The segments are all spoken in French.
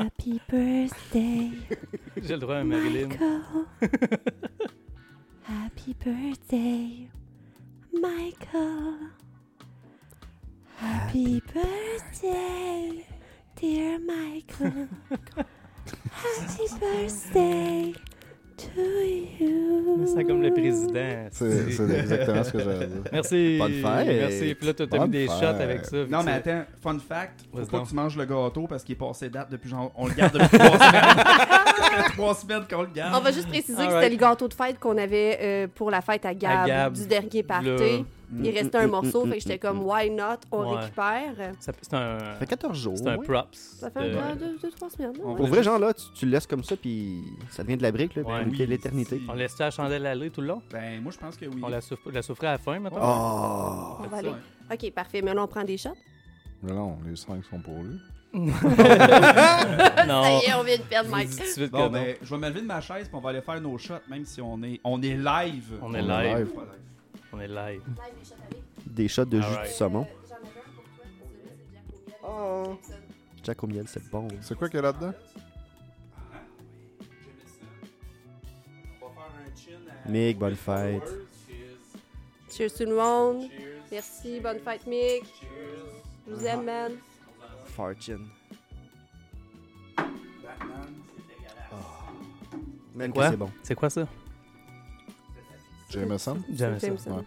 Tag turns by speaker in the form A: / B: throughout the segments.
A: Happy birthday,
B: J'ai le droit à Marilyn.
A: Michael. Happy birthday, Michael. Happy birthday, dear Michael. Happy birthday to you.
B: Mais C'est comme le président.
C: C'est c'est exactement ce que j'allais dire.
B: Merci.
C: Bonne fête.
B: Merci. Puis là, t'as- t'as mis
C: Bonne
B: des shots
C: fête.
B: avec ça.
D: Non, mais
B: puis ça-
D: attends, fun fact, faut
B: Vas-y
D: pas
B: donc.
D: que tu manges le gâteau parce qu'il est passé date depuis genre. On le garde depuis trois semaines. Ça fait trois semaines qu'on le garde.
E: On va juste préciser que
B: Alright.
E: c'était le gâteau de fête qu'on avait euh, pour la fête à Gab,
B: À Gab, Mm,
E: du dernier party.
B: le-
E: Il restait un morceau, fait que j'étais comme, why not, on
B: mm, Ouais.
E: récupère.
B: ça- C'est un.
C: Ça fait 14 jours.
B: C'est un
C: ouais.
B: props. Euh,
E: Ça fait
B: de-
E: encore deux, deux, trois semaines. hein?
D: On
E: non?
C: Pour vrai, genre là, tu, tu le laisses comme ça, puis ça devient de la brique, là,
B: Ouais.
C: puis
D: Oui,
C: l'éternité.
D: si.
B: On laisse la chandelle aller tout le long.
D: Ben, moi, je pense que oui.
B: On la, souffre, la souffrait à la fin, maintenant.
C: Oh!
E: On va aller. Ok, parfait. Mais là, on prend des shots.
C: Mais non, les 5 sont pour lui.
B: non.
E: Ça y est, on vient de perdre Mike.
B: Je vous dis tout de suite que
D: Bon,
B: non.
D: ben, je vais me lever de ma chaise, puis on va aller faire nos shots, même si on est, on est live.
B: On est
C: est
B: live.
C: live.
D: Pas live.
B: On est live.
C: Des shots de jus
B: Alright.
C: de saumon.
E: Ah.
C: Jack au miel, c'est bon.
F: C'est quoi qu'il y a là-dedans?
D: On va faire un chin à-
C: Mick, bonne fête.
E: Cheers tout le monde. Merci, bonne fête, Mick. Je vous aime, man.
C: Fortune. Ah.
D: Batman, c'est dégueulasse.
C: Même que
B: Quoi?
C: c'est bon.
B: C'est quoi ça?
F: Jameson?
B: Jameson.
E: Jameson.
F: ouais.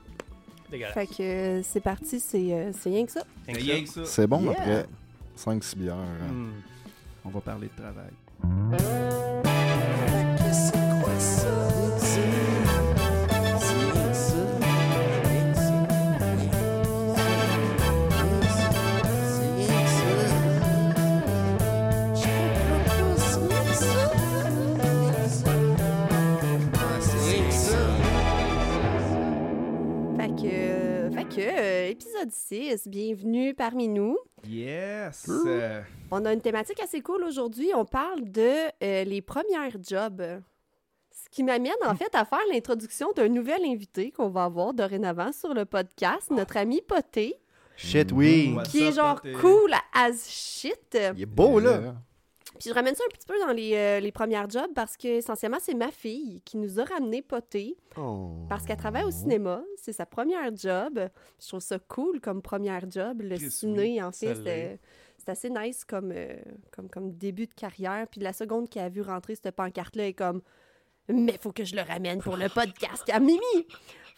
B: Dégueulasse.
E: Fait que euh, c'est parti, c'est euh, c'est rien que ça.
B: Rien que ça.
D: Rien que ça.
F: C'est bon
C: Yeah.
F: après 5-6 bières. hein.
B: Hmm.
D: On va parler de travail.
E: Fait que, euh, fait que euh, épisode 6, bienvenue parmi nous.
D: Yes!
C: Ouh.
D: Euh,
E: On a une thématique assez cool aujourd'hui. On parle de euh, les premières jobs. Ce qui m'amène en fait à faire l'introduction d'un nouvel invité qu'on va avoir dorénavant sur le podcast, notre ami Poté,
C: Shit,
B: Mm-hmm.
C: oui.
D: Ah. What's
E: qui est
D: up,
E: genre
D: Poté?
E: cool as shit.
C: Il est beau, là.
F: Yeah.
E: Puis je ramène ça un petit peu dans les, euh, les premières jobs parce que essentiellement c'est ma fille qui nous a ramené Poté
C: Oh.
E: parce qu'elle travaille au cinéma. C'est sa première job. Je trouve ça cool comme première job. Le
D: Chris,
E: ciné, en fait,
B: ça
E: c'était- c'est assez nice comme, euh, comme, comme début de carrière. Puis la seconde qu'elle a vu rentrer cette pancarte-là elle est comme Mais faut que je le ramène pour le podcast à Mimi!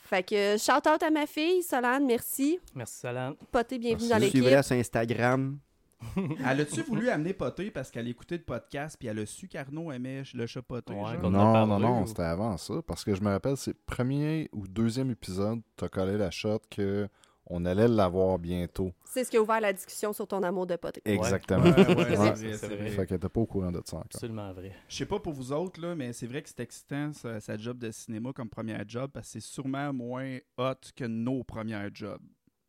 E: Fait que shout out à ma fille, Solane, merci.
B: Merci, Salane.
E: Poté, bienvenue dans l'équipe.
C: Suivez-la sur Instagram.
D: elle a-tu voulu amener Poté parce qu'elle écoutait le podcast, puis elle a su qu'Arnaud aimait le chat Poté?
B: Ouais,
D: genre?
B: qu'on a
F: Non,
B: parlé,
F: non,
B: ou-
F: non, c'était avant ça. Parce que je me rappelle, c'est premier ou deuxième épisode, t'as collé la shot que on allait l'avoir bientôt.
E: C'est ce qui a ouvert la discussion sur ton amour de Poté.
F: Exactement.
D: Ouais, ouais, c'est
F: Ouais.
D: vrai, c'est vrai.
F: Fait qu'elle était pas au courant de ça encore.
B: Absolument vrai.
D: Je sais pas pour vous autres, là, mais c'est vrai que c'est excitant, sa, sa job de cinéma comme première job, parce que c'est sûrement moins hot que nos premières jobs.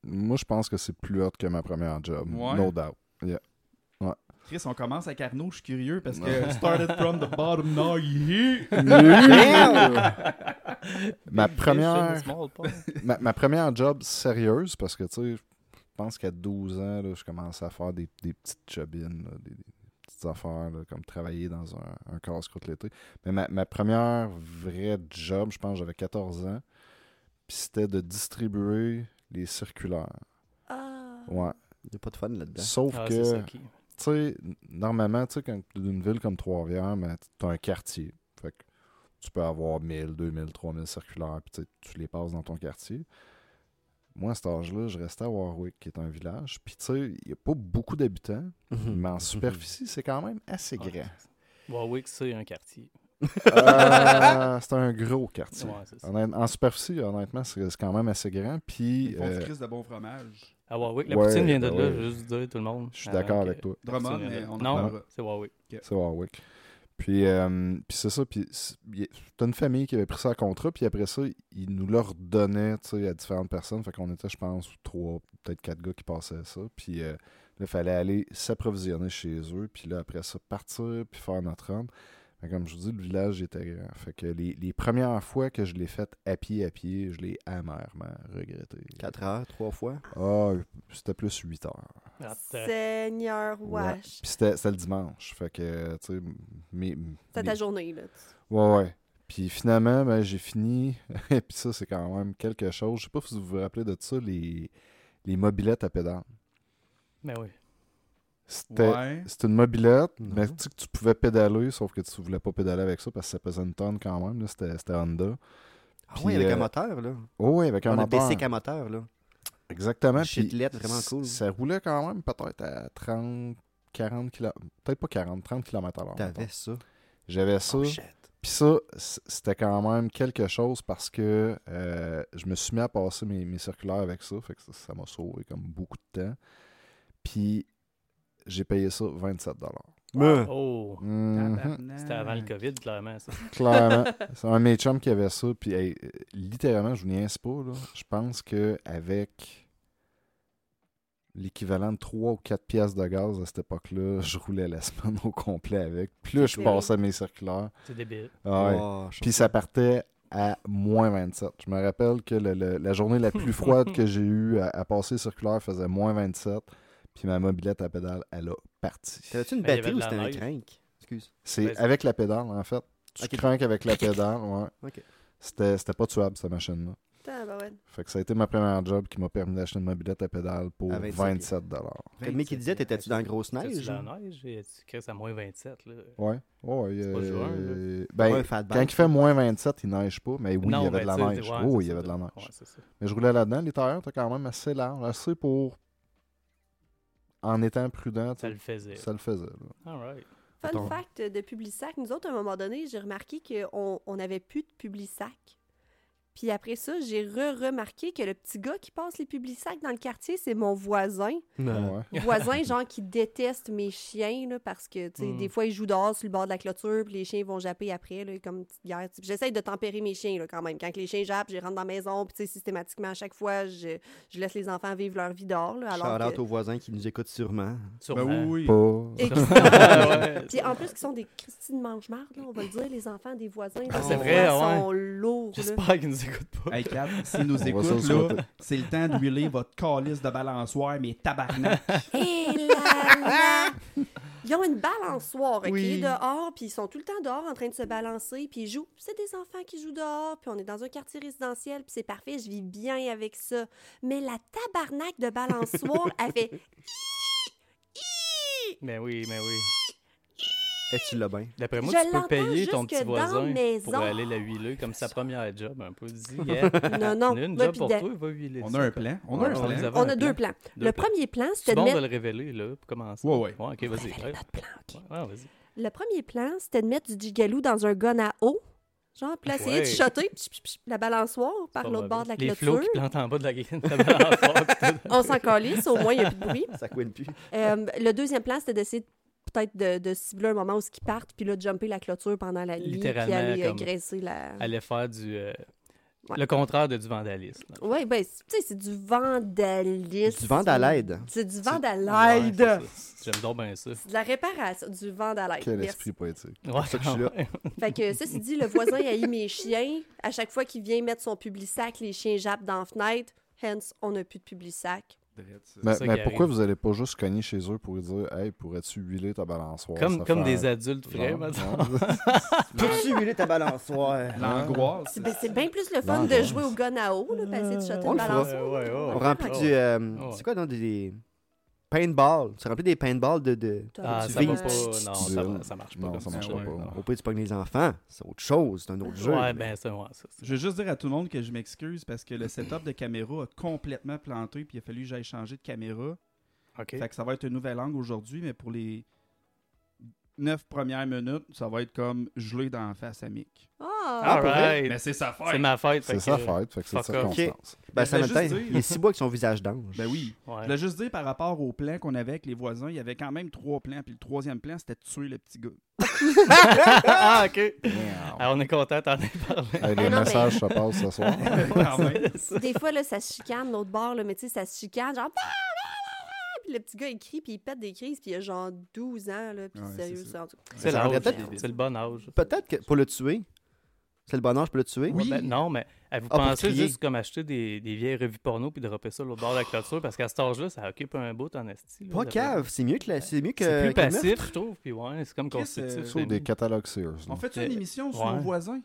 F: Moi, je pense que c'est plus hot que ma première job.
D: Ouais.
F: No doubt.
D: Chris, on commence avec Arnaud, je suis curieux, parce que started from the bottom, now you're here.
F: ma
B: Big
F: première
B: fish in a small pond.
F: ma, ma première job sérieuse, parce que, tu sais, je pense qu'à 12 ans, là, je commençais à faire des, des petites jobines, là, des, des petites affaires, là, comme travailler dans un, un casse-croûte l'été. Mais ma, ma première vraie job, je pense, j'avais 14 ans, puis c'était de distribuer les circulaires.
E: Ah.
F: Ouais.
C: Il n'y a pas de fun là-dedans.
F: Sauf
B: Ah, c'est
F: que
B: ça qui.
F: tu sais, normalement, tu sais, quand t'es d'une ville comme Trois-Rivières, mais t'as un quartier. Fait que tu peux avoir 1000, 2000, 3000 circulaires, puis tu sais, tu les passes dans ton quartier. Moi, à cet âge-là, je restais à Warwick, qui est un village. Puis, tu sais, il n'y a pas beaucoup d'habitants,
C: Hmm.
F: mais en superficie, c'est quand même assez
B: Ouais.
F: grand.
B: Warwick, c'est un quartier.
F: Euh, c'est un gros quartier.
B: Ouais, c'est ça.
F: Honnête- en superficie, honnêtement, c'est c'est quand même assez grand. Puis,
D: Ils font
F: euh,
D: du Chris de bon fromage.
B: À Warwick, la
F: Ouais,
B: poutine vient de
F: ben
B: là,
F: ouais.
B: je veux juste dire tout le monde. Ah,
F: je suis d'accord avec toi.
D: Drummond,
B: C'est
D: mais on en
B: Non.
D: parlera.
B: C'est Warwick.
F: C'est Warwick. Puis, euh, puis c'est ça. Puis c'est- il y a- c'était une famille qui avait pris ça à contrat. Puis après ça, ils nous le redonnaient tu sais, à différentes personnes. Fait qu'on était, je pense, trois, peut-être quatre gars qui passaient ça. Puis euh, là, il fallait aller s'approvisionner chez eux. Puis là, après ça, partir. Puis faire notre rente. Fait Mais Comme je vous dis, le village était grand. Fait que les, les premières fois que je l'ai faite à pied à pied, je l'ai amèrement regretté.
C: 4 heures, 3 fois.
F: Ah, c'était plus 8 heures.
B: Ah,
C: euh,
B: t'as-
E: Seigneur
F: Ouais.
E: Wash.
F: Puis c'était c'était le dimanche. Fait que, tu sais, mes.
E: C'était
F: mes-
E: ta journée, là.
F: Ouais, ouais. Puis finalement, ben, j'ai fini. Et puis ça, c'est quand même quelque chose. Je sais pas si vous vous rappelez de ça, les, les mobilettes à pédales.
B: Mais oui.
F: C'était
D: Ouais.
F: c'était une mobilette,
C: Non.
F: mais tu sais que tu pouvais pédaler, sauf que tu voulais pas pédaler avec ça parce que ça pesait une tonne quand même. là. C'était c'était Honda.
C: Ah
F: Puis,
C: ouais, avec
F: euh,
C: un moteur, là.
F: Oh, oui, avec un
C: On a
F: moteur.
C: baissé qu'à moteur, là.
F: Exactement.
C: Une
F: puis
C: chitelette vraiment
F: c-
C: cool.
F: Ça roulait quand même peut-être à 30, 40 km. Peut-être pas 40, 30 km à l'heure.
C: T'avais
F: mettons.
C: ça.
F: J'avais ça.
C: Oh, shit.
F: Puis ça, c- c'était quand même quelque chose parce que euh, je me suis mis à passer mes, mes circulaires avec ça. Fait que ça- ça m'a sauvé comme beaucoup de temps. Puis j'ai payé ça 27
C: Mais-
B: Oh!
F: Mhm.
D: Tabarnak.
B: C'était avant le COVID, clairement, ça.
F: Clairement. C'est un de mes chums qui avait ça. Puis hey, euh, littéralement, je vous niaise pas. là. Je pense que avec l'équivalent de 3 ou 4 pièces de gaz à cette époque-là, je roulais la semaine au complet avec. Plus je
E: C'est
F: passais mes circulaires.
B: C'est débile.
F: Ah ouais.
C: Oh, je-
F: Puis ça partait à moins 27. Je me rappelle que le- le- la journée la plus froide que j'ai eue à, à passer circulaire faisait moins 27. Puis ma mobilette à pédale, elle a parti.
C: T'avais-tu une
B: Mais il y avait
C: batterie ou
B: de
C: c'était
B: la
C: un
B: neige.
C: crank? Excuse.
F: C'est
B: Vas-y.
F: avec la pédale, en fait. Tu
C: Ok.
F: crains avec la pédale, ouais.
C: Ok.
F: C'était c'était pas tuable, cette machine-là.
E: Tabarouette.
F: Fait que ça a été ma première job qui m'a permis d'acheter une mobilette à pédale pour
C: À 27.
F: 27 dollars.
C: Mais qui disait, t'étais-tu dans la grosse
B: T'as-tu
C: neige?
B: de la
F: hein?
C: ou-
B: neige? Et tu crées à moins 27, là.
F: Ouais. Ouais, euh,
B: pas joueur, là. ben.
F: ben,
C: Ouais, un fat
F: quand
C: bike.
F: il fait moins 27, il neige pas, mais oui,
B: Non,
F: il y avait de
B: ben, tu
F: la
B: sais,
F: neige.
B: ouais,
F: oh,
B: c'est
F: il y
B: ça,
F: avait de la neige.
B: Ouais, c'est ça.
F: Mais je roulais là-dedans, les tailleurs étaient quand même assez large, assez pour. En étant prudent, tu
B: Ça
F: sais,
B: le faisait.
F: ça le faisait. là.
B: All right.
D: Ben
E: Fun
C: Attends.
E: fact de Publisac, nous autres, à un moment donné, j'ai remarqué qu'on n'avait plus de Publisac. Puis après ça, j'ai re-remarqué que le petit gars qui passe les Publisac dans le quartier, c'est mon voisin.
C: Non.
F: Ouais.
E: Voisin, genre, qui déteste mes chiens, là, parce que, tu sais,
C: Hmm.
B: Mm.
E: des fois, ils jouent dehors sur le bord de la clôture, puis les chiens vont japper après, là, comme une petite guerre. Puis J'essaie de tempérer mes chiens, là, quand même. Quand que les chiens jappent, je rentre dans la maison, puis, tu sais, systématiquement, à chaque fois, je, je laisse les enfants vivre leur vie dehors, là, alors
C: Shout-out
E: que-
C: aux voisins qui nous écoutent sûrement.
D: Ben
B: Sûrement.
D: oui, oui.
F: Pas-
E: Et qui sont-
B: Ouais.
E: Puis en plus, qu'ils sont des Christine mange-marde, là, on va le dire, les enfants des voisins.
B: Ah,
E: des
B: c'est
E: fois,
B: vrai,
E: sont lourds, là.
B: J'espère qu'ils nous écoutent pas.
D: Hey, Kat, s'ils nous
F: va
D: écoutent,
F: se le
D: là,
F: souhaiter.
D: c'est le temps d'huiler votre calice de balançoire, mais tabarnak.
E: Et là, là. Ils ont une balançoire, OK,
C: Oui.
E: dehors, puis ils sont tout le temps dehors en train de se balancer, puis ils jouent. Puis C'est des enfants qui jouent dehors, puis on est dans un quartier résidentiel, puis c'est parfait, je vis bien avec ça. Mais la tabarnak de balançoire, elle fait
B: Mais oui, mais oui.
C: Et tu l'as bien.
B: D'après moi,
E: Je
B: tu peux
E: l'entends
B: payer ton
E: jusque
B: petit
E: dans la
B: voisin
E: maison.
B: pour aller la huiler comme sa première job. Un peu dis, yeah,
E: non, non.
B: il y a une
E: Là,
B: job
E: puis
B: pour
E: de-
B: toi, il va huiler.
D: On
B: ça,
D: a un
B: quoi.
D: plan. On a un
B: Ouais, on les
D: plan.
B: avait
E: On
B: un
E: a deux plans.
B: Deux
E: le
B: plans.
E: premier plan,
B: C'est
E: c'était de
B: bon
E: mettre
B: de le révéler, là, pour commencer.
D: Ouais, ouais.
B: ok, vas-y. Ouais. Ouais, ouais, vas-y.
E: Le premier plan, c'était de mettre du gigalou dans un gun à eau. Genre, puis là, essayer de
B: Ouais.
E: shotter pch, pch, pch, la balançoire par
B: Pas
E: l'autre
B: mauvais.
E: bord de la
B: Les flots
E: clôture.
B: qui plantent en bas de la grille. ça va en fort, tout.
E: On s'en calisse, au moins, il n'y a plus de bruit.
C: Ça couine plus.
E: Euh, le deuxième plan, c'était d'essayer de- peut-être de, de cibler un moment où ils partent, puis là, de jumper la clôture pendant la nuit, puis
B: Littéralement,
E: aller euh,
B: comme-
E: graisser la...
B: Allait faire du. euh,
E: Ouais.
B: Le contraire de du vandalisme.
E: Oui, ben, c'est- tu sais, c'est du vandalisme.
C: Du vandalaide.
E: C'est du
B: Ouais,
E: vandalaide.
B: c'est ça. J'aime donc bien ça.
E: c'est de la réparation, du vandalaide.
F: Quel
E: Merci.
F: esprit poétique.
B: Ouais,
C: ça que je suis là.
B: ouais.
E: Fait que ceci dit, le voisin haït mes chiens. À chaque fois qu'il vient mettre son public-sac, les chiens jappent dans la fenêtre. Hence, on n'a plus de public-sac.
F: Mais,
B: ça
F: mais
B: qui
F: pourquoi
B: arrive.
F: vous allez pas juste cogner chez eux pour dire Hey, pourrais-tu huiler ta balançoire
B: Comme,
F: Ça
B: comme
F: fait
B: des
F: un-
B: adultes frais,
F: Genre,
B: maintenant.
F: ouais.
C: Peux-tu huiler ta balançoire?
D: L'angoisse.
E: C'est ben, c'est bien plus le fun
C: Non,
E: de
C: non.
E: jouer au gun à eau, là, passer de shotter
C: On
E: une
C: le fera.
E: balance.
B: Ouais, ouais, ouais.
C: On remplit du. euh, C'est quoi, non? Des, des paintballs. Tu remplis des paintballs de. de...
B: Ah,
C: Tu
B: ça va
C: vises.
B: pas. Non, ça, va- ça marche pas.
F: Non,
B: comme
F: ça
B: ça.
F: marche
D: Ah ouais,
F: pas.
B: non.
C: Au pire, tu pognes les enfants. C'est autre chose. C'est un autre jeu.
B: Ouais, ben, c'est ouais, ça. c'est-
D: Je veux juste dire à tout le monde que je m'excuse parce que le setup de caméra a complètement planté puis il a fallu que j'aille changer de caméra.
B: Ok.
D: Fait que ça va être un nouvel angle aujourd'hui, mais pour les neuf premières minutes, ça va être comme gelé dans la face à Mick.
E: Ah!
B: All right.
D: Mais c'est sa fête!
B: C'est ma fête. fait
F: C'est
B: que-
F: sa fête, fait que c'est de
B: fuck off.
F: circonstance.
C: Ben,
D: Mais
C: ça
D: je
C: me
D: voulais
C: tente.
D: juste dire-
C: Il est si beau avec son visage d'ange.
D: Ben oui.
B: Ouais.
D: Je voulais juste dire par rapport au plan qu'on avait avec les voisins, il y avait quand même trois plans, puis le troisième plan, c'était de tuer le petit gars.
B: ah, ok.
F: Wow.
B: Ah, on est content, t'en as parlé.
F: Hey,
E: Ah,
F: les
E: non,
F: messages se passent ce soir.
D: Quand même.
E: Des fois, là, ça se chicane l'autre bord, là, mais tu sais, ça se chicane, genre... Ah, ah, ah, ah, Puis le petit gars, il crie, puis il pète des crises, puis il a genre 12 ans, là, puis
D: Ouais, c'est
E: sérieux,
D: ça.
E: ça, en tout cas.
B: C'est
C: Ça
B: l'âge.
C: aurait peut-être-
B: C'est le bon âge.
C: Peut-être que pour le tuer, c'est le bon âge pour le tuer.
B: Ouais, ben, non, mais eh, vous
C: Ah, pour
B: pensez
C: crier.
B: juste comme acheter des, des vieilles revues porno puis dropper ça l'autre bord de la clôture parce qu'à cet âge-là, ça occupe un bout en esti. là,
C: Pas
B: de-
C: cave, c'est mieux que la- c'est mieux que.
B: C'est plus
C: que le meurtre.
B: passif, je trouve. Puis ouais, c'est comme
D: Chris,
B: constitutif.
D: euh,
F: Sur des catalogues Sears. là.
D: On fait une
B: Euh,
D: émission sur
B: ouais.
D: nos voisins.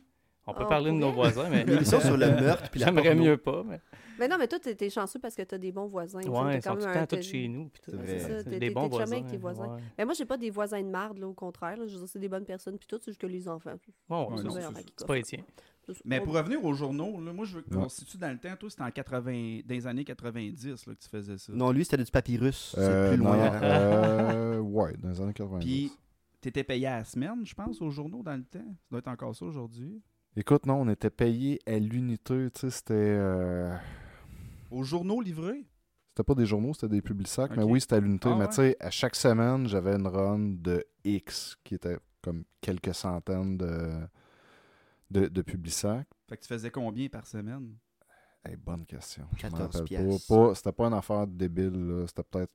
B: On
E: Ah,
B: peut
E: on
B: parler de nos
E: pourrait.
B: voisins, mais.
C: Une émission sur le meurtre puis la
B: J'aimerais
C: porno.
B: mieux pas, mais.
E: Mais non, mais toi, t'es t'es chanceux parce que t'as des bons voisins. tu sais,
B: Ouais,
E: t'as
B: ils sont
E: quand
B: tout le
E: même un-
B: temps tous
E: t'as-
B: chez nous. puis tout.
C: C'est
B: Ouais,
C: vrai.
E: C'est ça,
B: des
E: t'es-
B: bons
E: t'es chumé
B: voisins.
E: avec tes voisins.
B: ouais.
E: Mais moi, j'ai pas des voisins de marde, là, au contraire. là. Je veux dire, c'est des bonnes personnes, puis tout, c'est juste que les enfants. puis
B: Bon,
D: Ouais,
B: ça,
D: non,
B: c'est-
E: surveille en
D: c'est-
E: fait qu'ils
B: c'est pas
E: coffrent.
B: Étienne.
E: Juste-
D: Mais
E: on-
D: pour revenir aux journaux, là, moi, je veux
F: Ouais.
D: qu'on se situe dans le temps. Toi, c'était en 80... dans les années 90 là, que tu faisais ça.
C: Non, lui, c'était du papyrus.
F: Euh,
C: c'est plus loin.
F: non, euh, ouais, dans les années 90.
D: Puis, t'étais payé à la semaine, je pense, aux journaux dans le temps. Ça doit être encore ça aujourd'hui.
F: Écoute, non, on était payé à l'unité. Tu sais, c'était. euh,
D: Aux journaux livrés?
F: C'était pas des journaux, c'était des publics sacs, mais
D: Ok.
F: oui, c'était à l'unité.
D: Ah
F: mais
D: ouais.
F: tu sais, à chaque semaine, j'avais une run de X qui était comme quelques centaines de, de, de publics sacs.
D: Fait que tu faisais combien par semaine?
F: Hey, bonne question. Je m'en
C: 14
F: rappelle
C: piastres.
F: pas. Pas- C'était pas une affaire débile, là. C'était peut-être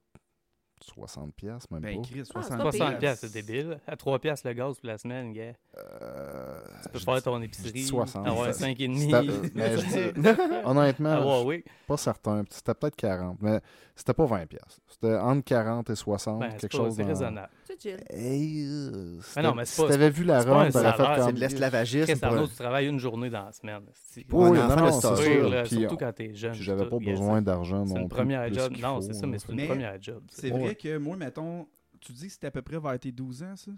F: 60 piastres, même
D: Ben,
F: pas.
D: Chris,
E: Ah, c'est
D: 60
E: pas pire.
B: 60 piastres, c'est débile. À 3 piastres le gaz pour la semaine, gars.
F: Euh,
B: Tu peux
F: je
B: faire
F: dis-
B: ton
F: je
B: épicerie.
F: dis 60.
B: Ah ouais,
F: C'était-
B: 5,5.
F: c'était- mais je dis- Honnêtement,
B: Ah
F: je
B: ouais, oui.
F: suis pas certain. C'était peut-être 40, mais c'était pas 20 piastres. C'était entre 40 et 60,
B: Ben, c'est
F: quelque
B: pas-
F: chose
B: c'est
F: dans-
B: raisonnable.
E: Tu sais, Jill.
F: Hey, euh,
B: Mais non, mais c'est
F: si
B: pas-
F: t'avais vu la
B: c'est pas
F: run,
B: un
F: t'aurais
B: salaire,
F: fait
C: C'est
F: comme...
C: de l'esclavagisme.
B: Chris
C: pour-
B: Arnaud, tu travailles une journée dans la semaine. c'est-
C: Pour
F: Oui,
C: un
F: non,
C: enfant,
F: non,
C: c'est
F: c'est
C: sûr,
B: sûr, euh,
F: sûr.
B: là,
F: euh, Puis,
B: surtout
F: on-
B: quand t'es jeune.
F: puis
B: puis
F: j'avais
B: tout,
F: pas
B: yes.
F: besoin d'argent non
B: C'est
F: plus.
B: une première
F: plus
B: job.
F: qu'il
B: Non,
F: faut,
B: c'est ça,
F: là.
B: mais c'est une
D: Mais-
B: première job.
D: C'est
F: Ouais.
D: vrai que moi, mettons, tu dis que c'était à peu près vers tes 12 ans, ça?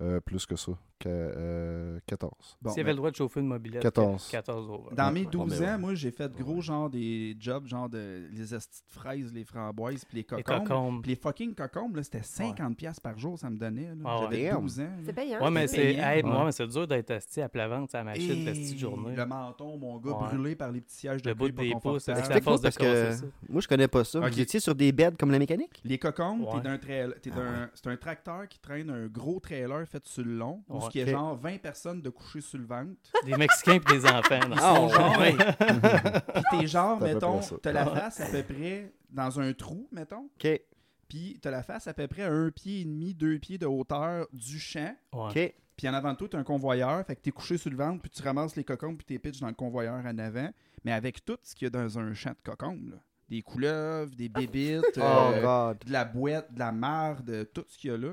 F: Euh, plus que ça. Que, euh, 14.
D: Bon,
B: S'il avait
D: ben,
B: le droit de chauffer une mobilette,
F: 14.
B: 14 over.
D: dans mes
C: Ouais, ouais,
D: 12
F: ben
C: ouais.
D: ans, moi, j'ai fait gros genre des jobs, genre de les estis de fraises, les framboises, puis les
B: Les
D: cocombes.
B: cocombes.
D: Puis les fucking cocombes, là, c'était 50 pièces par jour, ça me donnait. là.
B: Ah ouais.
D: J'avais
C: Damn.
D: 12 ans. là.
E: C'est payant.
B: Ouais, mais c'est.
D: payant.
B: hey, moi,
F: Ouais.
B: mais c'est dur d'être assis à plat ventre, ça machine,
D: Et
B: de petite journée.
D: Le menton, mon gars,
B: Ouais.
D: brûlé par les petits sièges de
B: Le bout
D: pluie pas
B: des pouces, c'est
D: confortables.
B: la force de
C: parce que-
B: casser ça.
C: Moi, je connais pas ça.
D: Ok.
C: Vous étiez sur des beds comme la mécanique?
D: Les cocombes, t'es
B: Ouais.
D: d'un trail- t'es d'un- c'est un tracteur qui traîne un gros trailer fait sur le long, où
B: Ouais.
D: ce qui est
B: Ok.
D: genre 20 personnes de coucher sur le ventre.
B: Des Mexicains et des enfants. dans
C: Ah,
B: le fond.
D: ouais. Puis t'es genre,
F: C'est à peu
D: mettons,
F: près ça.
D: t'as
B: Ah
D: la face à peu près dans un trou, mettons.
C: OK.
D: Puis t'as la face à peu près à un pied et demi, deux pieds de hauteur du champ.
B: Ouais.
C: OK.
D: Puis en avant de toi, t'as un convoyeur. Fait que t'es couché sur le ventre, puis tu ramasses les cocombes, puis t'es pitches dans le convoyeur en avant. Mais avec tout ce qu'il y a dans un champ de cocombes, là. Des couleuvres, des bébites,
C: Oh,
D: euh,
C: God.
D: de la boîte, de la marde, euh, tout ce qu'il y a là.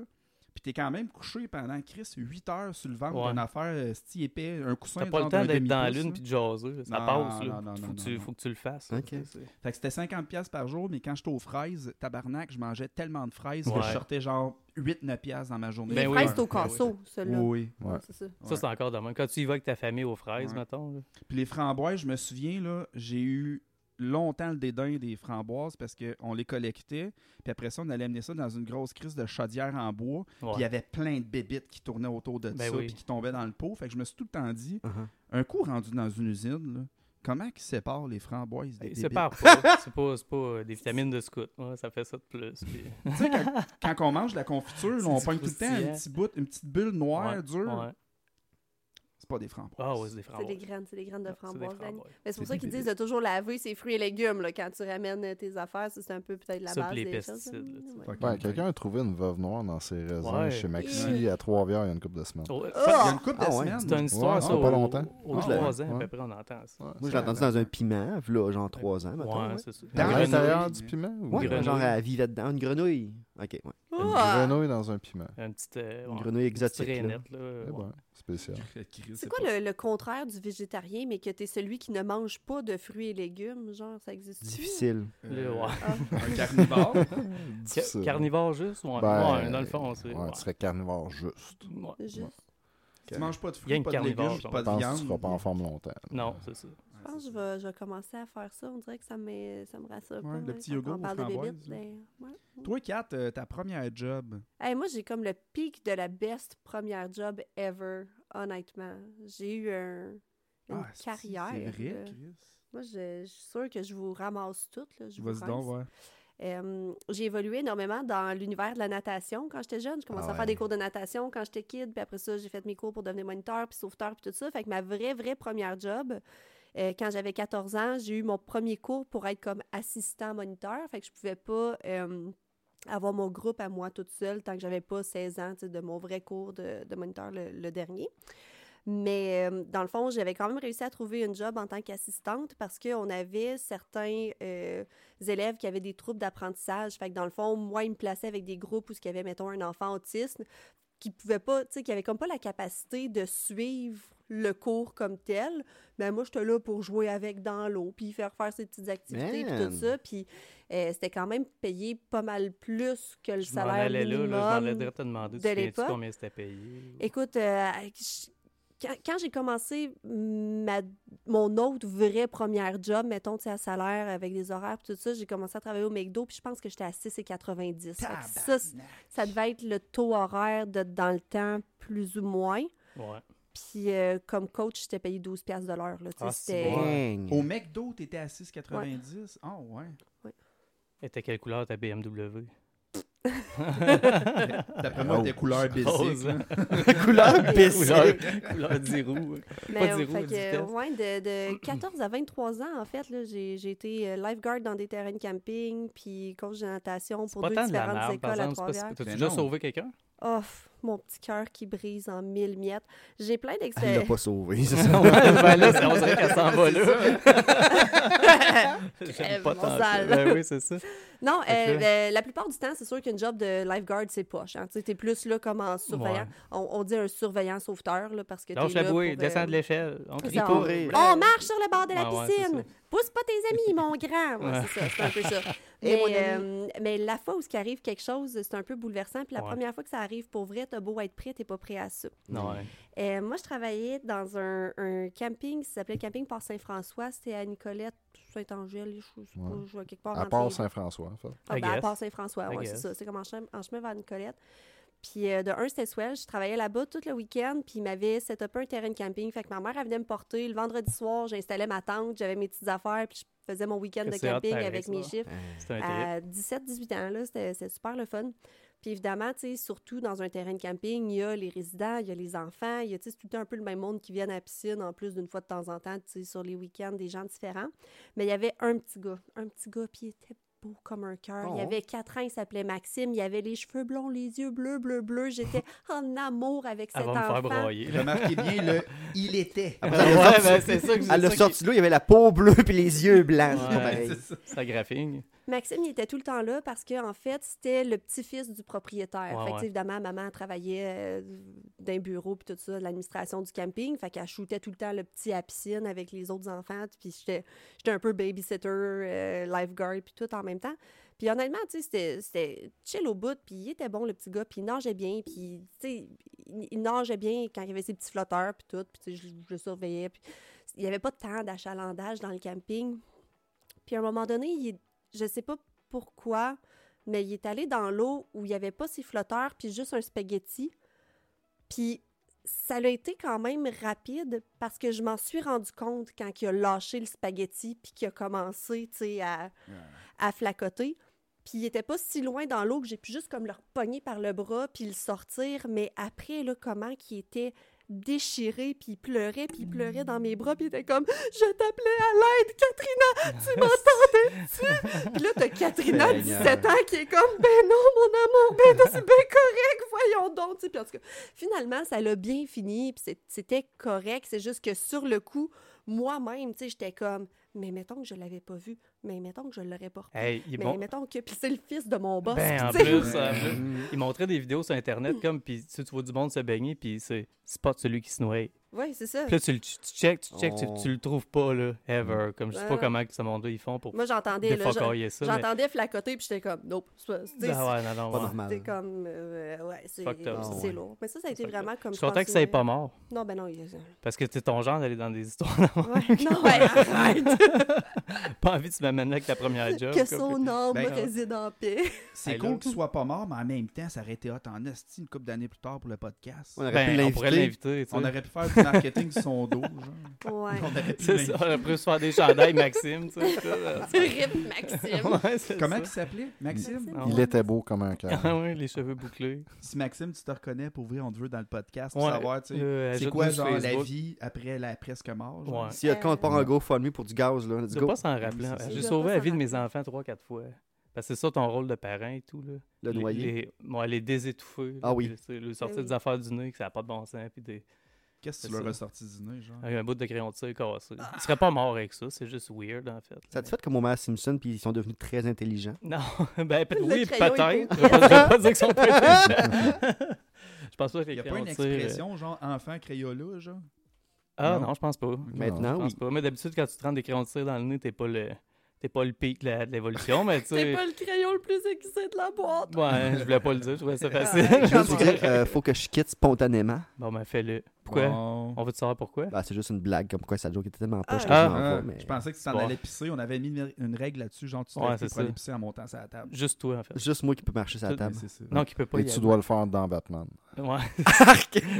D: Puis t'es quand même couché pendant, Chris, 8 heures sur le ventre
B: Ouais.
D: d'une affaire euh, sti épais, un
B: T'as
D: coussin.
B: pas le
D: genre
B: temps
D: d'un
B: d'être dans la
D: demi-pouce,
B: lune
D: là.
B: puis de jaser. Ça
D: Non,
B: passe, là.
D: non, non,
B: faut,
D: non,
B: que tu,
D: non.
B: faut que tu le fasses. là,
C: Ok.
B: tu sais, c'est-
D: Fait que c'était 50$ piastres par jour, mais quand j'étais aux fraises, tabarnak, je mangeais tellement de fraises que
B: Ouais.
D: je sortais genre 8-9$ piastres dans ma journée.
E: Les
B: Ben oui.
E: fraises, c'est au
B: Ben oui.
E: casseau,
D: Oui,
E: ceux-là.
D: oui.
F: Ouais.
E: C'est ça.
B: Ça, c'est encore demain. Quand tu y vas avec ta famille aux fraises,
D: Ouais.
B: mettons. là.
D: Puis les framboises, je me souviens, là, j'ai eu longtemps le dédain des framboises parce qu'on les collectait. Puis après ça, on allait amener ça dans une grosse crise de chaudière en bois. Puis il y
B: Ouais.
D: avait plein de bébites qui tournaient autour de
B: Ben
D: ça
B: oui.
D: puis qui tombaient dans le pot. Fait que je me suis tout le temps dit,
C: Uh-huh.
D: un coup rendu dans une usine, là, comment qu'ils séparent les framboises des
B: Hey,
D: bébites?
B: C'est pas, c'est pas, c'est pas euh, des vitamines de scout. Ouais, ça fait ça de plus. puis-
D: Tu sais, quand, quand on mange de la confiture, là,
B: C'est
D: on
B: du
D: pogne tout le temps un
B: croustillant.
D: petit bout, une petite bulle noire
B: Ouais,
D: dure.
B: ouais.
D: C'est pas des framboises.
B: Ah ouais, c'est des
E: C'est
B: framboises.
E: des graines, c'est des graines de
B: Ouais, c'est des
E: framboise, Dani.
B: framboises.
E: Mais c'est pour
D: C'est
E: ça qu'ils
D: des
E: disent de toujours laver ses fruits et légumes là, quand tu ramènes euh, tes affaires. Ça, C'est un peu peut-être la
B: Ça,
E: base
B: puis les
E: des choses. là.
B: pesticides, là, tu
E: Ouais.
D: Fucking
F: Ouais, quelqu'un a trouvé une veuve noire dans ses raisins
B: Ouais.
F: chez Maxi à Trois-Rivières il y a une couple de semaines.
B: Oh,
D: Il y
B: ça,
D: a une coupe de
C: Ah ouais.
D: semaines.
B: C'est une histoire,
F: Ouais,
B: ça.
F: ça fait pas
B: au-
F: longtemps.
B: Aux
D: Ah,
B: 3
F: ouais.
B: ans, à
F: Ouais.
B: peu près, on entend ça.
F: Ouais,
C: Moi, je
F: c'est-
C: l'ai entendu dans un piment, là, genre 3 ans, mettons.
B: Ouais,
C: ouais.
B: c'est ça.
D: Dans
F: À
D: la
F: l'intérieur
D: grenouille,
F: du
D: mais-
F: piment? ou-
C: Ouais,
B: grenouille.
C: genre à vivre dedans. Une grenouille. OK, ouais.
F: Une
E: Ah!
F: grenouille dans un piment.
B: Un petit. euh,
C: Une
B: ouais,
C: grenouille
B: une petite
C: exotique. là.
B: rainette, là.
F: Eh
B: ouais.
F: ben, spécial.
E: C'est quoi le, le contraire du végétarien, mais que t'es celui qui ne mange pas de fruits et légumes? Genre, ça Ah. existe
C: Difficile.
B: Le- ouais.
D: euh, Un carnivore.
B: Ca-
F: Difficile.
B: Carnivore juste? Ouais,
F: Ben,
B: ouais, dans le fond, c'est.
F: Ouais,
B: ouais.
F: tu serais carnivore juste.
B: Ouais.
E: Juste.
D: Tu manges pas de
B: Il y a
D: fruits,
B: une
D: pas de
B: carnivore,
D: légumes,
B: genre.
D: pas
F: Je
D: de
F: pense que tu seras
D: viande.
F: pas en forme longtemps. là.
B: Non, c'est ça.
E: Je pense que je vais, je vais commencer à faire ça. On dirait que ça me, ça me rassure
D: Ouais,
E: pas.
D: le
E: hein,
D: petit
E: quand
D: yogourt
E: on
D: aux
E: parle de
D: framboises,
E: bébites,
D: là.
E: ben, ouais.
D: Toi, Kat, euh, ta première job.
E: Hey, moi, j'ai comme le pic de la best première job ever, honnêtement. J'ai eu un- une
D: Ah, si,
E: carrière. euh,
D: C'est
E: là.
D: vrai, Chris.
E: Moi, je, je suis sûre que je vous ramasse toutes. là, je vous
D: Vas-y donc,
E: rince.
D: ouais.
E: Euh, j'ai évolué énormément dans l'univers de la natation quand j'étais jeune. Je commençais
F: Ah
E: à faire des
F: ouais.
E: cours de natation quand j'étais kid, puis après ça, j'ai fait mes cours pour devenir moniteur, puis sauveteur, puis tout ça. Fait que ma vraie, vraie première job, Euh, quand j'avais 14 ans, j'ai eu mon premier cours pour être comme assistant moniteur. Fait que je pouvais pas euh, avoir mon groupe à moi toute seule tant que j'avais pas 16 ans tu sais, de mon vrai cours de, de moniteur, le, le dernier. Mais euh, dans le fond, j'avais quand même réussi à trouver une job en tant qu'assistante parce qu'on avait certains euh, élèves qui avaient des troubles d'apprentissage. Fait que dans le fond, moi, ils me plaçaient avec des groupes où il y avait, mettons, un enfant autiste qui pouvait pas, tu sais, qui avait comme pas la capacité de suivre le cours comme tel, ben moi j'étais là pour jouer avec dans l'eau, puis faire faire ses petites activités, puis
C: Man.
E: tout ça, puis euh, c'était quand même payé pas mal plus que le
B: Je m'en
E: salaire
B: allais là,
E: minimum.
B: là, je m'en allais direct te demander
E: de
B: tu te souviens-tu
E: l'époque.
B: combien c'était payé.
E: Écoute, euh, je- quand, quand j'ai commencé ma, mon autre vraie première job, mettons, tu sais, à salaire avec des horaires pis tout ça, j'ai commencé à travailler au McDo, puis je pense que j'étais à 6,90. Fait que Ça, c- ça devait être le taux horaire de dans le temps, plus ou moins.
B: Ouais.
E: Puis euh, comme coach, j'étais payé 12 piastres de l'heure. là, tu sais,
B: Ah, c'est
E: c'était-
B: bon.
C: Dang.
D: Au McDo, t'étais à 6,90. Ah ouais.
B: Et t'as quelle couleur ta BMW?
D: D'après moi,
F: Oh,
D: t'es couleur
B: Rose.
D: basic.
C: Couleur
B: couleur,
C: baissée.
B: couleur 10 roues.
E: Mais,
B: Pas
E: euh,
B: zéro,
E: fait
B: dix
E: que,
B: piastres.
E: ouais, de, de 14 à 23 ans, en fait, là, j'ai, j'ai été euh, lifeguard dans des terrains de camping, puis coach de natation pour
B: Pas
E: deux
B: tant de la
E: différentes
B: merde, par
E: écoles à
B: exemple. c'est pas si-
E: Trois-Rivières.
B: T'as-tu
D: Ben
B: déjà
D: non.
B: sauvé quelqu'un?
E: Oh, mon petit cœur qui brise en mille miettes. J'ai
B: Ah,
E: plein
C: Elle l'a
E: d'expériences.
C: pas sauvé, c'est ça?
B: ben là, ça- on dirait qu'elle s'en va là.
E: Crève,
B: J'aime pas
E: mon
B: tant ça.
E: sale.
B: Ben oui, c'est ça.
E: Non, euh,
B: Ok.
E: euh, la plupart du temps, c'est sûr qu'une job de lifeguard, c'est poche. Hein. Tu sais, t'es plus là comme en surveillant.
B: Ouais.
E: On, on dit un surveillant-sauveteur, là, parce que t'es
B: Lâche la
E: là
B: bouée,
E: pour, euh,
B: descends de l'échelle. On crie
E: ça,
B: pas.
E: on-
C: rire.
E: On marche sur le bord de la
B: Ah Ouais, ouais, c'est
E: piscine. Pousse pas tes amis, mon grand. Ouais, C'est ça, c'est un peu ça.
A: Eh,
E: Mais,
A: mon ami.
E: euh, mais la fois où ce qui arrive quelque chose, c'est un peu bouleversant. Puis la
B: Ouais.
E: première fois que ça arrive pour vrai, t'as beau être prêt, t'es pas prêt à ça.
B: Non, ouais.
E: Euh, moi, je travaillais dans un, un camping qui s'appelait le Camping Port Saint-François. C'était à Nicolette, Saint-Angèle, je sais pas,
F: Ouais.
E: je vois quelque part.
F: À
E: entre les
F: part
E: deux.
F: Saint-François, en fait.
E: Ah,
B: I
E: ben, à
B: guess.
E: part Saint-François,
B: I
E: ouais, c'est
B: guess.
E: ça. C'est comme en chemin, en chemin vers Nicolette. Puis euh, de un, c'était swell. Je travaillais là-bas tout le week-end, puis il m'avait set up un terrain de camping. Fait que ma mère, elle venait me porter. Le vendredi soir, j'installais ma tente, j'avais mes petites affaires, puis je faisais mon week-end
B: Que
E: de
B: c'est hot,
E: camping
B: pareil,
E: avec
B: ça.
E: mes chiffres.
B: C'est un trip.
E: À 17-18 ans, là, c'était c'était super le fun. Puis évidemment, tu sais, surtout dans un terrain de camping, il y a les résidents, il y a les enfants, il y a, tu sais, c'est tout le temps un peu le même monde qui viennent à la piscine, en plus d'une fois de temps en temps, tu sais, sur les week-ends, des gens différents. Mais il y avait un petit gars, un petit gars, puis il était beau comme un
B: Ah
E: cœur. Il
C: Oh.
E: Il avait quatre ans, il s'appelait Maxime, il avait les cheveux blonds, les yeux bleus, bleus, bleus. J'étais en amour avec cet
B: Elle va me faire
E: enfant.
B: broyer. là.
D: Remarquez bien le il était.
B: Ouais, ben, c'est ça que
C: Elle l'a
B: c'est ça
C: sorti de l'eau, il y avait la peau bleue puis les yeux blancs. C'est pas
B: Ouais.
C: pareil.
B: qui- Ça graphigne.
E: Maxime, il était tout le temps là parce que en fait, c'était le petit-fils du propriétaire.
B: Ouais,
E: fait que,
B: ouais.
E: tu sais, évidemment, maman elle travaillait euh, d'un bureau puis tout ça, de l'administration du camping. Fait qu'elle shootait tout le temps le petit à la piscine avec les autres enfants. Puis j'étais j'étais un peu babysitter, euh, lifeguard, puis tout en même temps. Puis honnêtement, tu sais, c'était- c'était chill au bout. Puis il était bon, le petit gars. Puis il nageait bien. Puis, tu sais, il, il nageait bien quand il y avait ses petits flotteurs, puis tout. Puis, tu sais, je, je le surveillais. Puis il n'y avait pas tant d'achalandage dans le camping. Puis à un moment donné, il est- je sais pas pourquoi, mais il est allé dans l'eau où il n'y avait pas ses flotteurs, puis juste un spaghetti. Puis ça l'a été quand même rapide parce que je m'en suis rendu compte quand il a lâché le spaghetti, puis qu'il a commencé tu sais, à,
D: Ouais.
E: à flacoter. Puis il était pas si loin dans l'eau que j'ai pu juste comme le repogner par le bras, puis le sortir. Mais après, là, comment qu'il était déchiré, puis il pleurait, puis il pleurait dans mes bras, puis il était comme « Je t'appelais à l'aide, Katrina! Tu m'entendais-tu? » Puis là, t'as Katrina,
C: Seigneur.
E: 17 ans, qui est comme « Ben non, mon amour, ben non, c'est bien correct, voyons donc! » Tu sais, Puis en tout cas, finalement, ça l'a bien fini, puis c'est- c'était correct. C'est juste que sur le coup, moi-même, tu sais, j'étais comme « Mais mettons que je l'avais pas vu, mais mettons que je l'aurais pas repris.
B: Hey, il est
E: Mais
B: bon.
E: mettons que puis c'est le fils de mon boss.
B: Ben, en
E: tu sais.
B: plus, en plus, il montrait des vidéos sur Internet comme, puis tu, tu vois du monde se baigner, puis c'est spot celui qui se noie.
E: Ouais, c'est ça.
B: Puis là, tu, le- tu, tu check, tu check, tu,
C: Oh.
B: tu le trouves pas, là, ever. Comme je sais
E: Ouais,
B: pas
E: ouais.
B: comment que ce monde-là, ils font pour
E: Moi j'entendais là, je-
B: défocailler ça. mais-
E: j'entendais flacoter puis j'étais comme nope, c'est pas- tu sais,
B: Ah ouais, non, non,
C: Pas
B: ouais.
E: c'est- c'était
C: normal.
E: comme euh, ouais, c'est
B: Fucked up,
E: c'est
C: ça, ouais.
E: lourd. Mais ça ça a été
B: Fucked
E: vraiment comme euh,
B: Je suis content que ça ait pas mort.
E: Non ben non, il- ouais.
B: Parce que t'es ton genre d'aller dans des histoires.
E: non, ouais, arrête.
B: pas envie de se m'amener avec ta première job.
E: que
B: quoi.
E: son âme
D: Ben,
E: réside en paix.
D: C'est
B: Hey,
D: cool
B: là.
D: qu'il soit pas mort, mais en même temps, ça aurait été hot en esti une couple d'années plus tard pour le podcast.
C: On aurait pu
B: Ben, on
C: l'inviter.
B: pourrait l'inviter. tu sais.
D: On aurait pu faire du marketing sur son dos, genre.
E: Ouais.
D: On aurait pu
B: C'est
D: l'inviter.
B: ça, on aurait pu se faire des chandails, Maxime. tu sais, ça.
E: Rip Maxime.
B: Ouais, c'est
D: Comment
B: ça.
D: il s'appelait? Maxime?
E: Maxime.
B: Ah
F: Il
B: ouais.
F: était beau comme un cœur.
B: Ah oui, les cheveux bouclés.
D: Si Maxime, tu te reconnais, pour vrai, on te veut dans le podcast, pour
B: Ouais,
D: savoir, tu sais,
B: euh,
D: c'est
B: ajoute-nous
D: quoi,
B: sur
D: genre, la
B: Facebook.
D: vie après la presque mort, genre.
B: Ouais.
C: S'il y a de quoi, on te part en GoFundMe pour du gaz, là. Let's
B: Tu dois
C: go.
B: pas s'en rappeler. hein.
D: c'est ça.
B: J'ai
E: Tu dois
B: sauvé
E: pas
B: la
E: s'en
B: vie de mes enfants trois, quatre fois. Parce que c'est ça ton rôle de parent et tout. Là.
C: Le
B: les,
C: noyer.
B: les, ouais, les désétouffer. là,
C: Ah oui.
B: puis, tu sais, Lui sortir
E: oui.
B: des affaires du nez, que ça n'a pas de bon sens. Puis des...
D: Qu'est-ce que tu
B: C'est
D: leur
B: ça.
D: as sorti du nez, genre?
B: avec un bout de crayon de cire cassé. Tu serais pas mort avec ça, c'est juste weird en fait.
C: Ah! Ça te fait comme Homer Simpson, puis ils sont devenus très intelligents.
B: Non, ben peut-
E: Le
B: oui,
E: crayon, il
B: peut-être. Je vais pas dire qu'ils sont pas intelligents. Je pense pas que
D: Il
B: les
D: n'y a pas
B: crayons
D: une
B: de cire, euh,
D: expression, genre, enfant crayola, genre?
B: Ah
D: Non.
B: non, je pense pas. Je
C: Maintenant,
B: pense
C: oui.
B: pas. Mais d'habitude, quand tu te rends des crayons de cire dans le nez, t'es pas le. T'es pas le pic de la- de l'évolution, mais tu
E: C'est
B: sais.
E: pas le crayon le plus aiguisé de la boîte.
B: Ouais, je voulais pas le dire, je trouvais ça
E: Ah,
B: facile.
C: Juste vous dire, euh, faut que je quitte spontanément.
B: Bon, ben fais-le. Pourquoi Ah,
D: Bon.
B: On veut savoir pourquoi
C: Bah, c'est juste une blague, comme quoi sa joke était tellement poche que
E: Ah.
C: je m'en
D: Ah,
C: vais, mais-
D: Je pensais que tu t'en
B: Bon.
D: allais pisser. On avait mis une- une règle là-dessus, genre tu
B: Ouais,
D: t'allais
B: c'est
D: pour aller
B: ça.
D: pisser en montant sur la table.
B: Juste toi, en fait.
C: Juste moi qui peux marcher sur la
B: Tout-
C: table.
D: C'est ça.
B: Non, qui peut pas
F: Et
B: y
F: tu
B: aller.
F: dois le faire dans Batman.
B: Ouais.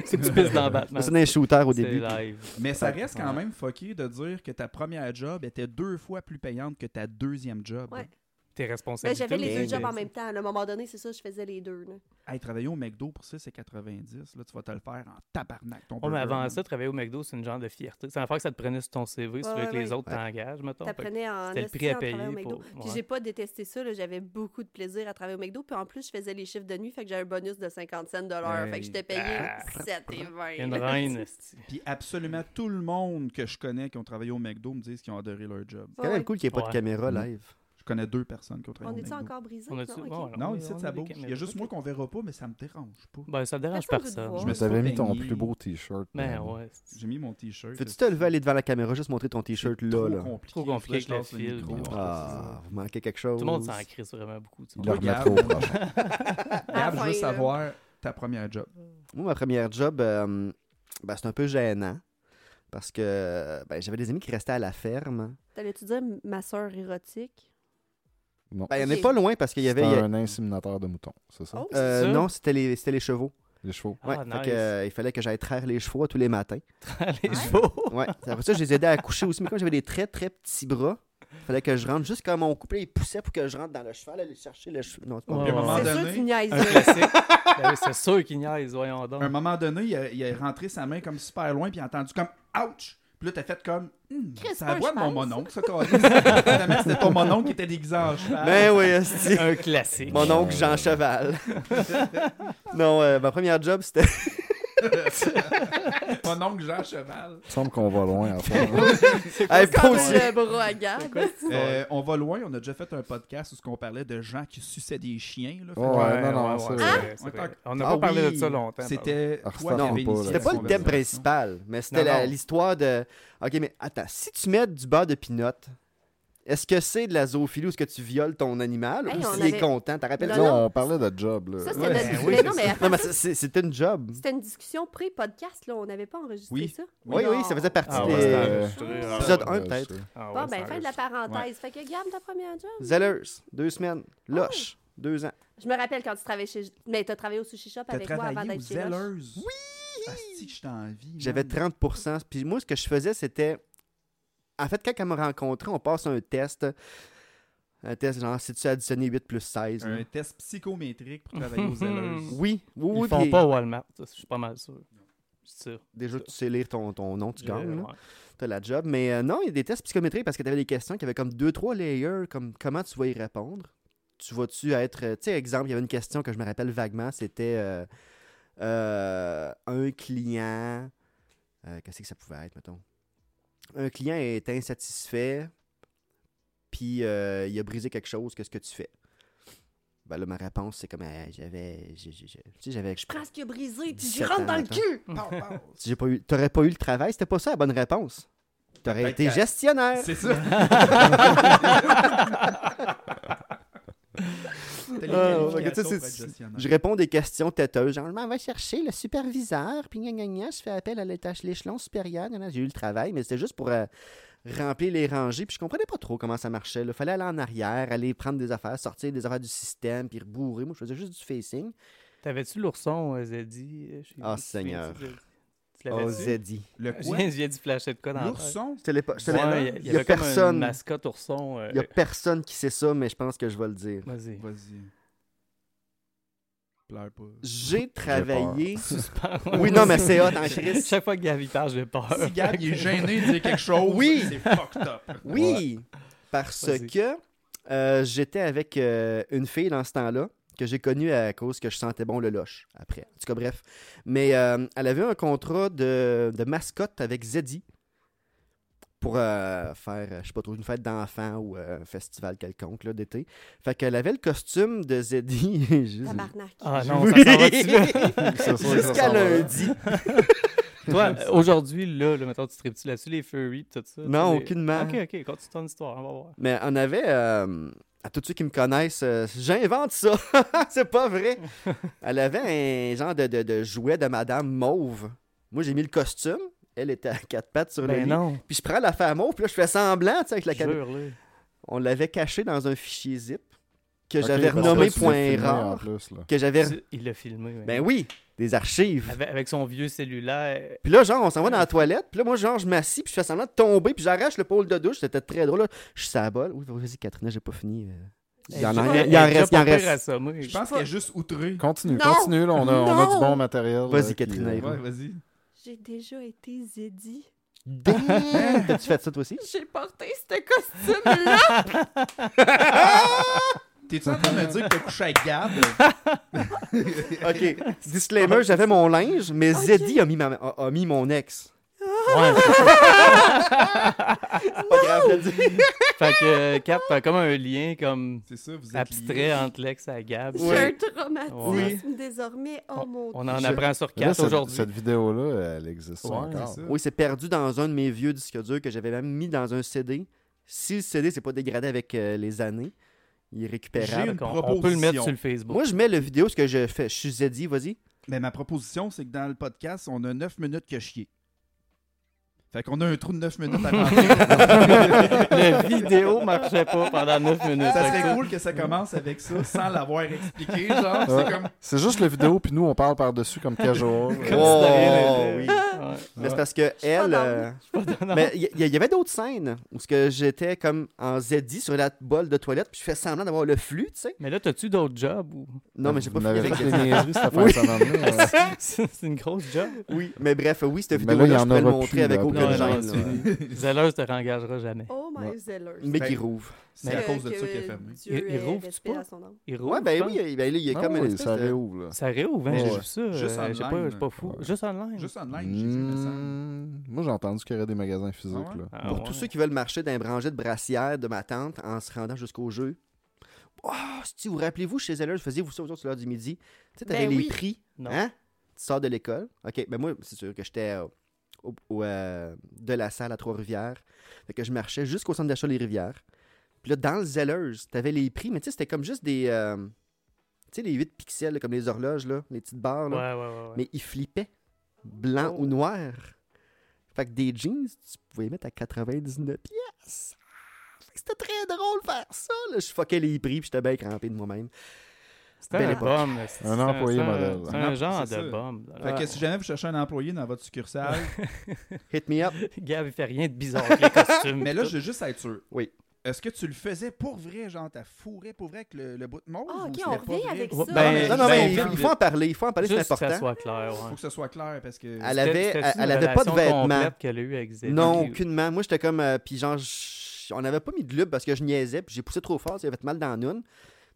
B: C'est que tu pisses dans Batman.
C: C'est un shooter au
B: C'est
C: début.
B: live.
D: Mais ça
C: Ouais.
D: reste quand même fucké de dire que ta première job était deux fois plus payante que ta deuxième job.
E: Ouais.
B: T'es
E: Ben,
B: responsable.
E: J'avais les deux
C: mais-
E: jobs en même temps. là. À un moment donné, c'est ça, je faisais les deux. là.
D: Hey, travailler au McDo pour ça, c'est 90. Là, tu vas te le faire en tabarnak. Ton
B: Oh, mais
D: burger,
B: avant
D: man.
B: ça, travailler au McDo, c'est une genre de fierté. C'est l'affaire que ça te prenait sur ton CV, sur
E: Ouais,
B: que les
E: ouais.
B: autres
C: Ouais.
B: t'engagent, mettons. Fait que
E: T'apprenais en
B: C'était le
E: esti
B: prix à
E: en travaillant au
B: payer.
E: McDo.
B: Pour...
E: Puis
B: ouais.
E: j'ai pas détesté ça, là. j'avais beaucoup de plaisir à travailler au McDo. Puis en plus, je faisais les chiffres de nuit, fait que j'avais un bonus de 50 cents de l'heure. Fait
D: Hey.
E: que j'étais payé
B: Ah.
E: 7 et 20.
B: Une reine, esti.
D: Puis absolument tout le monde que je connais qui ont travaillé au McDo me disent qu'ils ont adoré leur job.
C: C'est quand même cool qu'il n'y ait pas de
B: Ouais. Mm-hmm.
C: caméra
D: Mm.
C: live.
D: Je connais deux personnes qui ont travaillé
E: On
D: au
E: est-tu
D: McDo.
E: encore brisé?
B: On a-tu-
E: Non, ok.
B: bon, alors,
D: Non,
B: on-
D: ici,
B: on
D: ça
B: a des
D: bouge. Il y a
B: caméras.
D: juste moi qu'on verra pas, mais ça me dérange pas.
B: Ben, ça dérange
E: Personne veut te
B: personne.
E: voir.
F: Je me
D: suis
F: savais mis
D: fait
F: ton
D: payer.
F: plus beau t-shirt.
B: Ben
F: euh,
B: ouais. esti.
D: J'ai mis mon t-shirt.
C: Peux-tu te lever, aller devant la caméra, juste montrer ton t-shirt là,
D: Trop
C: là?
D: compliqué.
B: Trop compliqué
D: Là, je
B: avec le
D: lance
B: fil,
D: micro.
B: ouais.
C: Ah, vous manquez quelque chose.
B: Tout le monde s'en crisse vraiment beaucoup. tu
F: Il
B: vois.
F: le
D: Oui, Gab.
F: remettra au prochain.
D: Gab, je
E: Enfin,
D: veux
E: là.
D: savoir ta première job.
E: Oh.
C: Moi, ma première job, euh, ben, c'est un peu gênant. Parce que ben, j'avais des amis qui restaient à la ferme.
E: T'allais-tu dire ma soeur érotique?
F: Non.
C: Ben, il n'y en
E: Ok.
C: a pas loin parce qu'il y
F: C'était
C: avait. il y a-
F: un inséminateur de moutons, c'est ça?
E: Oh,
C: Euh,
B: C'est ça?
C: non, c'était les, c'était les chevaux.
F: Les chevaux.
B: Ah,
C: Ouais,
B: nice.
C: fait que, euh, il fallait que j'aille traire les chevaux tous les matins.
B: les chevaux.
C: Ouais. Après ça, je les aidais à coucher aussi. Mais comme j'avais des très, très petits bras, il fallait que je rentre. Juste quand mon couplet il poussait pour que je rentre dans le cheval, aller chercher le cheval. Non, c'est pas
B: Ouais,
C: vrai.
D: Puis à un
B: ouais.
D: moment
E: C'est sûr
D: donné-
E: que tu niaises.
B: Un classique. Ben oui, c'est sûr qu'ils niaisent, voyons donc.
D: À un moment donné, il a, il a rentré sa main comme super loin, puis il a entendu comme Ouch! Puis là, t'as fait comme Hmm,
E: Chris,
D: C'est
E: pas
D: la
E: un
D: voix de mon
E: cheval,
D: mononcle, ça, câlisse. Évidemment, C'était ton mononcle qui était déguisé en cheval.
C: Ben oui, esti.
B: Un classique.
C: Mon oncle Jean Cheval. non, euh, ma première job, c'était.
D: Mononcle Jean Cheval.
F: Il me semble qu'on va loin à faire.
C: Hey,
E: Comme
C: pas aussi-
E: le bras à Gab.
D: Euh, on va loin, on a déjà fait un podcast où ce qu'on parlait de gens qui suçaient des chiens. là. Fait que,
F: Ouais,
D: euh,
F: non, non,
B: ouais,
F: ça,
B: ouais,
F: euh,
B: ouais, c'est vrai. On n'a
C: Ah
B: pas parlé
C: oui.
B: de ça longtemps.
D: Hein? C'était
F: Ah,
D: toi qui
C: non,
D: avais
F: pas, là.
D: initié
C: C'était
D: la
C: pas le thème
D: conversation.
C: principal, mais c'était
B: Non,
C: la-
B: non.
C: l'histoire de. Ok, mais attends, si tu mets du beurre de pinot, est-ce que c'est de la zoophilie ou est-ce que tu violes ton animal
E: Hey,
C: ou
E: on
C: s'il
E: avait-
C: est content? T'as rappelé
E: Non,
F: Là,
E: non.
F: on parlait de job. Là.
E: Ça, c'était
D: Ouais, oui,
E: notre- mais
D: c'est
E: non, mais
D: ça.
E: attends,
C: Non, mais c'est- c'est- c'était une job.
E: c'était une discussion pré-podcast, là. On n'avait pas enregistré
D: Oui.
E: ça.
C: Oui, oui,
E: Non.
C: ça faisait partie
B: Ah
C: des.
B: ouais, c'était
F: euh,
B: enregistré. Ah
C: épisode
B: ouais.
C: un, peut-être.
B: Ah
E: Bon,
B: ouais,
E: ben,
B: ça
E: fin de la parenthèse. Fait que Gab, ta première job?
C: Zellers, deux semaines. Loche,
E: Ah.
C: deux ans.
E: Je me rappelle quand tu travaillais chez. Mais t'as travaillé au sushi shop
D: T'as
E: avec moi avant
D: travaillé aux
E: d'être chez Roche.
D: zèleuses. Oui! Asti que j'étais en vie.
C: J'avais
D: man.
C: 30 Puis moi, ce que je faisais, c'était. En fait, quand elle m'a rencontré, on passe un test. Un test, genre, si tu as additionné 8 plus 16. là.
D: Un test psychométrique pour travailler aux zèleuses.
C: Oui, oui,
B: Ils
C: oui.
B: font
C: puis
B: pas au Walmart, ça, je suis pas mal sûr. Je suis sûr.
C: Déjà que tu sais lire ton, ton nom, tu gagnes. là.
B: Ouais.
C: T'as la job. Mais euh, non, il y a des tests psychométriques parce que t'avais des questions qui avaient comme deux, trois layers, comme comment tu vas y répondre. Tu vas-tu être. euh, Tu sais, exemple, il y avait une question que je me rappelle vaguement, c'était euh, euh, un client. euh, Qu'est-ce que ça pouvait être, mettons? Un client est insatisfait, puis euh, il a brisé quelque chose, qu'est-ce que tu fais? Ben là, ma réponse, c'est comme euh, j'avais. j'ai- j'ai- j'ai- Tu sais, j'avais.
E: Je prends ce qui a brisé, puis j'y
C: 17
E: rentre
C: ans,
E: dans le
C: attends.
E: cul!
D: Pow, pow.
C: Si j'ai pas eu- T'aurais pas eu le travail, c'était pas ça la bonne réponse. T'aurais
D: Ben,
C: été
D: qu'à-
C: gestionnaire.
D: C'est ça. T'as les
C: Ah, ouais,
D: qualifications
C: tu sais,
D: pour être
C: c'est-
D: gestionnaire.
C: Je réponds des questions têteuses. Genre, on va chercher le superviseur, puis gna gna gna, je fais appel à l'étage- l'échelon supérieur. Gna gna. J'ai eu le travail, mais c'était juste pour euh, remplir les rangées. Puis je comprenais pas trop comment ça marchait. Il fallait aller en arrière, aller prendre des affaires, sortir des affaires du système, puis rebourrer. Moi, je faisais juste du facing.
B: T'avais-tu l'ourson, euh, Zeddy euh, chez
C: Ah,
B: vous? Tu te
C: Seigneur.
B: souviens-tu de- Tu
C: Oh,
B: l'avais-tu?
C: Zeddy.
D: Le
B: Je
D: quoi?
B: viens- je viens d'y flasher de quoi dans la tête.
D: L'ourson?
C: Je te l'ai pas- je te l'ai-
B: Ouais,
C: Il
B: il
C: y
B: y
C: a
B: avait comme
C: personne.
B: une mascotte ourson. euh,
C: Il y a personne qui sait ça, mais je pense que je vais le dire.
B: Vas-y.
D: Vas-y. Pleure pas.
C: J'ai travaillé.
B: Suspends.
C: Oui, non, mais c'est hot hein, en Christ.
B: Chaque fois que Gabi parle, j'ai peur.
D: Si Gab, il est gêné de dire quelque chose,
C: Oui.
D: c'est fucked up.
C: Oui, parce
B: Vas-y.
C: que euh, j'étais avec euh, une fille dans ce temps-là que j'ai connue à cause que je sentais bon le loche après. En tout cas, bref. Mais euh, elle avait un contrat de, de mascotte avec Zeddy pour euh, faire, euh, je sais pas trop, une fête d'enfants ou euh, un festival quelconque là, d'été. Fait qu'elle avait le costume de Zeddy. Juste-
E: Tabarnak.
B: Ah non, ça s'en va-tu, là?
F: C'est sûr que ça
C: Jusqu'à
F: s'en va.
C: lundi.
B: Toi, euh, aujourd'hui, là, là, mettons, tu tripes-tu là-dessus, les furries pis tout ça? tu
C: Non,
B: sais, les-
C: aucunement.
B: Ok, ok, continue ton histoire, on va voir.
C: Mais on avait, euh, à tous ceux qui me connaissent, euh, j'invente ça, c'est pas vrai. Elle avait un genre de, de- de jouet de madame mauve. Moi, j'ai mis le costume, elle était à quatre pattes sur le
B: Ben
C: lit.
B: non,
C: Puis je prends la femme mauve, puis là, je fais semblant, tu sais, avec la caméra.
B: jure, là.
C: On l'avait cachée dans un fichier zip que
F: Ok,
C: j'avais
F: parce que
C: renommé
F: tu l'as
C: point
F: filmé en
C: rare,
F: plus, là.
C: que j'avais...
B: Tu- Il l'a filmé, ouais.
C: Ben oui, des archives.
B: Avec, avec son vieux cellulaire.
C: Puis là, genre, on s'en va dans la toilette. Puis là, moi, genre, je m'assis, puis je fais semblant de tomber, puis j'arrache le pôle de douche. C'était très drôle. là. Je suis à bol. Oui, vas-y, Catherine, j'ai pas fini. euh. Il y en, a- il y en reste, il en reste.
D: Je pense qu'il est juste outré.
F: Continue,
E: Non.
F: continue, là, on a, on a
E: Non.
F: du bon matériel.
C: Vas-y,
F: euh, qui-
C: Catherine.
F: euh,
D: Ouais, vas-y.
E: J'ai déjà été Zeddy.
C: Damn! T'as-tu fait ça toi aussi?
E: J'ai porté ce costume-là.
D: T'es-tu en train de me dire que t'as couché avec Gab?
C: Ok. Disclaimer, j'avais mon linge, mais Zeddy a mis, ma- a, a mis mon ex. C'est Ah, pas grave de le dire.
B: Fait que, euh, Cap, t'as comme un lien comme
D: C'est ça, vous êtes
B: abstrait
D: liés.
B: entre l'ex et Gab.
E: J'ai un traumatisme désormais. Oh mon
B: On en
F: Je-
B: apprend sur
F: Là,
B: quatre
F: cette,
B: aujourd'hui.
F: cette vidéo-là, elle existe
D: Ouais,
F: encore.
D: c'est ça.
C: Oui, c'est perdu dans un de mes vieux disques durs que j'avais même mis dans un CD. Si le CD s'est pas dégradé avec euh, les années, il est
D: J'ai
C: récupérable.
D: une
B: Fait qu'on- On peut le mettre
D: proposition.
B: sur le Facebook.
C: Moi, je mets le vidéo, ce que je fais. Je suis Zeddy, vas-y.
D: Mais ma proposition, c'est que dans le podcast, on a 9 minutes que chier. Fait qu'on a un trou de 9 minutes à remplir.
B: La vidéo marchait pas pendant 9 minutes.
D: ça
B: Fait que
D: serait cool que ça commence avec ça sans l'avoir expliqué. Genre, c'est
F: Ouais.
D: comme.
F: C'est juste la vidéo, puis nous, on parle par-dessus comme
B: Comme
F: casual. Ouais.
B: si de rien
C: Oh,
B: n'était. Ouais.
C: Mais c'est parce que elle.
E: dans le-
C: euh, Mais il y, y avait d'autres scènes où ce que j'étais comme en Zeddy sur la bolle de toilette, puis je fais semblant d'avoir le flux, tu sais.
B: Mais là, t'as-tu d'autres jobs? ou-
C: Non, mais j'ai pas
F: Vous
C: fini
F: m'avez
C: avec
F: fait des
C: Zeddy.
F: niaiseries cette affaire de semaine-là, ouais.
B: C'est une grosse job.
C: Oui, mais bref, oui, cette
F: Mais
C: vidéo-là,
F: là, il y
C: je
F: en
C: pourrais le
F: aura
C: montrer
F: plus,
C: avec
F: là,
C: aucune
F: après.
B: Non,
C: gêne.
B: non,
C: là.
B: Zéleur te réengagera jamais.
E: Oh my
F: Ouais.
E: zealous.
C: Mais qui rouvre.
D: C'est à cause de ça qu'il est fermé.
E: Dieu
B: Il- il
E: ait
B: rouvre-tu
E: respect
B: pas?
E: à son âme.
B: Il roule,
C: Ouais, ben
B: je pense.
C: oui, ben là, il y a
F: Ah
C: comme une
F: oui,
C: espèce
F: ça
C: de-
F: réouvre, là.
B: Ça réouvre, hein?
F: Ouais.
B: J'ai vu ça.
D: Juste
B: euh,
D: en
B: je sais
D: ligne.
B: pas, je suis pas fou.
F: Ouais.
B: Juste en ligne.
D: Juste en ligne, j'ai vu, me semble.
F: Hmm, Moi, j'ai entendu qu'il y aurait des magasins physiques,
D: Ah ouais?
F: là.
B: Ah
C: Pour
B: ouais.
C: tous ceux qui veulent marcher d'un branché de brassière de ma tante en se rendant jusqu'au jeu. Oh, si vous rappelez-vous, chez Zeller, je faisais vous ça autour de l'heure du midi. Tu sais, t'avais
E: Ben
C: les
E: oui.
C: prix.
B: Non.
C: Hein? Tu sors de l'école. OK, ben moi, c'est sûr que j'étais euh, au- au, euh, de la salle à Trois-Rivières. Fait que je marchais jusqu'au centre d'achat des Rivières. Puis là, dans le Zelleuse, t'avais les prix, mais tu sais, c'était comme juste des... euh, tu sais, les 8 pixels, là, comme les horloges, là, les petites barres.
B: Ouais,
C: Là.
B: ouais, ouais. ouais. Oh.
C: Mais ils flippaient, blanc ou noir. Fait que des jeans, tu pouvais les mettre à 99 pièces. Fait que C'était très drôle faire ça. Là. Je fuckais les prix, puis j'étais bien crampé de moi-même.
B: C'était
C: belle
B: un
C: époque.
B: bum. c'est-
F: Un
B: c'est
F: employé
B: c'est un-
F: modèle.
B: C'est
D: Non,
B: un genre
D: c'est
B: de
D: ça.
B: bum.
D: Fait que si jamais vous cherchez un employé dans votre succursale,
C: Hit me up.
B: Gab, il fait rien de bizarre avec les costumes.
D: mais là,
B: pis
D: je veux juste être sûr.
C: Oui.
D: Est-ce que tu le faisais pour vrai, genre, t'as fourré pour vrai avec le, le bout de mauve?
E: Ah,
D: ou
E: ok,
D: c'était
E: on
D: pas
E: revient
D: vrai?
E: avec
B: Ouais,
E: ça.
B: ben,
C: non, non, mais il
B: ben,
C: faut- il faut en parler. Il faut en parler,
B: tout.
C: c'est
B: Juste que ça
C: important.
B: soit clair, ouais.
D: Faut que ce soit clair parce que.
C: Elle avait-
B: C'était-
C: elle-
B: c'était-tu
C: elle
B: une
C: avait pas de
B: relation complète
C: vêtements.
B: qu'elle a eue avec Zeddy?
C: Non,
B: Ou-
C: aucunement. Moi, j'étais comme. euh, puis genre, je- on n'avait pas mis de lube parce que je niaisais, puis j'ai poussé trop fort, ça avait fait mal dans la noune.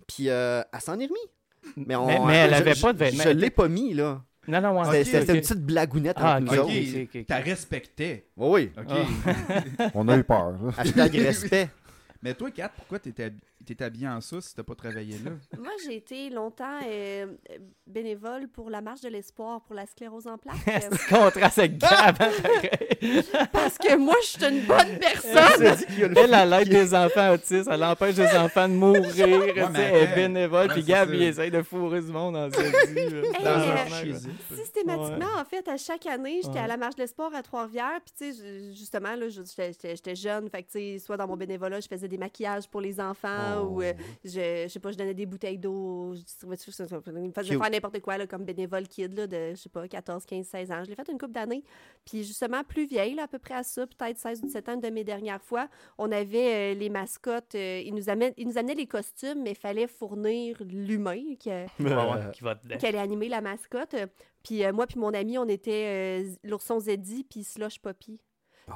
C: Puis euh, elle s'en est remise. Mais, on,
B: Mais- mais elle
C: je-
B: avait
C: je-
B: pas de vêtements.
C: Je l'ai pas mis, là.
B: Non, non, ouais,
C: C'était
D: Ok,
C: c'était- c'était
B: ok.
C: une petite blagounette
B: Ah,
C: entre nous
B: ok.
C: autres.
B: ok, ok, ok.
D: t'as respecté.
C: Oui, oui.
D: OK.
B: Ah.
F: On a eu peur, là.
C: Hashtag respect.
D: Mais toi, Kat, pourquoi t'étais habi- t'es habillé en ça si t'as pas travaillé là.
E: Moi, j'ai été longtemps euh, bénévole pour la marche de l'espoir pour la sclérose en plaques.
B: C'est contraste avec Gab. hein, pareil.
E: parce que moi, je suis une bonne
B: Elle
E: personne.
B: se dit qu'il y a le- Elle, elle aide des enfants autistes, elle empêche des enfants de mourir, tu sais,
D: mais
B: elle est
D: attends.
B: bénévole,
D: Ouais,
B: puis
D: c'est
B: Gab,
D: ça.
B: il essaye de fourrer du monde en ce
E: Hey,
D: Dans
E: euh,
D: un chez eux.
E: Systématiquement, en fait, à chaque année, j'étais
B: Ouais.
E: à la marche de l'espoir à Trois-Rivières. Puis, tu sais, je- justement, là, je- j'étais- j'étais j'étais jeune. Fait que, tu sais, soit dans mon bénévolat, je faisais des maquillages pour les enfants ou, euh, je, je sais pas, je donnais des bouteilles d'eau. Je distribuais tout ça. ça- ça- Ils me faisaient
C: Cute.
E: faire n'importe quoi, là, comme bénévole kid, là, de, je sais pas, 14, 15, 16 ans. Je l'ai fait une couple d'années. Puis, justement, plus vieille, là, à peu près à ça, peut-être 16 ou 17 ans, une de mes dernières fois, on avait euh, les mascottes. euh, ils, nous amènent, ils nous amenaient les costumes, mais il fallait fournir l'humain que
B: qui va dedans.
E: qui allait animer la mascotte. Puis euh, moi puis mon ami, on était euh, Z- l'ourson Zeddy puis Slush Poppy.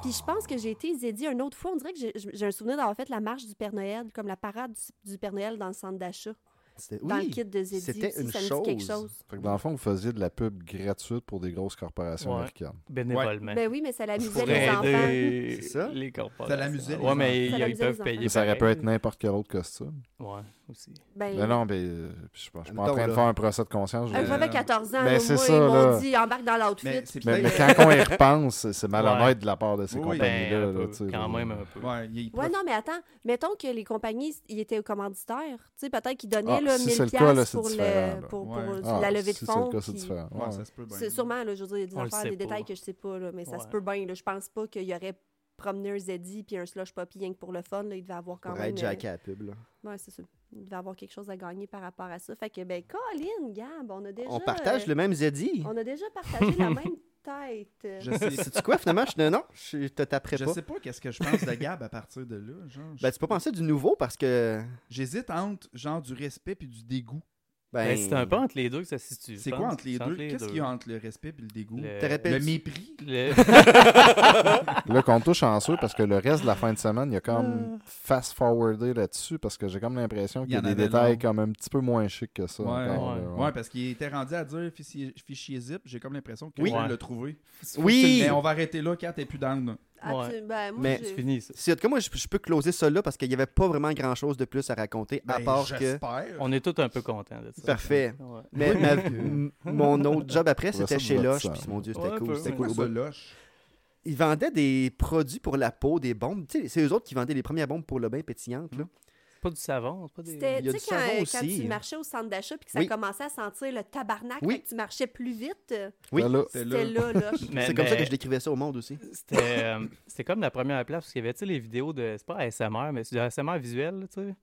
E: Puis je pense que j'ai été Zeddy une autre fois. On dirait que j'ai- j'ai un souvenir d'avoir fait la marche du Père Noël, comme la parade du, du Père Noël dans le centre d'achat,
C: C'était-
E: dans le
C: oui.
E: kit de Zeddy.
C: c'était
E: aussi,
C: une
E: ça me dit quelque
C: chose.
E: chose.
F: Fait que dans le fond, vous faisiez de la pub gratuite pour des grosses corporations
B: Ouais.
F: américaines.
B: Bénévolement.
E: Ben oui, mais ça l'amusait
B: Pour
E: les enfants.
B: aider
C: C'est ça?
B: les corporations.
D: Ça l'amusait, les
B: Ouais, mais
E: enfants. Ça
B: ils- ils,
E: l'amusait, les
B: peuvent
E: enfants.
B: payer.
F: Mais ça aurait pu
B: pareil.
F: être n'importe quel autre costume.
B: Ouais, aussi.
E: Ben,
F: Mais non, mais euh, je suis pas, je suis pas en
C: Mettons,
F: train de
C: là.
F: faire un procès de conscience. je-
E: un
D: Euh,
E: j'avais 14 ans,
F: ben,
E: là,
F: c'est
E: moi,
F: ça,
E: ils
F: là.
E: m'ont dit embarque dans l'outfit.
D: Mais c'est
F: Mais, mais
D: peut-être-
F: quand on y repense, c'est- c'est malhonnête
B: Ouais.
F: de la part de ces
D: Oui, oui.
B: Ben,
F: compagnies-là.
B: un
F: là,
B: peu,
F: tu sais,
B: quand
F: là.
B: même un peu.
D: Ouais, il- il
E: Ouais,
D: profite.
E: non, mais attends, mettons que les compagnies, ils étaient aux commanditaires. Tu sais, peut-être qu'ils donnaient
F: Ah,
E: là,
F: si
E: 1000
F: c'est le cas,
E: piastres
F: là, c'est
E: pour, le-
F: différent, là.
E: pour, pour
D: Ouais.
F: Ah,
E: la levée
F: si
E: de fonds.
F: c'est le cas, c'est
E: puis-
F: différent.
D: Ouais,
F: Ouais.
D: ça se peut bien.
E: C'est sûrement, là, je veux dire, il y a des
B: On le
E: affaires,
B: sait
E: des
B: pas.
E: détails que je sais pas, là, mais ça se
B: Ouais.
E: peut bien. là. Je pense pas qu'il y aurait promené un Zeddy puis un slush poppy rien que pour le fun. Là, il devait avoir quand
C: Pour
E: même.
C: être jacké à la pub, là.
E: euh, ouais, c'est ça. Il devait avoir quelque chose à gagner par rapport à ça. Fait que, ben, Colin, Gab, on a déjà. euh,
C: On partage le même Zeddy.
E: On a déjà partagé la même tête.
D: Je sais,
C: Sais-tu quoi, finalement? Je ne- non, je te taperai
D: je
C: pas.
D: sais pas qu'est-ce que je pense de Gab à partir de là. Genre, je-
C: Ben, tu peux penser du nouveau parce que...
D: J'hésite entre genre du respect puis du dégoût.
C: Ben,
B: Ben, c'est un peu entre les deux que ça se situe. je
D: C'est
B: pense.
D: quoi entre les
B: C'est
D: deux Qu'est-ce qu'il y a entre le respect et le dégoût
B: euh, Le-
C: Te rappelles-
D: Le
C: tu-
D: mépris
B: le-
F: Là, qu'on touche chanceux parce que le reste de la fin de semaine, il y a
E: Euh.
F: comme fast-forwardé là-dessus parce que j'ai comme l'impression qu'il y a
D: Il y en
F: des
D: avait
F: détails
D: long.
F: comme un petit peu moins chic que ça.
D: Ouais,
F: encore,
D: ouais.
F: là,
D: Ouais, parce qu'il était rendu à dire fichier, fichier zip. J'ai comme l'impression que
C: Oui.
D: on
B: Ouais.
D: l'a trouvé.
C: Oui!
D: Mais on va arrêter là quand t'es plus down.
E: Absolu- ben, moi,
C: Mais-
E: j'ai-
B: C'est fini, ça.
C: Si, en tout cas, moi, je, je peux closer ça là parce qu'il n'y avait pas vraiment grand-chose de plus à raconter, à
D: Ben,
C: part que...
D: j'espère.
B: On est tous un peu contents de ça.
C: Parfait.
B: Ouais.
C: Mais ma- m- mon autre job après,
F: Trouvais
C: c'était
F: ça
C: chez
F: du
C: Loche.
F: bâtisseur.
C: Puis mon Dieu, c'était
B: Ouais, un
C: cool.
B: peu,
C: C'était
D: C'est
C: cool
D: quoi
C: au
D: ça,
C: bout.
D: loche?
C: Ils vendaient des produits pour la peau, des bombes. Tu sais, c'est eux autres qui vendaient les premières bombes pour le bain pétillantes. Là.
B: C'est pas du savon, c'est pas des...
E: C'était,
C: Il y a
E: tu sais,
C: du
E: quand,
C: savon
E: quand
C: aussi. hein.
E: tu marchais au centre d'achat puis que ça
C: Oui.
E: commençait à sentir le tabarnak,
C: Oui.
E: fait que tu marchais plus vite,
C: Oui.
F: Ben là,
D: C'est
E: c'était
D: là.
E: là, là.
B: Mais-
C: c'est comme ça
B: mais-
C: que je décrivais ça au monde aussi.
B: C'était euh, c'était comme la première place parce qu'il y avait tu sais, les vidéos de. C'est pas ASMR, mais c'est du ASMR visuel, là, tu sais.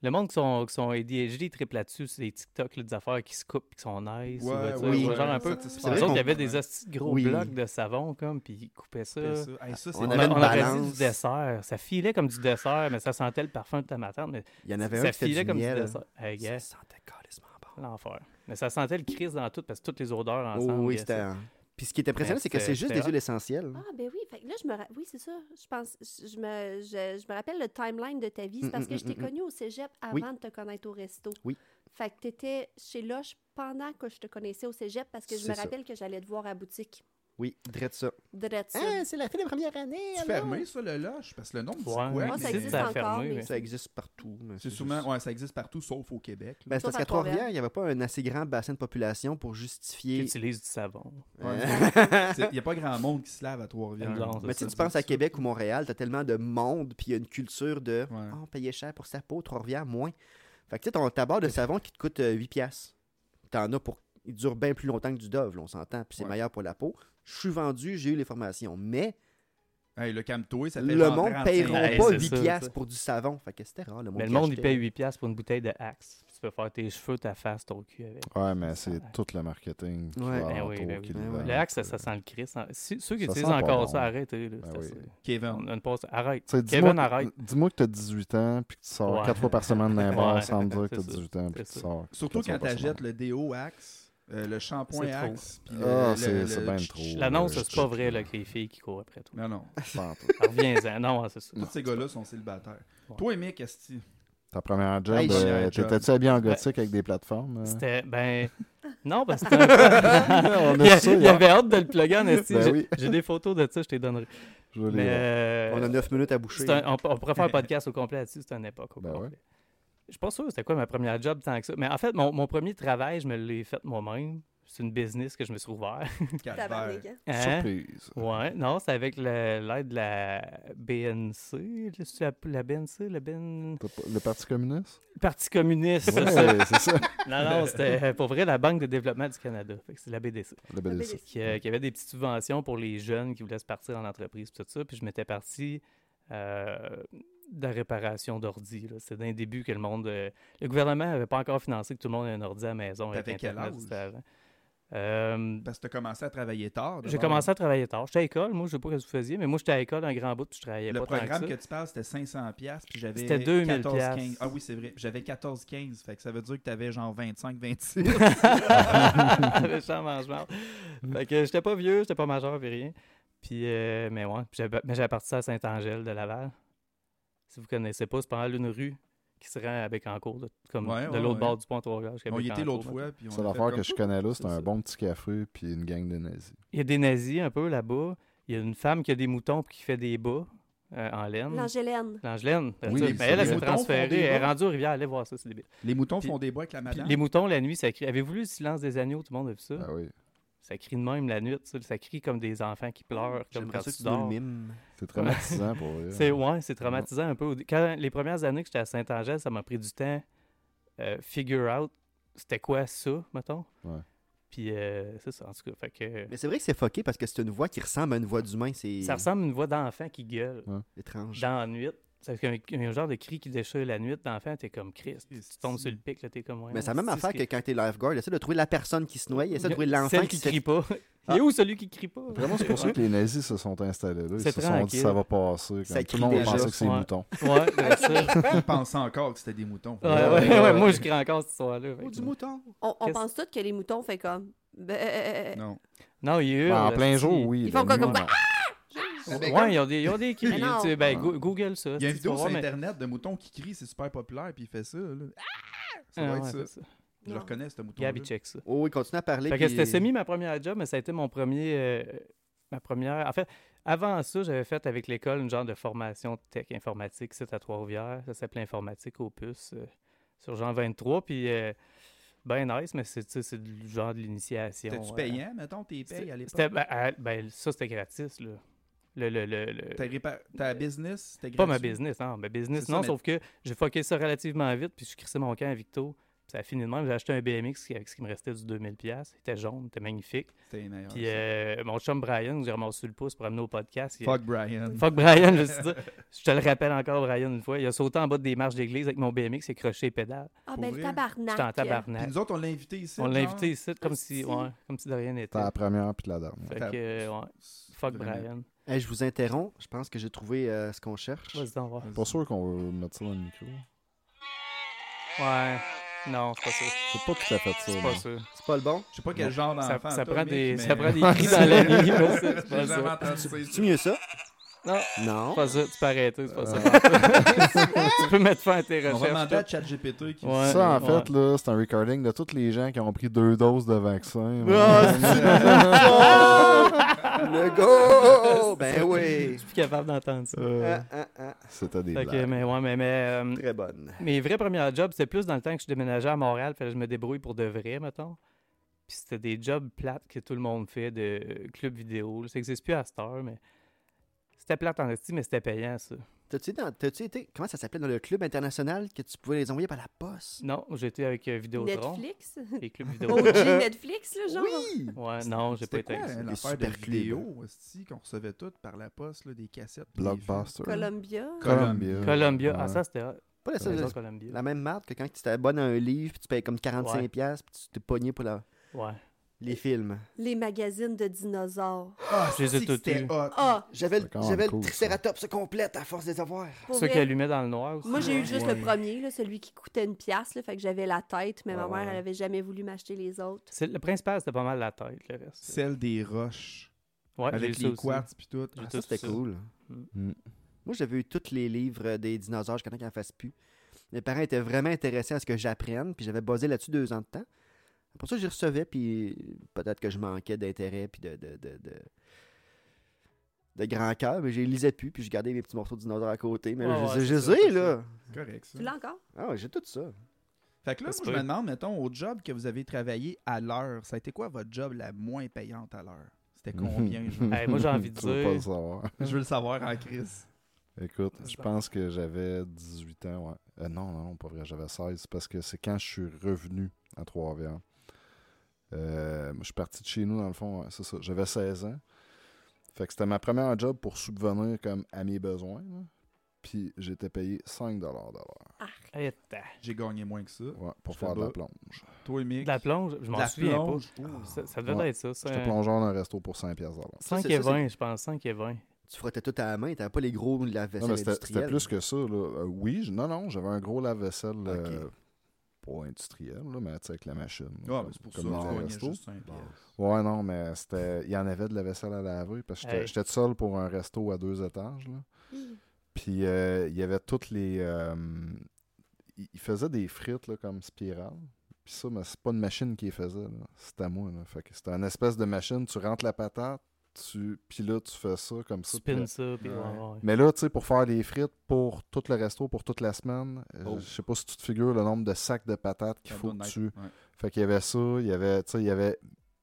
B: Le monde qui sont, qui sont ADHD, ils triplent là-dessus, c'est des TikTok, là, des affaires qui se coupent, qui sont nice. ou,
D: Ouais,
B: tu sais,
D: ouais,
B: ou
D: ouais.
B: genre un peu.
D: Satisfaisant.
C: C'est vrai
B: Les autres,
C: qu'on-
B: il y avait des hosties de gros
C: Oui.
B: blocs de savon, comme, puis ils coupaient ça.
D: C'est ça. Hey, ça, c'est-
C: On
B: On,
C: avait
B: a-
C: une
B: on aurait dit
C: balance.
B: du dessert. Ça filait comme du dessert, mais ça sentait le parfum de ta matante. Mais
C: Il y en avait un
B: ça
C: qui faisait
B: filait
C: du
B: comme du
C: miel. hein.
B: dessert. Hey,
C: Ça
B: gars,
C: sentait calissement bon.
B: l'enfer. Mais ça sentait le crise dans tout parce que toutes les odeurs
C: Oh,
B: ensemble.
C: oui,
B: gars,
C: c'était... un- Puis ce qui est impressionnant,
B: Mais
C: c'est que c'est
B: c'était-
C: juste des
B: c'était
C: huiles essentielles.
E: Ah, ben oui, fait que là, je me, ra- oui, c'est ça. Je pense, je, je me, je, je me rappelle le timeline de ta vie. C'est
C: Mm,
E: parce
C: mm,
E: que je t'ai
C: mm, mm.
E: connue au cégep avant
C: Oui.
E: de te connaître au resto.
C: Oui.
E: Fait que t'étais chez Loche pendant que je te connaissais au cégep parce que je
C: C'est
E: me
C: ça.
E: rappelle que j'allais te voir à la boutique.
C: Oui, drette ça.
E: Drette ça.
C: Ah, c'est la fin de la première année.
D: C'est
C: allô?
D: fermé, ça, le loche? Parce que le nom, me dit
B: Ouais,
D: quoi,
E: Moi,
D: mais-
E: ça existe
B: ça a
E: encore,
B: fermé.
E: mais-
B: mais-
C: Ça existe partout. mais
D: C'est
C: juste-
D: souvent, ouais, ça existe partout, sauf au Québec. là.
C: Ben, c'est
E: Sauf
C: parce qu'à
E: à Trois-Rivières.
C: Trois-Rivières, il n'y avait pas un assez grand bassin de population pour
B: Qui
C: justifier.
B: utilise du savon.
D: Il n'y a pas grand monde qui se lave à Trois-Rivières.
B: Non, c'est
C: Mais
B: ça.
C: tu sais, tu
D: ça.
C: penses à Québec ou Montréal, t'as tellement de monde, puis il y a une culture de
D: Ouais.
C: Ah, on payait cher pour sa peau, Trois-Rivières, moins. Fait que tu sais, ton ta barre de savon qui te coûte euh, 8 piastres, t'en as pour. Il dure bien plus longtemps que du Dove, là, on s'entend, puis c'est
D: Ouais.
C: meilleur pour la peau. Je suis vendu, j'ai eu les formations, mais
D: Hey, le camtoué, ça fait
C: le
D: genre
C: monde
D: 35
C: payera
B: Hey,
C: pas
B: c'est
C: 8
B: ça,
C: piastres
B: ça.
C: pour du savon. Fait que c'était rare, le monde.
B: Mais le
C: qui
B: monde, il
C: achetait.
B: paye 8$ piastres pour une bouteille de Axe. Puis Tu peux faire tes cheveux, ta face, ton cul avec.
F: ouais, mais c'est tout le marketing. qui
C: Ouais.
F: va
B: Ben
F: alentour,
B: oui, ben oui.
F: qui
C: Ben
F: le
C: oui.
B: Le
F: vend,
B: Axe, ça,
F: tu
B: ça sent le Chris. Ça- si- Ceux qui
F: Ah, Ça
B: utilisent
F: sent pas
B: encore
F: bon.
B: ça, arrêtez. là,
F: Ben
B: c'est
F: oui.
B: assez.
D: Kevin.
B: On a une pause. Arrête.
F: sais,
B: Kevin,
F: dis-moi,
B: arrête.
F: dis-moi que t'as 18 ans puis que tu sors
B: Ouais.
F: 4 fois par semaine d'un
B: Ouais.
F: bar sans me dire que
B: C'est
F: t'as
B: ça.
F: 18 ans puis que
B: C'est
F: tu
B: ça.
F: sors.
D: Surtout
F: quatre
D: quand
F: fois par
D: t'achètes
F: semaine.
D: le déo Axe, euh, le shampoing
B: C'est trop.
D: Axe. puis le-
F: Ah,
D: le-
F: c'est
D: le-
F: c'est bien trop.
B: L'annonce,
F: euh,
B: c'est pas vrai là, que les filles qui courent après toi.
D: Non, non.
F: pas en tout.
B: Reviens-en. Non, Ah, c'est ça.
D: Tous ces gars-là sont célibataires.
B: Ouais.
D: Toi et Mick, est
F: Ta première job,
C: Hey,
F: euh,
D: j'ai-
F: t'étais-tu habillé en gothique avec des plateformes? euh?
B: C'était. Ben. Non, parce que c'était un peu-
F: On
B: Il y
F: a
B: a-
F: ça,
B: il
F: hier.
B: avait hâte de le plugger en esti.
F: Ben
B: J'ai-
F: oui.
B: J'ai des photos de ça, je t'ai donnerai.
F: Je veux les
B: Mais.
C: On a
B: euh,
C: 9 minutes à boucher.
B: ah, c'est un- On on pourrait faire un podcast au complet là-dessus, c'était une époque. au
F: Ben ouais.
B: complet. Je suis pas sûr c'était quoi ma première job tant que ça. Mais en fait, mon, mon premier travail, je me l'ai fait moi-même. C'est une business que je me suis ouvert.
E: Tabarnak, hein?
B: Hein?
F: Surprise.
B: Ouais, non, c'est avec le- l'aide de la BNC. c'est La, la BNC, le BN...
F: T'as pas- Le Parti communiste?
B: Parti communiste.
F: Ouais,
B: c'est ça.
F: c'est ça.
B: Non, non, c'était euh, pour vrai la Banque de développement du Canada. Fait que C'est la BDC.
F: Le BDC.
B: Qui, euh, qui avait des petites subventions pour les jeunes qui voulaient se partir en entreprise, puis tout ça. Puis je m'étais parti euh, de la réparation d'ordi. là. C'était d'un début que le monde. euh, le gouvernement n'avait pas encore financé que tout le monde ait un ordi à la maison. avec
D: T'avais quel
B: Internet,
D: âge?
B: c'était avant. Euh,
D: Parce que t'as commencé à travailler tard.
B: j'ai
D: d'abord.
B: commencé à travailler tard. J'étais à l'école, moi, je sais pas ce que vous faisiez, mais moi, j'étais à l'école un grand bout, puis je travaillais
D: Le
B: pas tant que ça.
D: programme que, tu parles, c'était 500$, piastres, puis j'avais
B: C'était 2000
D: 14, 15. Ah oui, c'est vrai. J'avais 14-15, fait que ça veut dire que t'avais genre 25-26.
B: Méchant mange-marde. Fait que j'étais pas vieux, j'étais pas majeur, puis rien. Puis, euh, mais ouais, puis j'avais- mais j'avais parti ça à Saint-Angèle de Laval. Si vous connaissez pas, c'est pendant l'une rue qui se rend à Bécancourt, là, comme
D: Ouais,
B: de
D: ouais,
B: l'autre
D: ouais.
B: bord du pont trois gorges
D: On y était l'autre fois, puis on
F: C'est
D: a fait
F: l'affaire
D: comme-
F: que je connais là, c'est
B: C'est ça.
F: un bon petit café puis une gang de nazis.
B: Il y a des nazis un peu là-bas. Il y a une femme qui a des moutons puis qui fait des bas euh, en laine.
E: Ah L'Angélène.
B: L'Angelaine.
F: Oui,
B: mais
F: les-
B: ben elle, elle
F: les
B: s'est
D: moutons font des
B: transférée. Elle est
D: bas.
B: rendue aux rivières. Allez voir ça, c'est débile.
D: Les moutons
B: Puis-
D: font des bois avec la
B: Puis
D: madame.
B: les moutons, la nuit, ça crie. Avez-vous lu le silence des agneaux? Tout le monde a vu
D: Euh,
B: ça?
F: Ah oui,
B: Ça crie de même la nuit. Ça, Ça crie comme des enfants qui pleurent, comme
C: J'aimerais
B: quand
C: ça que
B: tu
C: tu nous
B: dors.
C: le mimes. euh,
F: c'est traumatisant pour vrai.
B: C'est ouais, c'est traumatisant un peu. Au dé- Quand les premières années que j'étais à Saint-Angèle, ça m'a pris du temps euh, figure out c'était quoi ça, mettons.
F: Ouais.
B: Puis euh, c'est ça en tout cas, fait que
C: Mais c'est vrai que c'est fucké parce que c'est une voix qui ressemble à une voix d'humain. C'est
B: ça ressemble à une voix d'enfant qui gueule
C: étrange.
B: dans la nuit. C'est un, un genre de cri qui déchire la nuit d'enfant, t'es comme Christ.
D: Christ.
B: Tu tombes sur le pic, là, t'es comme ouais,
C: Mais c'est la même
B: c'est ce
C: affaire
B: qui-
C: que quand t'es lifeguard, essaie de trouver la personne qui se noie, essaie de trouver l'enfant
B: Celle
C: qui
B: qui
C: se
B: crie pas. Il est
C: Ah.
B: où celui qui crie pas?
F: Vraiment, c'est pour ça que les nazis se sont installés là. Ils
B: C'est
F: se sont dit
B: tranquille.
F: ça va passer.
C: Ça
F: Comme tout
C: crie
F: le monde
C: déjà.
F: pensait que c'est des
B: Ouais.
F: moutons.
B: Ouais, c'est ça. Ouais,
D: Je pensais encore que c'était des moutons.
B: ouais, ouais, moi je crie encore cette soir-là. fait
C: Oh,
B: que-
C: du mouton!
E: On, on
B: Qu'est-ce-
E: pense tous que les moutons fait comme. Ben,
D: Non.
B: Non, il hurle.
F: Ben, en plein
B: hostie.
F: jour, oui.
E: Ils
F: la
E: font quoi
F: nuit,
E: comme-
F: non.
B: Ouais, ils ont des, ils ont des cris.
E: Ah, ben Mais non.
B: tu sais, ben, go- Google ça.
D: Ah. Il y
B: tu
D: a une vidéo
B: vas
D: sur
B: voir, mais-
D: Internet de moutons qui crient, c'est super populaire, puis il fait ça. là. Ah!
B: Ah,
D: Ça doit
B: ouais,
D: être
B: c'est
D: ça.
B: ça.
D: Je le
E: non.
D: reconnais, ce mouton.
B: Gab, il check ça.
C: Oh oui, continue à parler.
B: Fait que
C: puis-
B: c'était semi ma première job, mais ça a été mon premier. euh, ma première. En fait, avant ça, j'avais fait avec l'école une genre de formation de tech informatique, c'est à Trois-Rivières. Ça s'appelait Informatique Opus euh, sur Jean 23. Puis, euh, ben nice, mais c'est tu sais, c'est du genre de l'initiation.
D: T'as-tu
B: euh,
D: payant, mettons, tes payes à
B: c'était-
D: l'époque?
B: ben, à- ben, ça, c'était gratis, là. Le, le, le, le-
D: Ta répa- Ta business, c'était
B: Euh, Pas ma
D: gratuit?
B: business, non. Ma business,
D: C'est ça,
B: non,
D: mais-
B: sauf que j'ai fucké ça relativement vite, puis je crissais mon camp à Victo. Puis ça a fini de même. J'ai acheté un BMX qui- avec ce qui me restait du 2000$. Il était jaune, il était magnifique.
D: C'était les meilleurs,
B: Puis
D: ça.
B: euh, mon chum Brian, que j'ai ramassé le pouce pour amener au podcast. il-
D: Fuck Brian.
B: Fuck Brian, je me suis dit. Je te le rappelle encore, Brian, une fois. Il a sauté en bas des marches d'église avec mon BMX, il a croché les pédales.
E: Ah,
D: Pour
E: ben, le
D: vrai?
E: tabarnak.
B: J'étais en
D: Puis
B: tabarnak.
D: nous autres, on l'a invité ici.
B: On l'a
D: genre.
B: invité ici comme si,
E: si.
B: ouais, comme si de rien n'était.
F: C'était la première puis la dernière.
B: Fait que, euh, ouais. Fuck
D: Vraiment.
B: Brian.
C: euh, Hey, je vous interromps. Je pense que j'ai trouvé euh, ce qu'on cherche.
B: Vas-y, donc, voir.
F: Pas sûr qu'on veut mettre ça dans le micro.
B: Ouais. Non, c'est pas ça.
F: C'est pas tout à fait ça.
B: C'est
F: non.
B: pas ça.
C: C'est pas le bon?
D: Je sais pas quel genre
B: Ça,
D: d'enfant.
B: ça
D: toi,
B: prend
D: Mick,
B: des,
D: mais-
B: ça prend des cris dans la nuit, mais c'est c'est
D: J'ai
B: pas
D: jamais
B: ça.
D: entendu ça.
C: C'est mieux ça?
B: Non,
C: Non.
B: c'est pas ça. Tu peux arrêter, c'est pas ça. tu peux mettre fin à tes
D: On va
B: recherches.
D: demander à ChatGPT qui
B: Ouais.
F: Ça, en
B: Ouais.
F: fait, là, c'est un recording de tous les gens qui ont pris deux doses de vaccin.
B: Ah,
C: Le go! Ben oui!
B: Je suis plus capable d'entendre ça.
F: Euh,
C: Ah, ah, ah.
F: C'était des
B: Fait que,
F: blagues.
B: mais ouais, mais, mais, euh,
C: Très bonne.
B: mes vrais premiers jobs, c'était plus dans le temps que je déménageais à Montréal, fallait que je me débrouille pour de vrai, mettons. Puis c'était des jobs plates que tout le monde fait de euh, club vidéo. là. Ça n'existe plus à cette heure, mais c'était plate en esti, mais c'était payant, ça.
C: T'as-tu dans- t'as-tu été. Comment ça s'appelait dans le club international que tu pouvais les envoyer par la poste?
B: Non, j'étais avec euh, Vidéotron,
E: Netflix? Oh,
B: les clubs vidéo.
E: OG Netflix, là, genre?
C: Oui!
B: Ouais, non, j'ai pas été
D: C'était quoi
B: avec ça.
C: Des
D: l'affaire de
C: super clés,
D: vidéo aussi qu'on recevait toutes par la poste, là, des cassettes. puis des films?
F: Blockbuster.
E: Columbia? euh,
F: Columbia.
B: Columbia, ah
F: Ouais.
B: ça c'était hot.
C: Pas la,
B: T'as raison,
C: seule-
B: Columbia.
C: la même marque que quand tu t'abonnes à un livre, puis tu payes comme 45$,
B: Ouais.
C: piastres, puis tu t'es pogné pour la-
B: Ouais.
C: les films.
E: Les magazines de dinosaures.
D: Ah,
B: Je les ai
D: c'est que
B: tous
D: c'était
B: eus.
D: hot.
E: Ah!
C: J'avais
F: C'est quand même j'avais le cool, ça.
C: complète à force de les avoir.
E: pour
B: Ceux qui
E: vrai,
B: allumaient dans le noir aussi.
E: Moi, j'ai eu juste
D: Ouais.
E: le premier, là, celui qui coûtait une pièce, là, fait que j'avais la tête, mais ma
B: Ouais,
E: mère,
B: ouais.
E: elle avait jamais voulu m'acheter les autres.
B: C'est- Le principal, c'était pas mal la tête, le reste.
D: Celle des roches.
B: Ouais, j'ai eu
D: avec
B: ça
D: les
B: aussi.
D: quartz puis tout.
B: J'ai
D: Ah,
B: tout
C: C'était
B: ça.
C: cool.
F: Mm.
C: Moi, j'avais eu tous les livres des dinosaures jusqu'à temps qu'ils en fassent plus. Mes parents étaient vraiment intéressés à ce que j'apprenne, puis j'avais basé là-dessus deux ans de temps. Pour ça, j'y recevais, puis peut-être que je manquais d'intérêt, puis de, de, de, de- de grand cœur, mais je les lisais plus, puis je gardais mes petits morceaux de dinosaures à côté. Mais là,
B: Ouais,
C: je
B: ouais,
C: les je
B: c'est
C: les
B: ça,
C: ai,
B: c'est
C: là.
D: Correct, ça.
E: Tu l'as encore?
C: Ah, ouais, j'ai tout ça.
D: Fait que là,
B: Ça se
D: moi, je me
B: peut.
D: demande, mettons, au job que vous avez travaillé à l'heure, ça a été quoi votre job la moins payante à l'heure? C'était
F: Mhm.
D: combien? genre?
B: Hey, moi, j'ai envie de
F: Tu veux pas le
B: dire.
F: savoir.
D: je veux le savoir en crise.
F: Écoute, je
B: Ça.
F: pense que j'avais 18 ans, ouais. Euh, non, non, non, pas vrai, j'avais 16, parce que c'est quand je suis revenu à Trois-Rivières. Euh, je suis parti de chez nous, dans le fond, ouais, c'est ça. J'avais 16 ans. Fait que c'était ma première job pour subvenir comme à mes besoins. là. Puis j'étais payé 5 de l'heure.
B: Hey, attends.
D: J'ai gagné moins que ça.
F: Ouais,
D: Euh, Je
F: pour
D: te
F: faire de la
D: bats.
F: plonge.
D: Toi, Mick.
B: De la plonge, je
D: de
B: m'en
D: la
B: souviens
D: plonge.
B: pas.
F: Ah,
D: Ouh.
B: Ça, ça devait
F: Ouais.
B: être ça. ça
F: J'étais
B: un-
F: plongeur dans un resto pour 5 piastres. de l'heure.
B: 5
C: Ça, c'est-
B: et
C: ça,
B: 20, je pense. 5 et 20.
C: Tu frottais tout à la main, t'avais pas les gros
F: Non, mais
C: lave-vaisselle
F: c'était c'était
C: industrielle.
F: plus que ça. Là. Euh, oui, je- non, non, j'avais un gros lave-vaisselle
C: Ok.
F: euh, pas industriel, là, mais tu sais, avec la machine.
D: Ah,
F: comme-
D: mais c'est pour ça
F: comme
D: que
F: dans un
D: tu gagnais
F: resto.
D: juste un piastre.
F: Ouais, non, mais c'était. Il y en avait de la vaisselle à laver. Parce que j'étais-
B: Hey.
F: j'étais tout seul pour un resto à deux étages. Là. Puis euh, il y avait toutes les. euh, il il faisait des frites là, comme spirale. Puis ça, mais c'est pas une machine qui les faisait. là. C'était à moi. Là. Fait que c'était une espèce de machine. Tu rentres la patate, tu... puis là, tu fais ça comme
B: Tu
F: ça. puis
B: spins
F: là-
B: ça. Puis,
D: Ouais.
B: ouais, ouais.
F: Mais là, tu sais, pour faire des frites pour tout le resto, pour toute la semaine, euh,
D: Oh.
F: je sais pas si tu te figures le nombre de sacs de patates qu'il
D: Un
F: faut
D: bon
F: que
D: night.
F: tu.
D: Ouais.
F: Fait qu'il y avait ça, il y avait, tu sais, il y avait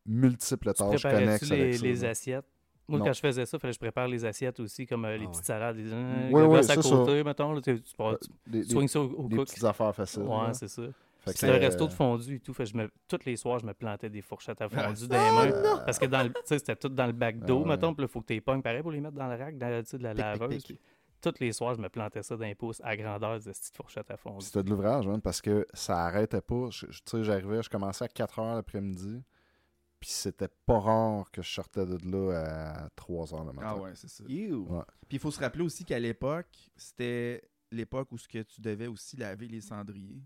F: multiples
B: Tu
F: tâches
B: préparais-tu
F: connexes avec
B: les,
F: ça,
B: les
F: là.
B: assiettes? Moi,
F: Non.
B: quand je faisais ça, fallait que je prépare les assiettes aussi, comme euh, les
C: Ah
B: petites
C: ouais.
B: salades, les euh,
F: Ouais,
B: glaces
F: ouais,
B: à
F: c'est
B: côté, mettons. là, tu, tu,
F: Euh,
B: prends- tu
F: des, des-
B: swings ça au, au
F: des
B: cook.
F: petites affaires faciles. là.
B: Ouais, c'est ça.
F: Fait que,
B: C'était un
F: euh,
B: resto de fondue et tout. Fait que je me, tous les soirs, je me plantais des fourchettes à fondue dans
E: Oh,
F: Ah,
B: les mains.
F: non!
B: Ben, Parce que dans le- tu sais, c'était tout dans le bac
F: Ah
B: d'eau,
F: ouais.
B: mettons. Puis là, faut que tu les pognes pareil pour les mettre dans le rack, dans la, tu sais, de la
C: Pic, pic,
B: laveuse. Puis
C: pic.
B: tous les soirs, je me plantais ça d'un pouce à grandeur de cette petite fourchette à fondue.
F: C'était de l'ouvrage, man, parce que ça arrêtait pas. Je- je- Tu sais, j'arrivais, je commençais à 4 h l'après-midi, puis c'était pas rare que je sortais de là à 3 h le matin.
D: Ah ouais, c'est ça.
C: You.
D: Puis il faut se rappeler aussi qu'à l'époque, c'était l'époque où ce que tu devais aussi laver les cendriers.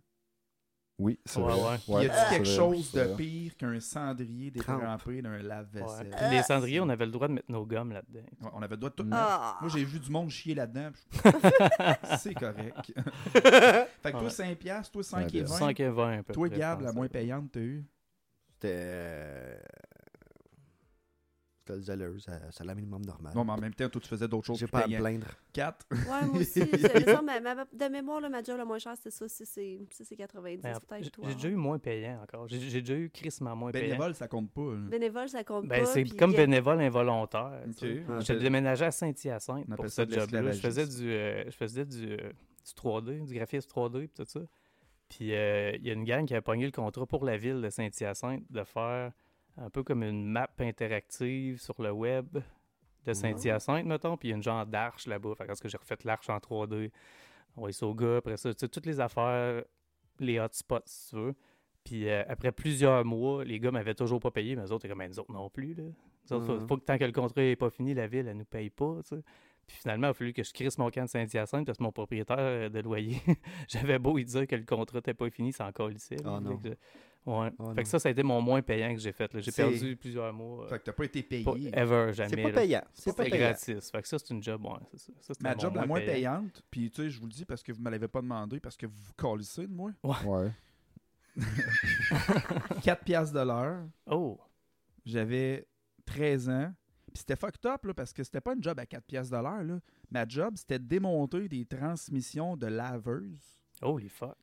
F: Oui, c'est
B: Ouais,
F: vrai.
B: ouais.
F: Ouais,
D: y a-t-il
F: c'est
D: quelque
F: vrai,
D: chose
F: c'est
D: de
F: vrai.
D: pire qu'un cendrier détrempé d'un
B: Ouais.
D: lave-vaisselle?
B: Puis les cendriers, on avait le droit de mettre nos gommes là-dedans.
D: Ouais, on avait le droit de tout.
E: Ah.
D: Moi, j'ai vu du monde chier là-dedans. puis je- c'est correct. fait que toi,
B: Ouais.
D: 5 piastres, toi, 5 et 20.
B: 5 et 20 un peu.
D: Toi,
B: près,
D: Gab,
B: je
D: la
B: pense.
D: moins payante, t'as eu?
C: C'était. euh, C'était le zèleuse, ça, ça l'a mis le membre normal.
D: Non, mais en même temps, toi, tu faisais d'autres choses.
C: j'ai pas à me plaindre.
D: 4.
E: Ouais, moi aussi. je- me semble, ma- ma- de mémoire, le ma job le moins cher, c'était ça, c'est- c'est ça, c'est 90,
B: Mais Ben, en-
E: peut-être,
B: j'ai-
E: toi. hein?
B: J'ai déjà eu moins payant encore. J'ai j'ai déjà eu crissement moins payant.
D: Bénévole, ça compte pas. là.
E: Bénévole, ça compte
B: Ben,
E: pas.
B: c'est
E: puis
B: comme
E: il y a-
B: bénévole involontaire. tu sais.
D: On
B: J'étais
D: appelle-
B: déménagé à Saint-Hyacinthe
D: Ah, on appelle
B: pour
D: ça
B: ce
D: de
B: job-là. Je
D: l'esclavagisme.
B: faisais du, euh, je faisais du, euh, du 3D, du graphisme 3D et tout ça. Puis euh, il y a une gang qui a pogné le contrat pour la ville de Saint-Hyacinthe de faire un peu comme une map interactive sur le web
D: Ah.
B: de Saint-Hyacinthe, mettons. Puis il y a une genre d'arche là-bas. Fait que parce que j'ai refait l'arche en 3D. On est au gars, après ça, tu sais, toutes les affaires, les hotspots, si tu veux. Puis euh, après plusieurs mois, les gars m'avaient toujours pas payé, mais eux autres, étaient comme, Ben, nous autres non plus, là. Nous autres, faut,
C: Mhm.
B: faut que tant que le contrat n'est pas fini, la ville, elle nous paye pas, tu sais. Puis finalement, il a fallu que je crisse mon camp de Saint-Hyacinthe parce que mon propriétaire euh, de loyer, j'avais beau lui dire que le contrat n'était pas fini, c'est encore lycée.
C: Ah non.
B: Ouais.
C: Oh
B: fait
C: non.
B: que ça, ça a été mon moins payant que j'ai fait. là. J'ai
C: C'est-
B: perdu plusieurs mois. euh,
D: Fait que t'as pas été payé.
B: pas- ever, jamais.
C: C'est pas
B: là.
C: payant. C'est pas
B: C'était
C: payant.
B: gratis. Fait que ça, c'est une job, ouais. c'est ça. Ça, c'était
D: Ma
B: mon
D: job la moins payante, puis tu sais, je vous le dis parce que vous me l'avez pas demandé, parce que vous vous collissez de moi.
F: Ouais.
D: 4 piastres de l'heure,
B: Oh!
D: j'avais 13 ans, puis c'était fucked up, là, parce que c'était pas une job à 4 piastres de l'heure, là. Ma job, c'était de démonter des transmissions de laveuses,
B: Oh, les fuck!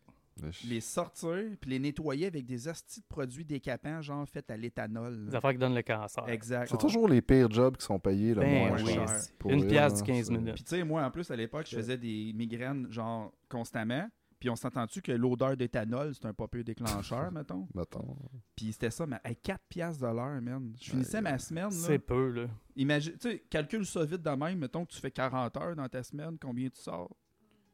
D: les sortir, puis les nettoyer avec des astis de produits décapants, genre faits à l'éthanol.
B: Des
D: là.
B: affaires qui donnent le cancer.
D: Exact.
F: C'est toujours les pires jobs qui sont payés le
B: Ben
F: moins
D: oui.
F: cher.
D: c'est-
F: Pour
B: une
F: vrai,
B: piastre
F: là,
B: du 15
F: c'est-
B: minutes.
D: Puis tu sais, moi, en plus, à l'époque, je faisais des migraines, genre, constamment. Puis on s'entend-tu que l'odeur d'éthanol, c'est un pas peu déclencheur, mettons?
F: Mettons.
D: Puis c'était ça, mais à 4 piastres de l'heure, man. Je finissais
F: Aïe,
D: ma semaine, là.
B: C'est peu, là.
D: Imagine, tu sais, calcule ça vite de même. Mettons que tu fais 40 heures dans ta semaine, combien tu sors?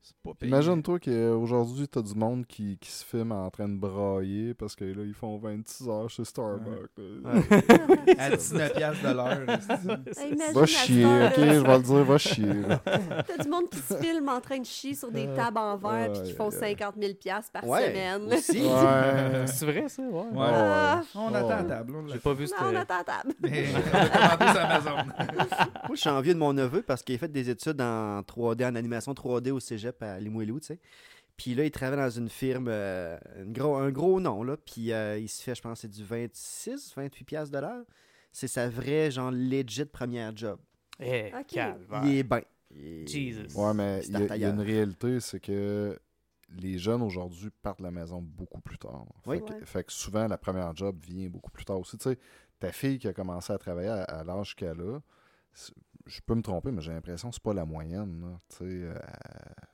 D: C'est pas payé.
F: Imagine-toi qu'aujourd'hui, euh, t'as du monde qui, qui se filme en train de brailler parce que là, ils font 26 heures chez Starbucks. là.
D: À 19 piastres de l'heure. esti.
E: Hey, imagine
F: Va
E: à
F: chier,
E: cette
F: ok?
E: heure-là,
F: Je vais le dire, va chier. là.
E: T'as du monde qui se filme en train de chier sur
B: Euh,
E: des tables en verre puis qui font
F: Aïe, aïe,
E: 50 000 par
C: Ouais,
E: semaine.
C: aussi.
F: Ouais.
B: C'est vrai, ça? Ouais.
D: Ouais.
E: Ah,
D: On
F: Oh,
D: attend la
F: ouais.
D: table. On l'a
B: J'ai pas vu euh,
E: non,
B: ce
E: on attend la table.
D: Mais on a commandé sur Amazon.
C: Moi, je suis envieux de mon neveu parce qu'il a fait des études en 3D, en animation 3D au cégep à Limoilou, tu sais. Puis là, il travaille dans une firme, euh, une gros, un gros nom, là. Puis euh, il se fait, je pense, c'est du 26, 28 piastres de l'heure. C'est sa vraie, genre, legit première job.
B: Eh,
E: Ok.
B: calvaire.
C: Il est ben. Il est-
B: Jesus.
F: Ouais, mais
C: C'est
F: il y, a- il y a
C: ailleurs.
F: une réalité, c'est que les jeunes aujourd'hui partent de la maison beaucoup plus tard. Fait,
C: Oui.
F: que,
E: Ouais.
F: fait que souvent, la première job vient beaucoup plus tard aussi. Tu sais, ta fille qui a commencé à travailler à, à l'âge qu'elle a, c'est- je peux me tromper, mais j'ai l'impression que c'est pas la moyenne. là. Tu sais, euh,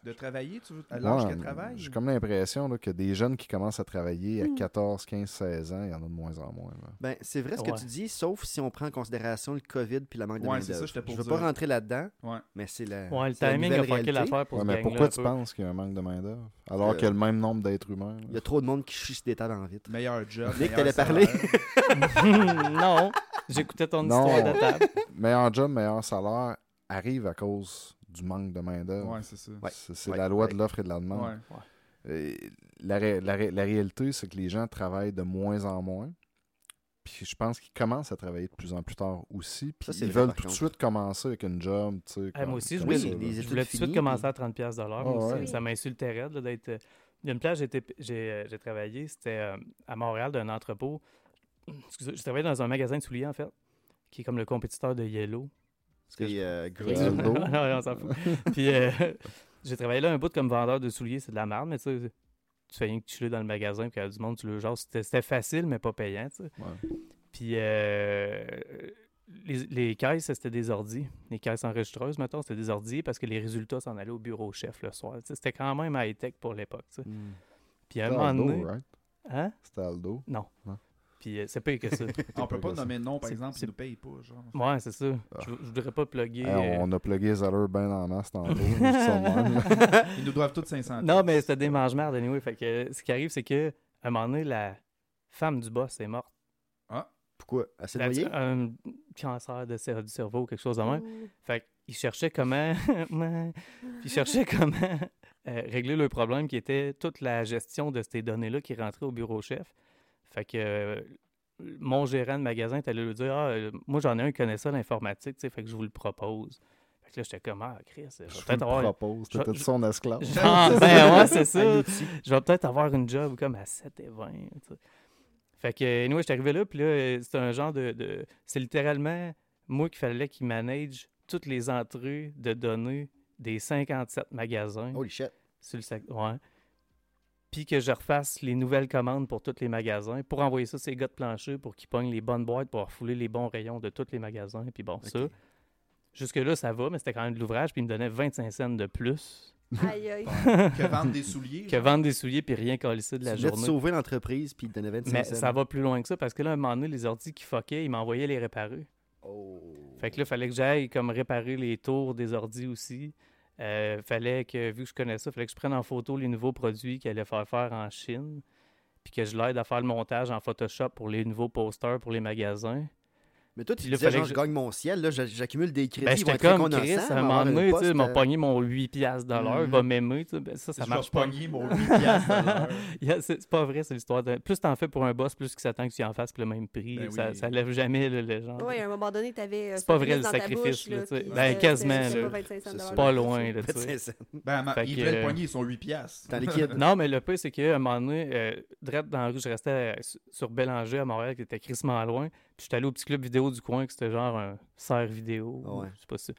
D: De travailler, tu veux, à l'âge
F: ouais,
D: qu'elle travaille?
F: J'ai comme l'impression là, que des jeunes qui commencent à travailler à
E: Mm.
F: 14, 15, 16 ans, il y en a de moins en moins. là.
C: Ben, c'est vrai ce que
B: Ouais.
C: tu dis, sauf si on prend en considération le COVID puis la manque de
D: Ouais,
C: main
D: c'est ça, j'étais pour
C: Je veux
D: dire.
C: pas rentrer là-dedans,
D: Ouais.
C: mais c'est la.
B: Ouais, le
C: c'est la
B: timing
C: nouvelle
B: a fucké
C: réalité.
B: l'affaire pour
F: Ouais,
B: ce
F: mais
B: gang-là
F: pourquoi
B: un
F: tu
B: peu.
F: penses qu'il y a un manque de main-d'œuvre alors
C: Euh,
F: qu'il y a le même nombre d'êtres humains? là?
C: Il y a trop de monde qui chie sur des tables en vitre.
D: Meilleur job.
C: Nick,
D: meilleur
C: t'allais
D: salaire.
B: non, j'écoutais ton
F: Non.
B: histoire de table.
F: meilleur job, meilleur salaire arrive à cause du manque de main-d'œuvre.
D: Ouais, c'est ça.
C: Ouais.
F: C'est c'est
C: Ouais.
F: la loi
C: Ouais.
F: de l'offre et de la demande.
D: Ouais.
F: Et La, ré- la ré- la réalité, c'est que les gens travaillent de moins en moins. Puis je pense qu'ils commencent à travailler de plus en plus tard aussi. Puis
C: Ça, c'est
F: ils
C: vrai,
F: veulent
C: par
F: tout de
C: contre.
F: suite commencer avec une job. tu sais,
B: Ah,
F: comme-
B: moi aussi, je
F: comme
B: voulais-
F: ça, là.
C: les-
B: Je
C: études
B: voulais tout de suite
C: finies,
B: commencer à 30$ pièces de l'heure.
F: Ah,
B: moi aussi.
F: ouais.
B: Ça m'insultait raide là, d'être. euh, Il y a une place, j'étais- j'ai euh, j'ai travaillé, c'était euh, à Montréal, d'un entrepôt. Excusez, je travaillais dans un magasin de souliers, en fait, qui est comme le compétiteur de Yellow.
C: C'est euh,
F: Griselda.
C: Griselda.
B: non, non, on s'en fout. Puis euh, j'ai travaillé là un bout comme vendeur de souliers, c'est de la merde, mais tu sais, tu fais rien que chiller dans le magasin, puis il y a du monde, tu le genre, c'était c'était facile, mais pas payant, tu sais.
F: Ouais.
B: Puis euh, les, les caisses, c'était des ordis. Les caisses enregistreuses, mettons, c'était des ordis parce que les résultats s'en allaient au bureau chef le soir. Tu sais, C'était quand même high-tech pour l'époque. tu sais.
C: Hmm.
B: Puis à un
F: C'était
B: moment
F: Aldo,
B: donné.
F: right?
B: Hein?
F: C'était Aldo.
B: Non.
F: Non.
B: Puis euh, c'est pire que ça.
D: On peut pas nommer de nom, par
B: C'est-
D: exemple,
B: c'est-
D: ils nous payent pas. Genre.
B: ouais, c'est ça.
F: Ah.
B: Je, je voudrais pas plugger.
F: Hey,
B: euh,
F: on a plugué Zeller bien en masse tantôt. nous, c'est ça de même.
D: Ils nous doivent tous 500
B: Non, mais c'était des mange-mardes, anyway. Fait que ce qui arrive, c'est que à un moment donné, la femme du boss est morte.
C: Pourquoi Elle s'est
B: Elle a
C: noyée
B: Un cancer de cer- du cerveau, quelque chose de même. Fait qu'ils cherchaient comment. Ouais. Puis ils cherchaient comment euh, régler le problème qui était toute la gestion de ces données-là qui rentraient au bureau chef. Fait que euh, mon gérant de magasin est allé lui dire Ah, euh, moi j'en ai un qui connaît ça, l'informatique, tu sais, fait que je vous le propose. Fait que là, j'étais comme Ah, Chris, je vais
F: Je
B: peut-être
F: te
B: avoir.
F: propose. T'étais
B: je-
F: son esclave.
D: Ah,
B: Genre, ben ouais, c'est
C: Un
B: ça. Je vais peut-être avoir une job comme à 7 et 20. tu sais. Fait que, anyway, j'étais arrivé là, puis là, euh, c'est un genre de. de- c'est littéralement moi qu'il fallait qu'il manage toutes les entrées de données des 57 magasins
C: Holy shit.
B: sur le sec- ouais. Puis que je refasse les nouvelles commandes pour tous les magasins, pour envoyer ça ces gars de plancher pour qu'ils pognent les bonnes boîtes pour refouler les bons rayons de tous les magasins. Puis bon, ça.
C: Ok.
B: Jusque-là, ça va, mais c'était quand même de l'ouvrage, puis ils me donnaient 25 cents de plus
E: Aïe, aïe.
D: Que vendre des souliers.
B: ben, que vendre des souliers puis rien colisser de la
C: Tu venais de
B: journée.
C: sauver l'entreprise puis il te donnait 25
B: Mais
C: cents.
B: ça va plus loin que ça parce que là, à un moment donné, les ordi qui fuckaient, ils m'envoyaient les réparer.
C: Oh.
B: Fait que là, fallait que j'aille comme réparer les tours des ordi aussi. Euh, fallait que, vu que je connais ça, fallait que je prenne en photo les nouveaux produits qu'ils allaient faire faire en Chine. Puis que je l'aide à faire le montage en Photoshop pour les nouveaux posters pour les magasins.
C: Mais toi, tu
B: Puis là,
C: disais,
B: fallait
C: genre,
B: que
C: je
B: je-
C: gagne mon ciel, là, j'a- j'accumule des crédits.
B: Ben,
C: ils vont
B: j'étais
C: être
B: comme
C: récompensés,
B: Chris,
C: on va
B: à un
C: avoir
B: moment
C: un
B: donné, tu
C: poste,
B: sais, ils m'ont
C: euh, Mhm.
B: pogné mon 8$ piastres de l'heure, il va m'aimer, tu sais, ben, ça, ça
D: Je
B: marche
D: vais
B: pas.
D: pogner mon 8 piastres à l'heure.
B: Yeah, c'est c'est pas vrai, c'est l'histoire de... Plus t'en fais pour un boss, plus qu'il s'attend que tu en fasses pour le même prix.
D: Ben
B: ça,
D: oui.
B: ça lève jamais, là, le genre.
E: Oui, à un moment donné, t'avais. euh,
B: C'est pas vrai, le
E: Saint-Denis dans ta
B: sacrifice,
E: bouche,
B: là, tu sais.
E: puis,
B: Ben,
E: euh, c'était-
B: quasiment,
E: c'était
B: là.
E: pas 25 cents
C: C'est
E: dollars.
B: C'est pas loin, là, tu sais.
C: 25 cents.
D: Ben, ma-
B: Fait
D: il
B: que,
D: voulait le
B: euh,
D: pogner, ils sont 8 piastres.
C: Dans liquide.
B: Non, mais le pire, c'est qu'à un moment donné, euh, drette dans la rue, je restais euh, su- sur Bélanger à Montréal, qui était crissement loin. Puis je suis allé au petit club vidéo du coin, qui c'était genre un serre vidéo.
C: Ah ouais.
B: Je sais pas si.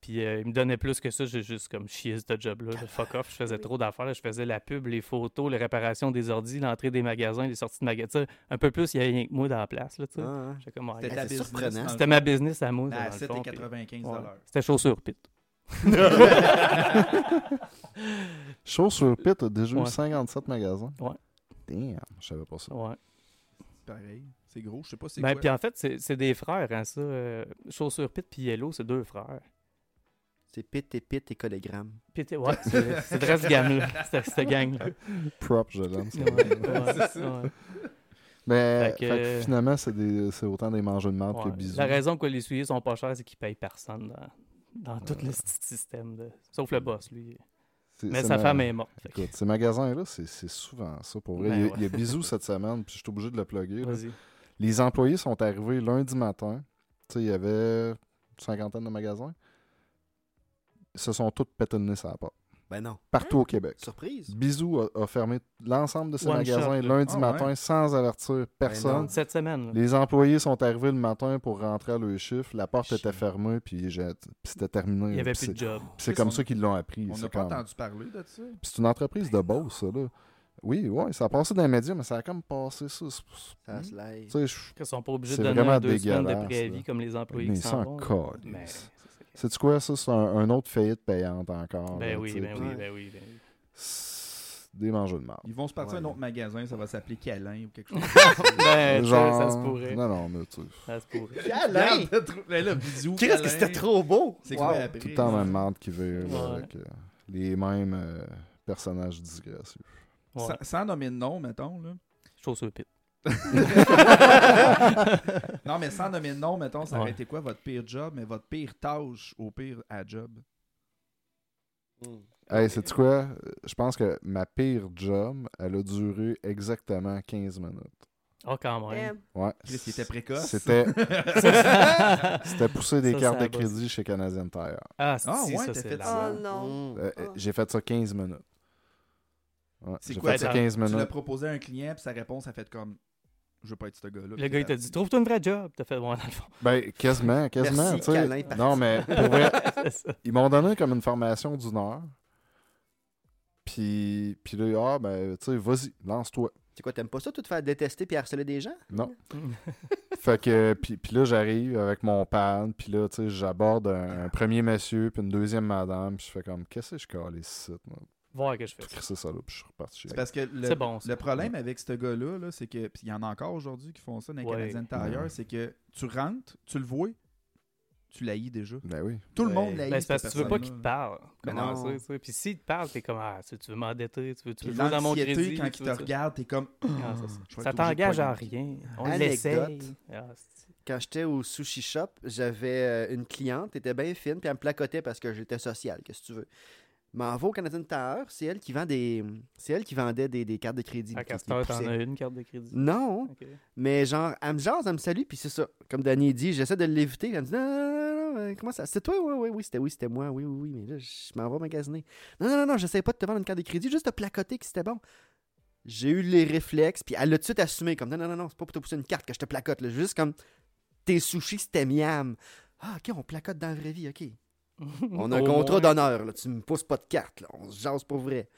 B: Puis euh, il me donnait plus que ça, j'ai juste comme chié ce job-là. là. Fuck off, je faisais
E: Oui.
B: trop d'affaires. là. Je faisais la pub, les photos, les réparations des ordi, l'entrée des magasins, les sorties de magasins. Un peu plus, il y avait rien que moi dans la place. Là, tu sais.
C: Ah, ah.
B: J'étais comme, ouais,
C: C'était
D: ta
C: c'est
D: business,
C: surprenant.
D: dans le
B: C'était
D: fond.
B: ma business à moi.
D: Ben,
B: ça,
D: à
B: dans le fond, puis-
D: 7,95
B: Ouais.
D: dollars.
B: C'était chaussure, pit.
F: Chaud sur Pit a déjà
B: Ouais.
F: eu 57 magasins.
B: Ouais.
F: Damn, je savais pas ça.
B: Ouais.
D: Pareil. C'est gros, je sais pas c'est
B: Ben,
D: quoi.
B: puis en fait, c'est c'est des frères, hein, ça. euh, Chaussure Pit puis Yellow, c'est deux frères.
C: C'est pit et pit et collégramme.
B: Puis t'es- ouais, c'est c'est vrai, ce gang-là. C'est- Cette gang-là.
F: Prop, je l'aime. ça.
B: Ouais, ouais, ouais.
F: Mais
B: Fait que- euh,
F: fait que finalement, c'est des- c'est autant des mangeurs de marde que
B: Ouais.
F: Ah, bisous.
B: La raison pour laquelle les souliers sont pas chers, c'est qu'ils payent personne dans, dans tout le petit système. de- Sauf le boss, lui.
F: C'est-
B: Mais
F: c'est
B: sa
F: ma-
B: femme est morte. fait que-
F: Écoute, ces magasins-là, c'est c'est souvent ça. Pour vrai,
B: Ben
F: il, y a,
B: ouais.
F: il y a bisous cette semaine, puis je suis obligé de le plugger. là.
B: Vas-y.
F: Les employés sont arrivés lundi matin. Tu sais, il y avait une cinquantaine de magasins. Ils se sont tous pétés le nez sur la porte.
C: Ben non.
D: Hein?
F: partout au Québec.
C: Surprise.
B: Mm.
F: Bisous a, a fermé l'ensemble de ses
B: One
F: magasins
B: shot, là.
F: lundi
D: Ah,
F: matin
D: ouais. Ben
F: sans avertir personne.
C: non.
B: Cette semaine, là.
F: Les employés sont arrivés le matin pour rentrer à leur chiffre. La porte était
D: Chien.
F: fermée, puis, j'ai- puis c'était terminé.
B: il n'y avait
F: Puis
B: plus de
F: c'est-
B: job.
F: puis C'est comme
D: On-
F: ça qu'ils l'ont appris.
D: On
F: C'est
D: n'a pas
F: comme-
D: entendu Ben parler de ça.
F: puis C'est une entreprise de boss, ça, là. Oui, ouais, ça a passé dans les médias, mais ça a comme passé ça. C'est-
C: Ça
F: Hmm.
C: se
F: Tu
C: lève.
F: sais, je-
B: Ils sont pas obligés
F: C'est
B: de donner
F: vraiment
B: un deux semaines de
F: dégueulasse,
B: préavis
F: là.
B: comme les employés
F: mais
B: qui s'en
F: ça
B: vont. là.
F: encore.
B: Mais
F: Sais-tu quoi, ça? C'est un, un autre faillite payante encore.
B: Ben
F: là, tu
B: oui,
F: sais,
B: ben
F: puis
B: oui,
C: ouais.
B: ben oui, ben oui.
F: c'est Des mangeux de marde.
D: Ils vont se partir à un
C: Ouais.
D: autre magasin, ça va s'appeler Calin ou quelque chose.
B: Ben, tu sais, ça se pourrait.
F: Non, non, mais tu sais,
B: Ça se pourrait.
C: Alain!
D: Regarde, trou- là, là, bisous.
C: Qu'est-ce que
D: Alain.
C: c'était trop beau!
D: C'est
C: Wow.
D: quoi après?
F: tout le temps même marde qui veut,
B: Ouais.
F: avec euh, les mêmes euh, personnages disgracieux.
B: Ouais.
D: Sans, sans nommer de nom, mettons. Là.
B: Chose au pit.
D: non, mais sans nommer de nom, mettons, ça aurait
B: Ouais.
D: été quoi votre pire job, mais votre pire tâche au pire à job? Ah
F: Hey, c'est quoi? Je pense que ma pire job, elle a duré exactement 15 minutes.
B: Oh, quand même.
F: Ouais.
D: Chris, il était précoce.
F: C'était
D: Euh.
B: ah,
F: c'était pousser des
B: Ça,
F: cartes
B: ça
F: de
B: bosse.
F: crédit chez Canadian Tire.
D: Ah,
B: si,
D: ouais,
B: ça,
D: t'as
B: c'est
D: fait
B: la
E: Oh
D: ça.
B: merde.
E: non.
C: Mm.
F: Euh,
E: Ah.
F: J'ai fait ça 15 minutes. Ouais,
D: C'est
F: J'ai
D: quoi,
F: fait ça
B: t'as-
F: 15
D: Tu l'as
F: minutes.
D: proposé à un client, puis sa réponse a fait comme Je veux pas être ce gars-là.
B: Le gars, il t'a dit Trouve-toi une vraie job. T'as fait Bon, dans le fond.
F: Ben, quasiment, quasiment.
C: Merci,
F: tu sais.
C: câlin, parti.
F: non, mais pour vrai,
B: C'est ça.
F: ils m'ont donné comme une formation d'une heure. Puis, puis là, ah, ben, tu sais, vas-y, lance-toi.
C: C'est quoi, t'aimes pas ça, tout te faire détester puis harceler des gens?
F: Non. Fait que, puis, puis là, j'arrive avec mon pad, puis là, tu sais, j'aborde un, un premier monsieur, puis une deuxième madame, puis je fais comme, qu'est-ce que je cale ici, moi?
B: Voir que je fais
F: Puis
B: ça.
F: crisser ça là, puis je suis reparti chez
D: C'est parce que le,
B: C'est bon, ça.
D: le problème avec ce gars-là, là, c'est que. Puis il y en a encore aujourd'hui qui font ça dans les
B: Ouais.
D: Canadiens Tire,
F: Ouais.
D: c'est que tu rentres, tu le vois, tu l'haïs déjà.
F: Ben oui.
D: Tout le
C: Ouais.
D: monde l'haït.
B: Ben, c'est parce que
D: cette
B: tu veux pas qu'il
D: personne-là,
B: te parle.
D: là. Ben
B: Comment
C: non.
B: ça, tu sais. Puis s'il te parle, t'es comme Ah, tu tu veux m'endetter, tu veux, tu veux
D: Puis
B: jouer dans mon
D: l'anxiété,
B: crédit. tu
D: quand il te
B: veux ça.
D: regarde, t'es comme
B: Ah, ça, ça.
D: Je vais
B: Ça
D: être obligé de
B: t'engage
D: pogner.
B: à rien. On
C: Anecdote.
B: l'essaye. Ah, c'est-
C: Quand j'étais au sushi shop, j'avais euh, une cliente, était bien fine, puis elle me placotait parce que j'étais social, qu'est-ce que tu veux. Mais en va au Canadian Tower, c'est elle qui vend des. C'est elle qui vendait des, des cartes de crédit.
B: À
C: puis qui
B: Ah, Castor, t'en
C: poussait.
B: as une carte de crédit.
C: Non,
B: Ok.
C: mais genre, elle me jase, elle me salue, puis c'est ça. Comme Danny dit, j'essaie de l'éviter, puis elle me dit non, non, non, non, euh, comment ça C'est toi, oui, oui, oui, c'était oui, c'était moi, oui, oui, oui, mais là, je m'en vais magasiner. Non, non, non, non, j'essaie pas de te vendre une carte de crédit, juste te placoter que c'était bon. J'ai eu les réflexes, puis elle l'a tout de suite assumé, comme non, non, non, non, c'est pas pour te pousser une carte que je te placote, là, juste comme tes sushis, c'était miam. Ah, ok, on placote dans la vraie vie, ok. On a un
B: Au moins.
C: contrat d'honneur, là, tu me pousses pas de carte, là, on se jase pour vrai.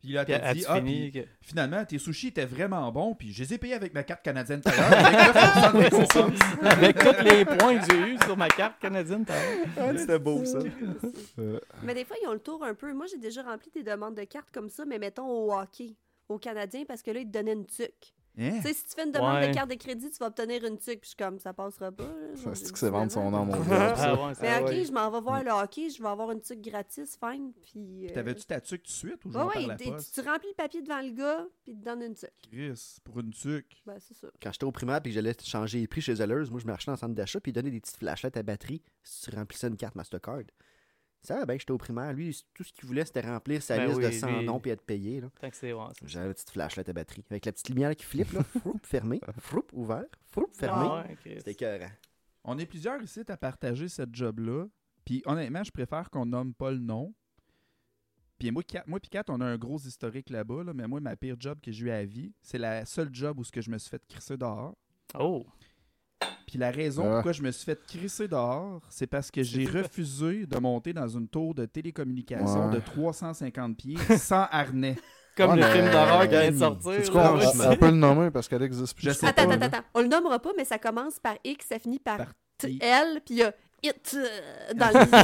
D: Puis là,
B: Puis
D: t'as
B: as-tu
D: dit, ah,
B: fini
D: puis
B: que-
D: finalement, tes sushis étaient vraiment bons, puis je les ai payés avec ma carte canadienne tout à l'heure, avec 9% de
B: Ouais, c'est ça.
D: récompense.
B: Avec tous les points que j'ai eus sur ma carte canadienne, t'as
C: c'était beau, ça.
F: Euh,
E: Mais des fois, ils ont le tour un peu. Moi, j'ai déjà rempli des demandes de cartes comme ça, mais mettons au hockey, au Canadien, parce que là, ils te donnaient une tuque.
D: Hein?
E: Tu sais, si tu fais une demande
B: Ouais.
E: de carte de crédit, tu vas obtenir une tuque. Puis je suis comme, ça passera pas. là.
F: Ça,
E: J'ai
F: c'est que c'est vendre son
E: 19 ans.
F: nom, mon
C: Ah,
F: gars. ça.
B: Ah ouais,
E: Mais
B: ça,
E: ok,
B: ouais.
E: je m'en vais
B: Mm.
E: voir le hockey, je vais avoir une tuque gratis, fine. Puis. euh,
D: Puis T'avais-tu ta tuque tout de suite ou je
E: Ouais,
D: m'en parle
E: ouais,
D: à
E: t'es-
D: poste?
E: tu tu remplis le papier devant le gars, puis il te donne une tuque.
D: Chris, pour une tuque.
E: Ben, c'est ça.
C: quand j'étais au primaire puis que j'allais changer les prix chez Zellers, moi je marchais dans le centre d'achat puis ils donnaient des petites flashlights à batterie si tu remplissais une carte Mastercard. Ça va bien que j'étais au primaire. Lui, tout ce qu'il voulait, c'était remplir sa
B: Ben
C: liste de
B: oui,
C: 100
B: lui-
C: noms puis être payé. là.
B: Tant que c'est ouais, c'est-
C: J'avais la petite flashlight à batterie. Avec la petite lumière qui flippe, là, froup, fermé, froup, ouvert, froup, fermé.
B: Ah ouais, Chris.
C: C'était écœurant.
D: On est plusieurs ici à partager cette job-là. Puis honnêtement, je préfère qu'on nomme pas le nom. Puis moi, Kat- moi puis Kat, on a un gros historique là-bas, là, mais moi, ma pire job que j'ai eu à vie, c'est la seule job où ce que je me suis fait crisser dehors.
B: Oh,
D: Puis la raison
F: Ah.
D: pourquoi je me suis fait crisser dehors, c'est parce que j'ai refusé de monter dans une tour de télécommunication
F: Ouais.
D: de 350 pieds sans harnais.
B: comme
F: Ouais,
B: le
F: mais-
B: film d'horreur qui vient de sortir. Ah,
F: C'est
B: là,
F: quoi,
B: ouais,
F: on, on peut le nommer parce qu'elle existe plus.
D: Je sais
F: crois
E: Attends,
F: pas,
E: attends,
F: là.
E: attends. On le nommera pas, mais ça commence par X, ça finit par,
D: Par
E: T-
D: I.
E: L, puis il y a IT euh, dans le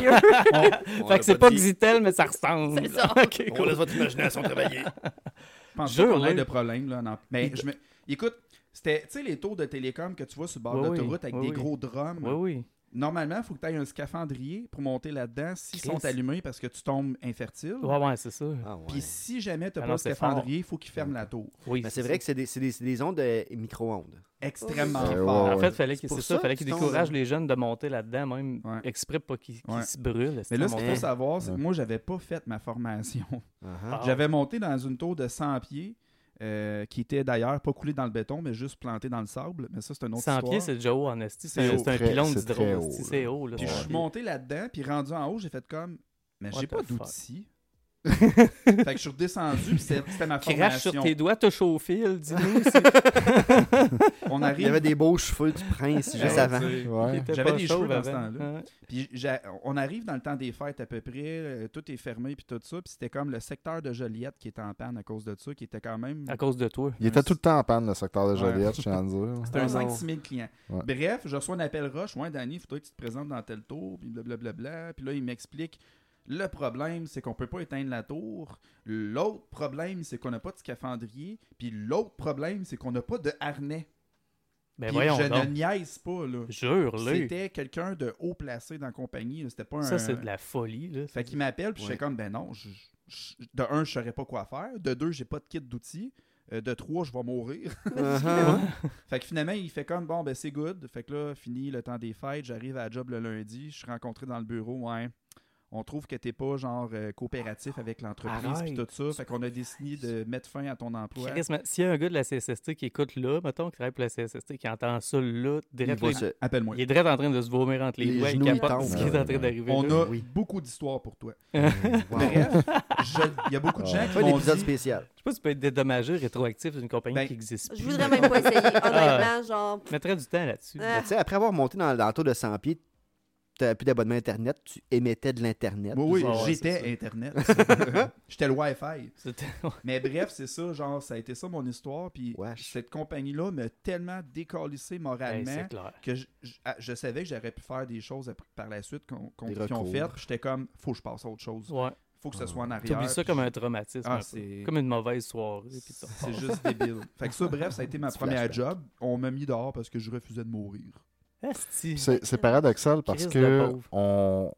E: milieu.
B: Fait que c'est pas Xitel, mais ça ressemble.
E: C'est ça.
B: Ok, cool.
C: laisse votre imagination travailler.
D: Je pense
B: Jure,
D: pas qu'on
B: là.
D: ait de problème. Là, non. Mais je me... Écoute, c'était, tu sais, les tours de télécom que tu vois sur le bord
B: Oui,
D: de
B: oui.
D: l'autoroute avec
B: Oui,
D: des
B: oui.
D: gros drums.
B: Oui, oui.
D: Normalement, il faut que tu ailles un scaphandrier pour monter là-dedans s'ils
B: Chris.
D: sont allumés parce que tu tombes infertile.
B: Ouais, ouais, c'est ça.
C: Ah ouais.
D: Puis si jamais
B: Ah
D: tu n'as
B: non,
D: pas le
B: c'est
D: scaphandrier, il faut qu'ils ferment la tour.
B: Oui.
C: Mais c'est vrai que c'est des, c'est des- c'est des ondes euh, micro-ondes.
D: Extrêmement
F: Ouais,
D: fort.
B: En
F: ouais.
B: fait, fallait qu'il
C: pour
B: c'est
C: ça
B: ça, fallait
C: que
B: qu'il
C: tu tombes
B: décourage les jeunes de monter là-dedans, même
D: Ouais.
B: exprès pour qu'ils qu'ils
D: Ouais.
B: se brûlent.
D: Mais là, ce qu'il
C: Ouais.
D: faut savoir, c'est que
F: Ouais.
D: moi, j'avais pas fait ma formation.
C: Ah,
B: Ah.
D: J'avais monté dans une tour de 100 pieds, euh, qui était d'ailleurs pas coulée dans le béton, mais juste plantée dans le sable. Mais ça, c'est une autre
B: 100
D: histoire.
B: pieds, c'est déjà haut en esti. C'est
D: C'est
B: un,
D: haut.
B: c'est un
F: Très-
B: pylône
F: c'est très
B: d'hydro.
F: haut,
B: esti,
F: là.
B: C'est haut. là,
D: Puis je
B: cent
D: suis
B: pieds.
D: monté là-dedans, puis rendu en haut, j'ai fait comme... Mais
B: What
D: j'ai pas
B: the fuck?
D: d'outils. fait que je suis redescendu, puis c'était c'était ma
B: Crache sur
D: formation.
B: tes doigts, touche au fil, dis-nous. c'est-
D: On
C: Il y
D: arrive,
C: avait des beaux cheveux du prince juste
B: Ouais,
C: avant.
B: tu sais,
F: Ouais.
B: il était
D: J'avais
B: pas
D: des cheveux
B: chauve
D: dans ce
B: avant.
D: temps-là.
B: Ouais.
D: puis j'a- on arrive dans le temps des fêtes à peu près, euh, tout est fermé, puis tout ça, puis c'était comme le secteur de Joliette qui était en panne à cause de ça, qui était quand même...
B: À cause de toi.
F: Il était tout le temps en panne, le secteur de
D: Ouais.
F: Joliette, je tiens à le dire.
D: C'était un
C: Ah non.
D: 5-6 000 clients.
F: Ouais.
D: Bref, je reçois un appel rush. Ouais, Danny, il faudrait que tu te présentes dans tel tour, puis blablabla. Puis là, il m'explique le problème, c'est qu'on peut pas éteindre la tour. L'autre problème, c'est qu'on n'a pas de scaphandrier. Puis l'autre problème, c'est qu'on n'a pas de harnais.
B: Ben
D: Puis
B: voyons
D: je ne
B: donc.
D: niaise pas, là.
B: Jure-le.
D: C'était quelqu'un de haut placé dans la compagnie. là. C'était pas un.
B: Ça, c'est de la folie. Là.
D: Fait qu'il m'appelle, puis je
C: Ouais.
D: fais comme, ben non, je- je- de un, je saurais pas quoi faire. De deux, j'ai pas de kit d'outils. Euh, de trois, je vais mourir.
C: Uh-huh.
D: Fait que finalement, il fait comme bon, ben c'est good. Fait que là, fini le temps des fêtes, j'arrive à la job le lundi, je suis rencontré dans le bureau, ouais. On trouve que t'es pas genre euh, coopératif avec l'entreprise puis tout
B: Arrête.
D: ça. Fait qu'on a décidé de mettre fin à ton emploi.
B: Chris, mais S'il y a un gars de la CSST qui écoute là, mettons, qui travaille pour la CSST, qui entend ça là, direct,
C: Il
B: les-
C: va se-
D: Appelle-moi.
B: il est direct en train de se vomir entre les,
C: Les
B: doigts, il
C: genoux, ils
B: capote
C: tombent.
B: ce qui est en train d'arriver.
D: On
B: là.
D: a
C: Oui.
D: beaucoup d'histoires pour toi.
C: Wow.
D: Bref, je- il y
B: Ah.
D: a beaucoup de gens qui
C: Pas un
D: m'ont
C: épisode
D: dit...
C: spécial.
B: Je sais pas si tu peux être dédommagé rétroactif d'une compagnie
D: Ben,
B: qui existe plus.
E: Je voudrais même pas essayer, honnêtement, genre...
B: Je mettrais du temps là-dessus.
E: Ah.
C: Tu sais, après avoir monté dans, dans le tour de 100 pieds, tu plus d'abonnement Internet, tu émettais de l'Internet.
D: Oui, oui,
B: Ah ouais, c'est
D: j'étais
B: ça.
D: Internet. j'étais le Wi-Fi.
B: C'était-
D: Mais bref, c'est ça, genre, ça a été ça mon histoire. Puis
C: Wesh.
D: cette compagnie-là m'a tellement décalissé
B: Hey,
D: moralement.
B: c'est clair.
D: que je, je- ah, je savais que j'aurais pu faire des choses après- par la suite qu'on qu'on
C: Des
D: qu'ils ont
C: recours. Ah.
D: faites. puis J'étais comme, faut que je passe à autre chose.
B: Ouais.
D: Faut que ce soit en arrière.
B: T'oublies ça
D: puis
B: comme un traumatisme.
D: Ah,
B: un peu.
D: c'est-
B: Comme une mauvaise soirée. puis
D: je-
B: ça.
D: C'est juste débile. Fait que ça, bref, ça a été ma
C: Petit
D: première
C: flashback.
D: job. On m'a mis dehors parce que je refusais de mourir.
B: Asti.
F: C'est c'est paradoxal parce
B: Crise
F: que
B: de pauvre.
F: on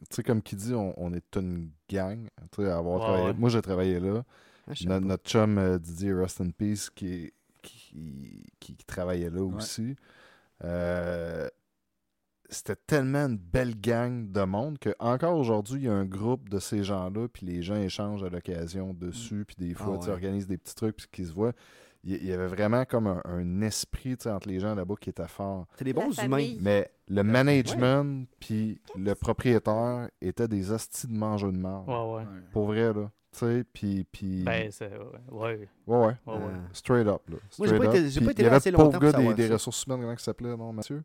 F: tu sais comme qui dit on, on est une gang tu sais à avoir
B: Ouais,
F: travaillé-
B: ouais.
F: moi j'ai travaillé là
C: Ah, je sais
F: No-
C: pas.
F: notre chum euh, Didier Rest in Peace qui est- qui, qui- qui travaillait là
D: Ouais.
F: aussi euh, c'était tellement une belle gang de monde que encore aujourd'hui il y a un groupe de ces gens-là puis les gens échangent à l'occasion dessus puis des
C: Ah
F: fois tu
C: ouais.
F: organises des petits trucs puis qu'ils se voient il il y avait vraiment comme un, un esprit tu sais, entre les gens là-bas qui était fort
C: C'est des bons
E: La
C: humains.
E: famille.
F: mais le management puis le propriétaire étaient des hosties de mangeux de marde.
B: Ouais, ouais.
D: Ouais.
F: Pour vrai, là. Tu sais, puis... puis-
B: Ben, c'est. Ouais, ouais.
F: ouais, ouais.
B: ouais, Ah ouais.
C: Euh,
F: Straight up, là.
C: Moi, j'ai
F: Straight
C: pas
F: up.
C: été- j'ai
F: Puis
C: pas été
F: il y
C: là
F: avait
C: assez
F: le
C: longtemps
F: pauvre
C: pour
F: gars des,
C: savoir
F: des
C: ça.
F: ressources humaines, comment il s'appelait, non, Mathieu?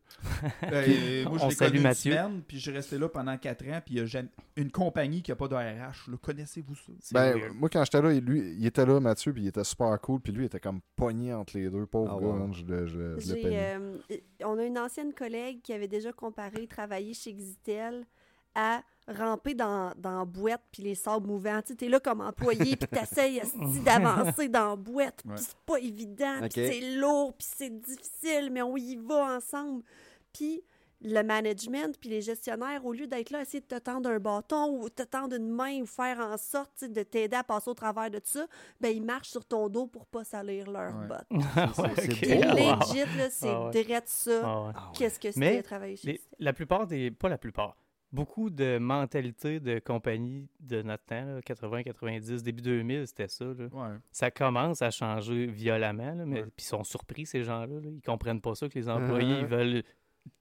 D: Euh, moi, je
B: On
D: l'ai
B: salue
D: connu une
B: Mathieu.
D: semaine, puis je resté là pendant 4 ans, puis il y a jamais- une compagnie qui n'a pas de RH. là. Connaissez-vous ça?
B: C'est
F: Ben,
B: weird.
F: moi, quand j'étais là, il- lui, il était là, Mathieu, puis il était super cool, puis lui, il était comme pogné entre les deux, pauvre
C: Ah
F: gars,
C: ouais.
F: man, je le, je, le- je le
E: J'ai,
F: peignais.
E: euh, on a une ancienne collègue qui avait déjà comparé travailler chez Xitel à ramper dans, dans la boîte puis les sables mouvants. Tu sais, t'es là comme employé puis t'essayes esti, d'avancer dans la boîte
D: Ouais.
E: puis c'est pas évident puis
C: Ok.
E: c'est lourd puis c'est difficile mais on y va ensemble. Puis le management puis les gestionnaires, au lieu d'être là à essayer de te tendre un bâton ou te tendre une main ou faire en sorte tu sais, de t'aider à passer au travers de ça, ben ils marchent sur ton dos pour pas salir leur
D: Ouais.
E: botte.
B: Ah, ouais,
C: c'est-
B: ok.
C: c'est
E: Puis
C: beau. hein.
B: Wow.
E: legit, là, c'est
B: Ah ouais.
E: direct ça.
B: Ah, ouais.
C: Ah ouais.
E: Qu'est-ce que
B: Mais
E: c'était travailler chez
B: Les- la plupart des. Pas la plupart. Beaucoup de mentalités de compagnies de notre temps, là, 80, 90, début 2000, c'était ça. là.
D: Ouais.
B: Ça commence à changer violemment, là, mais
D: Ouais.
B: puis ils sont surpris, ces gens-là. là. Ils comprennent pas ça, que les employés,
C: Uh-huh.
B: ils veulent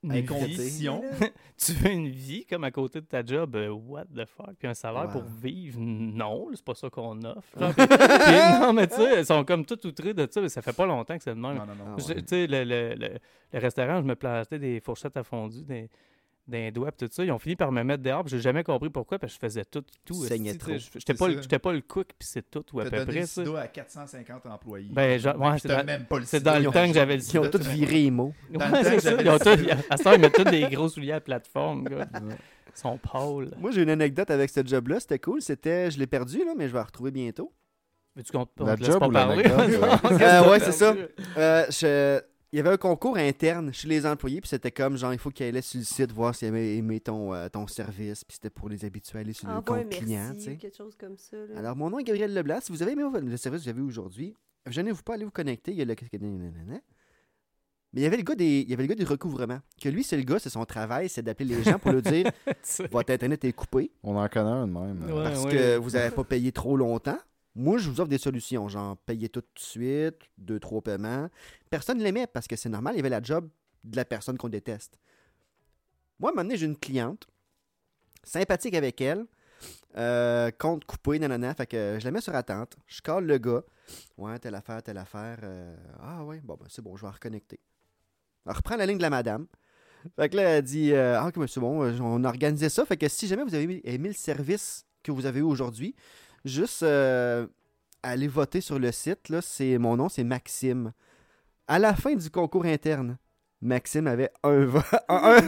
B: une
D: Hey,
B: vie.
C: tu sais.
D: Condition.
B: Tu veux une vie comme à côté de ta job, euh, what the fuck? Puis un salaire
C: Wow.
B: pour vivre, non, là, c'est pas ça qu'on offre. Genre, puis- puis non, mais tu sais, ils sont comme tout outrés de ça, mais ça fait pas longtemps que c'est le même.
D: Non, non, non.
C: Ah,
B: Je-
C: ouais.
B: Tu sais, le, le- le- le restaurant, je me plantais des fourchettes à fondue, des, des doigts, pis tout ça. Ils ont fini par me mettre dehors, pis j'ai jamais compris pourquoi, parce que je faisais tout, tout.
C: Tu saignais
B: esti, tu sais,
C: trop.
B: je- J'étais
D: C'est
B: pas,
D: ça.
B: le- j'étais pas le cook, puis c'est tout, ou à
D: T'as
B: peu
D: donné
B: près.
D: le
B: ça.
D: sida à 450 employés.
B: Ben, genre, ouais,
D: Puis
B: c'est
D: t'as
B: dans,
D: même pas le
B: c'est
D: sida.
B: dans le temps que j'avais le
C: Ils ont tous viré les mots.
B: Ouais,
D: Dans le temps
B: c'est
D: que
B: ça,
D: j'avais
B: ils ont
D: le
B: tous-
D: sida.
B: à ce temps, ils mettent tous des gros souliers à plateforme, gars. Ils sont pâles.
C: Moi, j'ai une anecdote avec ce job-là. C'était cool. C'était, je l'ai perdu, là, mais je vais la retrouver bientôt.
B: Mais tu comptes pas,
F: La
B: on te laisse
F: job
B: pas
F: ou
B: parler.
F: l'anecdote, ouais.
B: Qu'est-ce que
C: Euh, ouais,
B: t'as
C: c'est ça.
B: perdu?
C: Euh, je- Il y avait un concours interne chez les employés, puis c'était comme genre, il faut qu'ils aillent sur le site voir s'ils aimaient, aimaient ton, euh, ton service, puis c'était pour les habituer à aller sur le
E: Envoie un
C: compte
E: Ah merci
C: client. tu
E: ou
C: sais.
E: quelque chose comme ça. là.
C: Euh. Alors, mon nom est Gabriel Leblanc. Si vous avez aimé votre- le service que vous avez aujourd'hui, gênez-vous pas, allez vous connecter. Il y a le... Mais il y avait le gars des, il y avait le gars du recouvrement. Que lui, c'est le gars, c'est son travail, c'est d'appeler les gens pour leur dire
B: Tu sais.
C: votre internet est coupé
F: On en connaît un de même. euh,
B: Ouais.
C: parce que vous n'avez pas payé trop longtemps. Moi, je vous offre des solutions, genre payer tout de suite, deux, trois paiements. Personne ne l'aimait parce que c'est normal, il y avait la job de la personne qu'on déteste. Moi, à un moment donné, j'ai une cliente, sympathique avec elle. Euh, compte coupé, nanana. Fait que je la mets sur attente. Je colle le gars. Ouais, telle affaire, telle affaire. euh, ah ouais, bon, ben, c'est bon, je vais la reconnecter. Elle reprend la ligne de la madame. Fait que là, elle dit euh, Ah, ok, ben, c'est bon, euh, on a organisé ça. Fait que si jamais vous avez aimé le service que vous avez eu aujourd'hui, juste euh, allez voter sur le site. Là, c'est, mon nom, c'est Maxime. À la fin du concours interne, Maxime avait un, vo- un,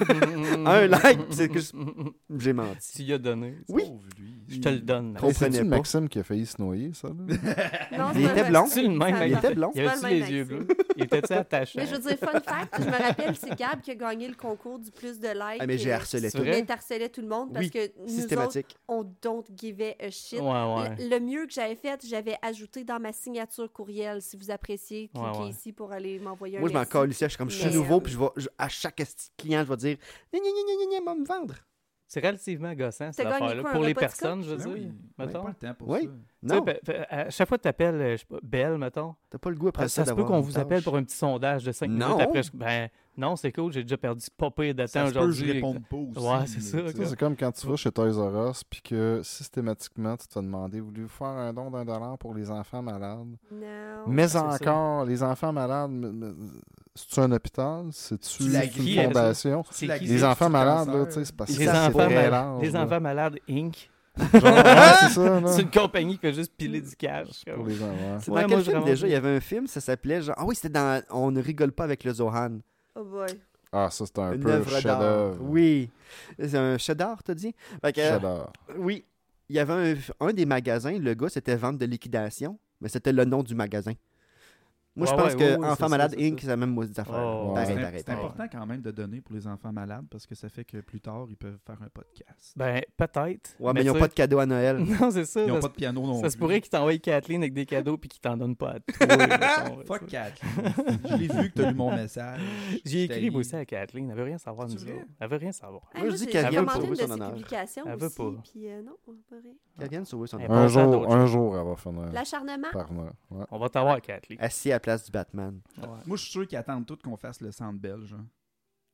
C: un like. C'est que j'ai menti.
B: Tu y as donné.
C: Oui.
D: Pauvre lui.
B: Je te le donne.
C: Trop-
B: Max.
F: Et C'est-tu
C: comprenait pas.
F: Maxime qui a failli se noyer, ça? là?
E: Non,
C: Il
E: c'est
C: était
E: pas
C: blond.
E: Maxime,
B: C'est le même,
E: ça
C: Il
E: marche.
C: était blond.
B: Il avait-tu
E: pas le
B: les
E: même
B: yeux
E: accent.
B: bleus? Il était-tu attaché?
E: Mais je veux dire, fun fact, je me rappelle, c'est Gab qui a gagné le concours du plus de likes.
C: Ah, mais j'ai
E: euh,
C: harcelé
B: c'est
C: tout.
B: vrai?
E: Mais t'harcelais tout le monde parce
C: Oui,
E: que nous autres,
C: Systématique.
E: on don't give a shit.
B: Ouais, ouais.
E: Le, le mieux que j'avais fait, j'avais ajouté dans ma signature courriel. Si vous appréciez, cliquez
B: Ouais, ouais.
E: ici pour aller m'envoyer un
C: Moi, je m'en
E: merci.
C: colle ici. Je suis comme, je suis
E: Mais,
C: nouveau,
E: euh,
C: puis je vais, je- à chaque esti client, je vais dire, gna gna gna gna gna, va me vendre.
B: C'est relativement gossant, cette
E: T'as gagné
B: affaire-là.
E: quoi, un
B: Pour les
E: repas de
B: personnes, je
D: Ben
B: veux dire.
D: oui, on n'a
B: mettons.
D: pas le temps pour
C: Oui.
D: ça.
B: Tu sais,
C: Non,
B: pa- pa- à chaque fois que tu appelles, je sais pas, Belle, mettons,
C: t'as pas le goût après
B: ah,
C: ça.
B: ça se peut
C: d'avoir
B: qu'on
C: une
B: vous
C: tâche.
B: appelle pour un petit sondage de 5
C: Non.
B: minutes après. je- Ben, non, c'est cool, j'ai déjà perdu pas pire de
D: Ça
B: temps
D: se peut, je
B: aujourd'hui.
D: réponds pas aussi.
B: Ouais, c'est ça,
D: là, tu
F: Ça,
D: sais.
F: c'est comme quand tu vas chez Toys R Us puis que systématiquement, tu te fais demander voulez-vous faire un don d'un dollar pour les enfants malades
E: Non.
F: Mais
B: c'est ça.
F: encore, les enfants malades, me- me- c'est-tu un hôpital C'est-tu
D: Tu la
F: c'est
B: guilles,
F: une fondation
B: C'est
D: La
B: qui,
D: guise-
F: Les
B: c'est-
D: en-
F: enfants
D: du
F: malades,
D: cancer.
F: là, tu sais, c'est parce que
B: Les
F: ça, c'est
B: enfants
F: très
B: malades-
F: large,
B: les
F: là.
B: enfants malades Inc.
F: Genre, ouais, c'est
C: Ah
F: ça, là.
B: C'est une compagnie qui fait juste piler du cash.
F: Pour les gens, ouais.
C: C'est
B: Ouais,
C: dans
B: moi,
C: quel
B: je
C: film
B: vraiment-
C: déjà Il y avait un film, ça s'appelait genre. Ah oui, c'était dans On ne rigole pas avec le Zohan.
E: Oh boy.
F: Ah, ça, c'est un
C: Une
F: peu
C: œuvre d'art.
F: chef-d'œuvre.
C: Oui. C'est un chef-d'œuvre, t'as dit Fait que,
F: Chef-d'œuvre.
C: Oui. Il y avait un, un des magasins, le gars, c'était vente de liquidation, mais c'était le nom du magasin. Moi, je
B: Ouais,
C: pense
B: ouais,
C: que
B: ouais, ouais,
C: Enfant
B: c'est ça,
C: Malade
B: c'est
C: Inc.,
B: ça.
C: c'est la même maudite affaire.
B: Oh,
C: pareil,
D: C'est-
C: pareil,
D: C'est
C: pareil.
D: important quand même de donner pour les enfants malades parce que ça fait que plus tard, ils peuvent faire un podcast.
B: Ben, peut-être.
C: Ouais, mais ils n'ont
B: ça-
C: pas de cadeau à Noël.
B: Non, c'est ça.
D: Ils
B: Ça,
D: n'ont pas de piano non
B: se-
D: plus.
B: ça se pourrait qu'ils t'envoient Kathleen avec des cadeaux puis qu'ils t'en donnent pas à toi. mettons,
D: Fuck
B: ça.
D: Kathleen. Je l'ai vu que t'as lu mon message.
B: J'ai
D: Je
B: écrit
D: t'haïs.
B: moi aussi à Kathleen. Elle veut rien savoir,
D: C'est
B: nous
D: vrai?
B: autres. Elle veut rien savoir.
E: Ah,
C: Moi, je dis
E: j'ai-
C: qu'elle
E: j'ai
B: vient de
E: commandé une
C: sauver
E: de
C: son
E: ses
C: honneur.
E: publications
B: Elle veut
E: aussi,
B: pas.
E: puis euh, non, pas vrai.
C: Quelqu'un sauver son
B: Ouais.
C: nom.
B: Bon,
F: Un
B: ça,
F: jour,
B: d'autres
F: un jour, elle va
B: Euh,
F: finir
E: L'acharnement.
F: par là. Ouais.
B: On va t'avoir, Kathleen.
C: Assis à la place du Batman.
D: Moi, je suis sûr qu'ils attendent tous qu'on fasse le centre belge. hein.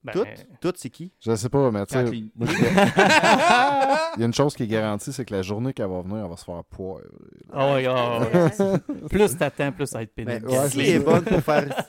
B: Ben,
C: Tout, tout, c'est qui
F: Je sais pas, mais tu sais,
D: Kathleen.
F: moi, je-
B: Ah
F: il y a une chose qui est garantie, c'est que la journée qu'elle va venir, elle va se faire poivre.
B: Ah ouais, ah ouais.
E: Euh,
B: Plus t'attends, plus ça va être
C: Mais
B: pénible.
F: Ben, ouais,
C: si
F: c'est
C: elle
B: Kathleen.
C: est
F: ça.
C: bonne pour faire.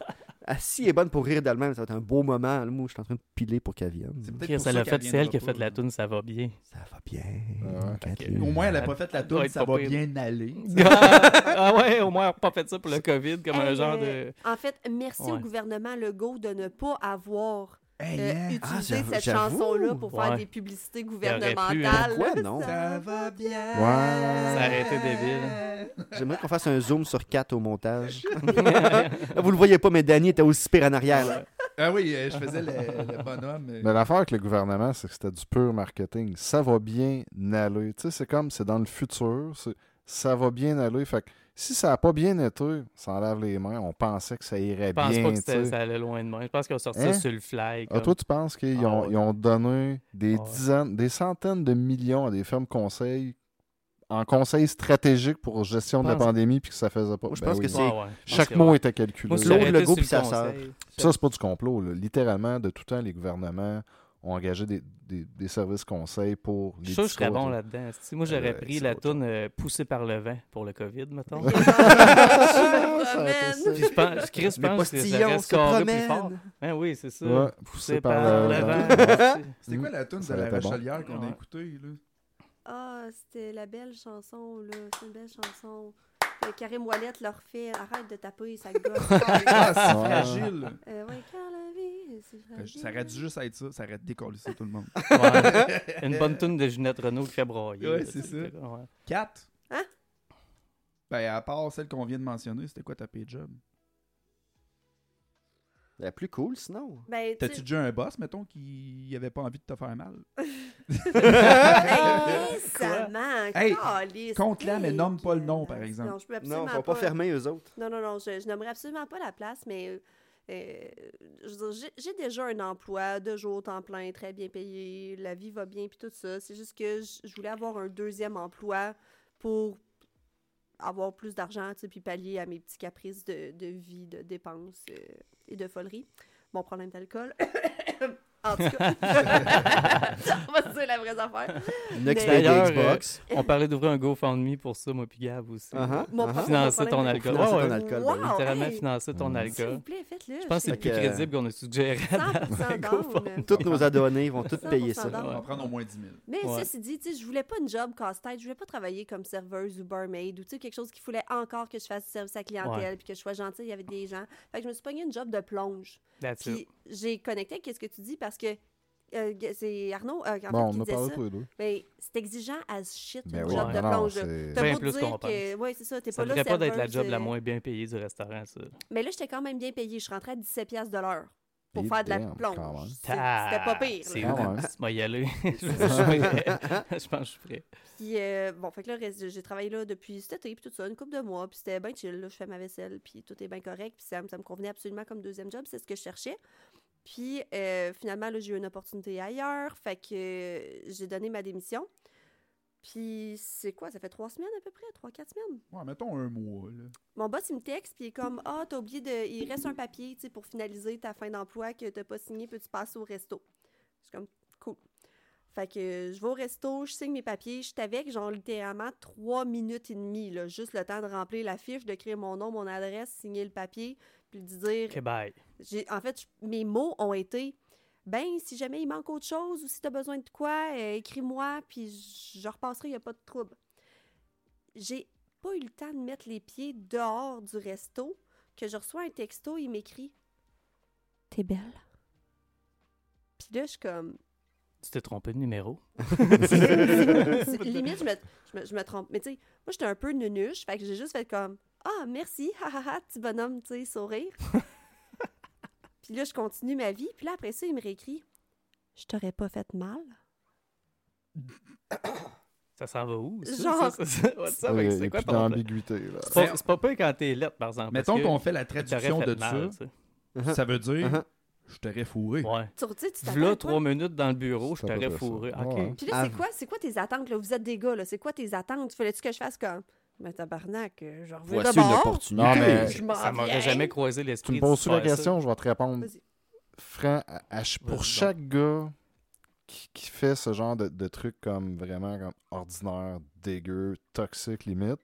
C: Ah, si elle est bonne pour rire d'elle-même, ça va être un beau moment. Là, moi, je suis en train de piler pour qu'elle vienne.
D: C'est peut-être
B: Chris,
D: pour ça
B: elle a
D: qu'elle
B: fait, c'est elle qui a
D: viendra
B: fait de la
D: pas,
B: toune, ça va bien.
C: Ça va bien.
F: Ah Ouais.
C: Kathleen.
D: Au moins, elle n'a pas fait la
B: doit
D: tour,
B: être
D: ça
B: pas
D: va
B: pire.
D: bien aller.
B: ah ah ouais, au moins, on n'a pas fait ça pour le COVID, comme un
E: Hey,
B: genre
E: euh,
B: de.
E: En fait, merci au
B: Ouais.
E: gouvernement Legault de ne pas avoir
D: Hey,
E: euh,
D: hein,
C: Ah,
E: utilisé
C: j'avoue-
E: cette
C: j'avoue.
E: chanson-là pour faire
B: Ouais.
E: des publicités
B: aurait pu, hein.
E: gouvernementales.
C: Pourquoi non?
D: Ça va bien.
F: Ouais.
B: Ça aurait été débile.
C: J'aimerais qu'on fasse un zoom sur 4 au montage. Vous le voyez pas, mais Danny était aussi pire en arrière. là.
D: Ah oui, euh, je faisais le, le bonhomme. euh,
F: Mais l'affaire avec le gouvernement, c'est que c'était du pur marketing. Ça va bien aller. Tu sais, c'est comme, c'est dans le futur. c'est- Ça va bien aller. Fait que si ça n'a pas bien été, ça enlève les mains. On pensait que ça irait
B: Je pense
F: bien.
B: pas que
F: tu
B: c'était-
F: sais.
B: ça allait loin de moi. Je pense qu'on sortit
F: Hein?
B: ça sur le fly.
F: Ah,
B: comme-
F: toi, tu penses qu'ils
B: Ah,
F: ont,
B: ouais.
F: ils ont donné des
B: Ah, ouais.
F: dizaines, des centaines de millions à des firmes conseils en conseils stratégiques pour gestion de la
B: Pense-
F: pandémie puis que ça faisait pas.
C: Moi, je
F: Ben
C: pense que
F: oui.
C: c'est-
B: Ouais, ouais. Je pense
F: Chaque
B: que
F: mot
B: ouais.
F: était calculé.
B: Moi,
C: est-
B: je l'aurais
C: Claude
B: été
C: Legault
B: sur
C: puis sa
B: le
C: sœur.
B: conseil.
F: Puis Ça, c'est pas du complot. là. Littéralement, de tout temps, les gouvernements ont engagé des, des- des services conseils pour
B: Je
F: les
B: suis sûr que je serais
F: discours,
B: bon
F: là.
B: là-dedans. Si moi,
F: Euh,
B: j'aurais pris
F: c'est
B: la
F: autre
B: toune euh, Poussée par le vent pour le COVID, mettons.
E: Ah, Je me
F: été Ah, ça.
E: promène.
B: Puis je pense, Chris, je
C: Mais
B: pense que
C: postillon
B: j'aurais
C: se
B: scoré plus fort.
C: promène.
B: Ben oui, c'est ça.
F: Ouais,
B: Poussée
F: poussé par, le vent.
B: vent.
D: C'était quoi la toune de
F: Ça
D: la
F: aurait été bon.
D: Rochelière qu'on a
B: Ouais.
D: écoutée? là?
E: Ah, c'était la belle chanson, là. C'est une belle chanson. Euh, Karim Ouellet leur fait Arrête de taper, ça gosse.
D: Ah, c'est
F: Ouais.
D: fragile.
E: Euh, ouais, car la vie, c'est fragile.
D: Ça aurait dû juste être ça. Ça aurait décollé ça, tout le monde.
B: Ouais. Une bonne toune de Ginette Renault qui fait broyer.
D: Ouais,
B: là,
D: c'est ça.
B: Ouais.
D: 4.
E: Hein?
D: Ben, à part celle qu'on vient de mentionner, c'était quoi ta pay job?
C: La plus cool, sinon.
E: Ben, tu
D: T'as-tu
E: sais,
D: déjà un boss, mettons, qui avait pas envie de te faire mal?
E: hey, récemment,
D: Hey,
E: calisse,
D: compte-la, mais
E: hey,
D: nomme pas le nom,
E: calisse.
D: par exemple.
E: Non, je peux absolument
C: Non, ils ne pas fermer eux autres.
E: Non, non, non, je, je nommerai absolument pas la place, mais euh, euh, je veux dire, j'ai- j'ai déjà un emploi, deux jours temps plein, très bien payé, la vie va bien, puis tout ça. C'est juste que je- je voulais avoir un deuxième emploi pour avoir plus d'argent, tu sais, puis pallier à mes petits caprices de, de vie, de dépenses euh, et de folerie. Mon problème d'alcool. En tout cas, on va se dire la vraie affaire.
C: Une expérience
B: D'ailleurs, euh,
C: Xbox.
B: On parlait d'ouvrir un GoFundMe pour ça, moi puis Gab aussi.
C: Uh-huh,
E: Mon
C: uh-huh.
E: prof-
B: Financer
E: mon
B: ton
E: problème-
B: alcool.
C: Financer
B: Ouais,
C: ton
B: ouais.
C: alcool, ben oui.
E: Wow,
B: Littéralement
E: hey,
B: financer ton
F: Mm.
E: S'il vous
B: alcool.
E: plaît, faites-le.
B: Je pense que c'est
C: Fait
B: plus
C: que-
B: crédible qu'on a suggéré d'aller à un
E: 100%
B: GoFundMe.
E: d'âme.
C: Toutes nos adonnées vont toutes
E: 100%
C: payer ça.
E: d'âme.
D: On va prendre au moins 10 000.
E: Mais
B: Ouais.
E: ceci dit, tu sais, je voulais pas une job casse-tête. Je voulais pas travailler comme serveuse ou barmaid ou tu sais, quelque chose qui voulait encore que je fasse du service à clientèle puis que je sois gentille. Il y avait des gens. Fait que je me suis pogné une job de plonge.
B: That's
E: Puis
B: it.
E: j'ai connecté avec ce que tu dis parce que euh, c'est Arnaud euh, en fait,
F: Bon,
E: qui
F: on a
E: disait
F: parlé
E: ça.
F: pour les deux.
E: Mais c'est exigeant as shit une
F: Ben oui,
E: job
B: Ouais.
E: de
F: non,
E: plonge.
F: c'est-
E: T'as
B: Bien
E: beau
B: plus
E: dire
B: qu'on
E: que ouais, c'est ça, t'es
B: Ça
E: pas là
B: devrait pas d'être la
E: serveuse,
B: job la
E: euh,
B: moins bien payée du restaurant, ça.
E: Mais là, j'étais quand même bien payée. Je rentrais à 17 pièces de l'heure pour
F: Et
E: faire de la
F: Eh damn, quand même.
E: plonge. C'est- C'était pas pire.
B: C'est
E: là.
F: Ah ouais.
B: ouf. Tu m'as y aller. je, je- je pense que je suis prêt.
E: Puis, euh, bon, fait que là, reste- j'ai travaillé là depuis cet été, puis tout ça, une couple de mois, puis c'était bien chill, là, je fais ma vaisselle, puis tout est bien correct, puis ça, me- ça me convenait absolument comme deuxième job, c'est ce que je cherchais. Puis, euh, finalement, là, j'ai eu une opportunité ailleurs, fait que euh, j'ai donné ma démission. Puis, c'est quoi, ça fait trois semaines à peu près, trois, quatre semaines?
D: Ouais, mettons un mois. Là.
E: Mon boss, il me texte, puis il est comme, ah, t'as oublié de... Il reste un papier, tu sais, pour finaliser ta fin d'emploi que t'as pas signé, peux-tu passer au resto? Je suis comme, cool. Fait que euh, je vais au resto, je signe mes papiers, je suis avec, genre, littéralement, trois minutes et demie, là, juste le temps de remplir la fiche, d'écrire mon nom, mon adresse, signer le papier, puis de dire...
B: OK, bye.
E: j'ai- En fait, je- mes mots ont été... Ben, si jamais il manque autre chose ou si t'as besoin de quoi, euh, écris-moi, puis je- je repasserai, il n'y a pas de trouble. J'ai pas eu le temps de mettre les pieds dehors du resto que je reçois un texto, il m'écrit.
A: T'es belle.
E: Puis là, je suis comme...
B: Tu t'es trompé de numéro.
E: C'est- limite, je me, je, me, je me trompe. Mais tu sais, moi, j'étais un peu nunuche. Fait que j'ai juste fait comme Ah, merci, ha ha ha, petit bonhomme, tu sais, sourire. puis là, je continue ma vie. Puis là, après ça, il me réécrit Je t'aurais pas fait mal.
B: Ça s'en va où? ça? Ça,
E: Genre-
B: ça, ça, what's up avec-
F: Il y a- il y
B: C'est
F: a
B: quoi
F: plus
B: ton plan?
F: d'ambiguïté. là.
B: C'est pas- C'est pas pire quand t'es lettre, par exemple. parce
D: Mettons
B: que
D: qu'on fait la
B: t'aurais fait
D: traduction de
B: mal, tu
D: ça. Ça veut dire,
C: Uh-huh.
D: je t'aurais fourré.
B: sais. Ouais.
E: Tu tu sais, tu t'attends à
B: V'là
E: quoi?
B: trois Ah. minutes dans le bureau, je
F: C'est à peu
B: t'aurais
F: près ça. Ah, hein?
B: fourré.
F: Ouais,
B: OK.
F: ouais.
E: Puis là, c'est
C: Av-
E: quoi, c'est quoi tes attentes? Là? Vous êtes des gars, là. C'est quoi tes attentes? Fallait-tu que je fasse comme Mais tabarnak, euh, je reviens de
C: Voici une
E: bord.
C: opportunité.
F: Non, mais-
E: Je m'en
B: Ah, Ça m'aurait
E: viens.
B: jamais croisé l'esprit.
F: Tu
B: de
F: me poses la
B: faire ça.
F: question, je vais te répondre.
E: Vas-y.
F: Franc, à- à ch-
B: Vas-y, donc.
F: pour chaque gars qui, qui fait ce genre de, de truc comme vraiment comme ordinaire, dégueu, toxique limite,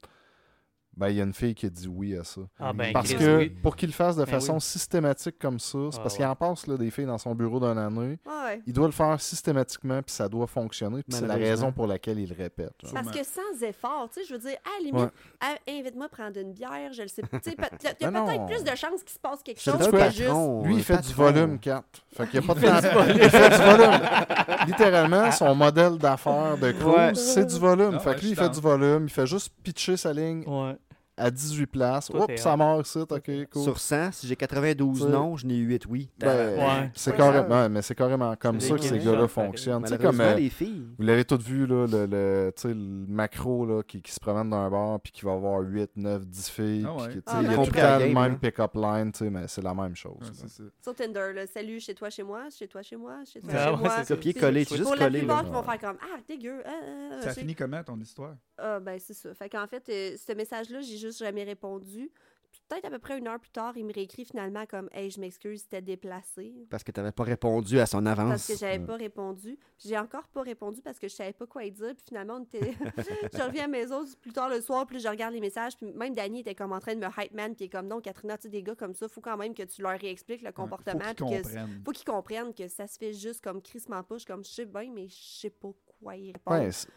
F: ben il y a une fille qui a dit oui à ça.
B: Ah ben,
F: Parce
B: Chris,
F: que
B: oui.
F: pour qu'il le fasse de
B: Ben
F: façon systématique comme ça, c'est
B: Ah
F: parce
B: ouais.
F: qu'il en passe là, des filles dans son bureau d'un année.
E: Ouais.
F: Il doit le faire systématiquement, puis ça doit fonctionner. puis C'est la
C: Malheureusement.
F: raison pour laquelle il le répète. genre.
E: Parce que sans effort, tu sais, je veux dire, à la limite,
F: Ouais.
E: ah, invite-moi à prendre une bière, je le sais. Tu sais, peut- t'as
F: Ah non.
E: peut-être plus de chances qu'il se passe quelque
C: C'est
E: chose
C: un
E: que juste.
C: patron.
F: Lui,
C: un
F: il fait du
C: Oh, patron.
F: volume 4. Fait qu'il n'y a pas de temps. Il fait du volume. Littéralement, son modèle d'affaires de cruise,
C: Ouais.
F: c'est du volume.
D: Ah
F: fait
D: ouais,
F: que
D: je
F: lui, il fait
D: suis
F: du volume. Il fait juste pitcher sa ligne
B: Ouais.
F: à 18 places.
B: Toi, t'es
F: Oups, ça
B: hot.
F: mord ici. OK, cool.
C: Sur 100, si j'ai 92
F: Ouais.
C: non, je n'ai 8 oui.
F: Ben,
B: Ouais.
F: C'est
C: Ouais.
F: carrément, ouais, mais c'est carrément comme
C: C'est
F: ça
C: des
F: que ces
C: guillemets.
F: gars-là fonctionnent. Tu sais,
C: Malheureusement,
F: comme, euh,
C: les filles.
F: vous l'avez tous vu, là, le, le, tu sais, le macro là, qui, qui se promène dans un bar puis qui va avoir 8, 9, 10 filles.
D: Ah
F: puis
D: ouais.
F: qui, tu sais,
E: Ah,
F: il y
E: mais
F: a
E: il
F: tout le
C: comprend la
F: temps le
C: game,
F: même
C: hein.
F: pick-up line, tu sais, mais c'est la même chose.
D: Ouais,
F: là.
D: c'est ça.
E: Sur Tinder, là, salut, chez toi, chez moi, chez toi, chez moi, chez toi,
B: Ah
E: chez
B: ouais,
E: moi.
B: c'est ça.
C: Copier-coller, c'est
B: Pour
C: juste
E: Pour la
C: coller.
E: plupart,
C: là.
E: ils vont faire comme Ah, dégueu. ah, ah, ah,
D: Ça
E: c'est-
D: finit comment ton histoire?
E: Ah, ben, c'est ça. Fait qu'en fait, euh, ce message-là, j'ai juste jamais répondu. Puis Peut-être à peu près une heure plus tard, il me réécrit finalement comme Hey, je m'excuse, c'était déplacé.
C: Parce que tu n'avais pas répondu à son
E: Parce
C: avance.
E: que j'avais pas répondu. Puis J'ai encore pas répondu parce que je savais pas quoi y dire. Puis finalement, on était... je reviens à la maison plus tard le soir, puis là, je regarde les messages. Puis même Danny était comme en train de me hype man, puis il est comme non, Katrina, tu sais, des gars comme ça, faut quand même que tu leur réexpliques le comportement.
D: Faut qu'ils
E: puis que-
D: comprennent.
E: faut qu'ils comprennent que ça se fait juste comme crissement pas. Je suis comme je sais bien, mais je sais pas quoi y répondre.
F: Ouais, c'est-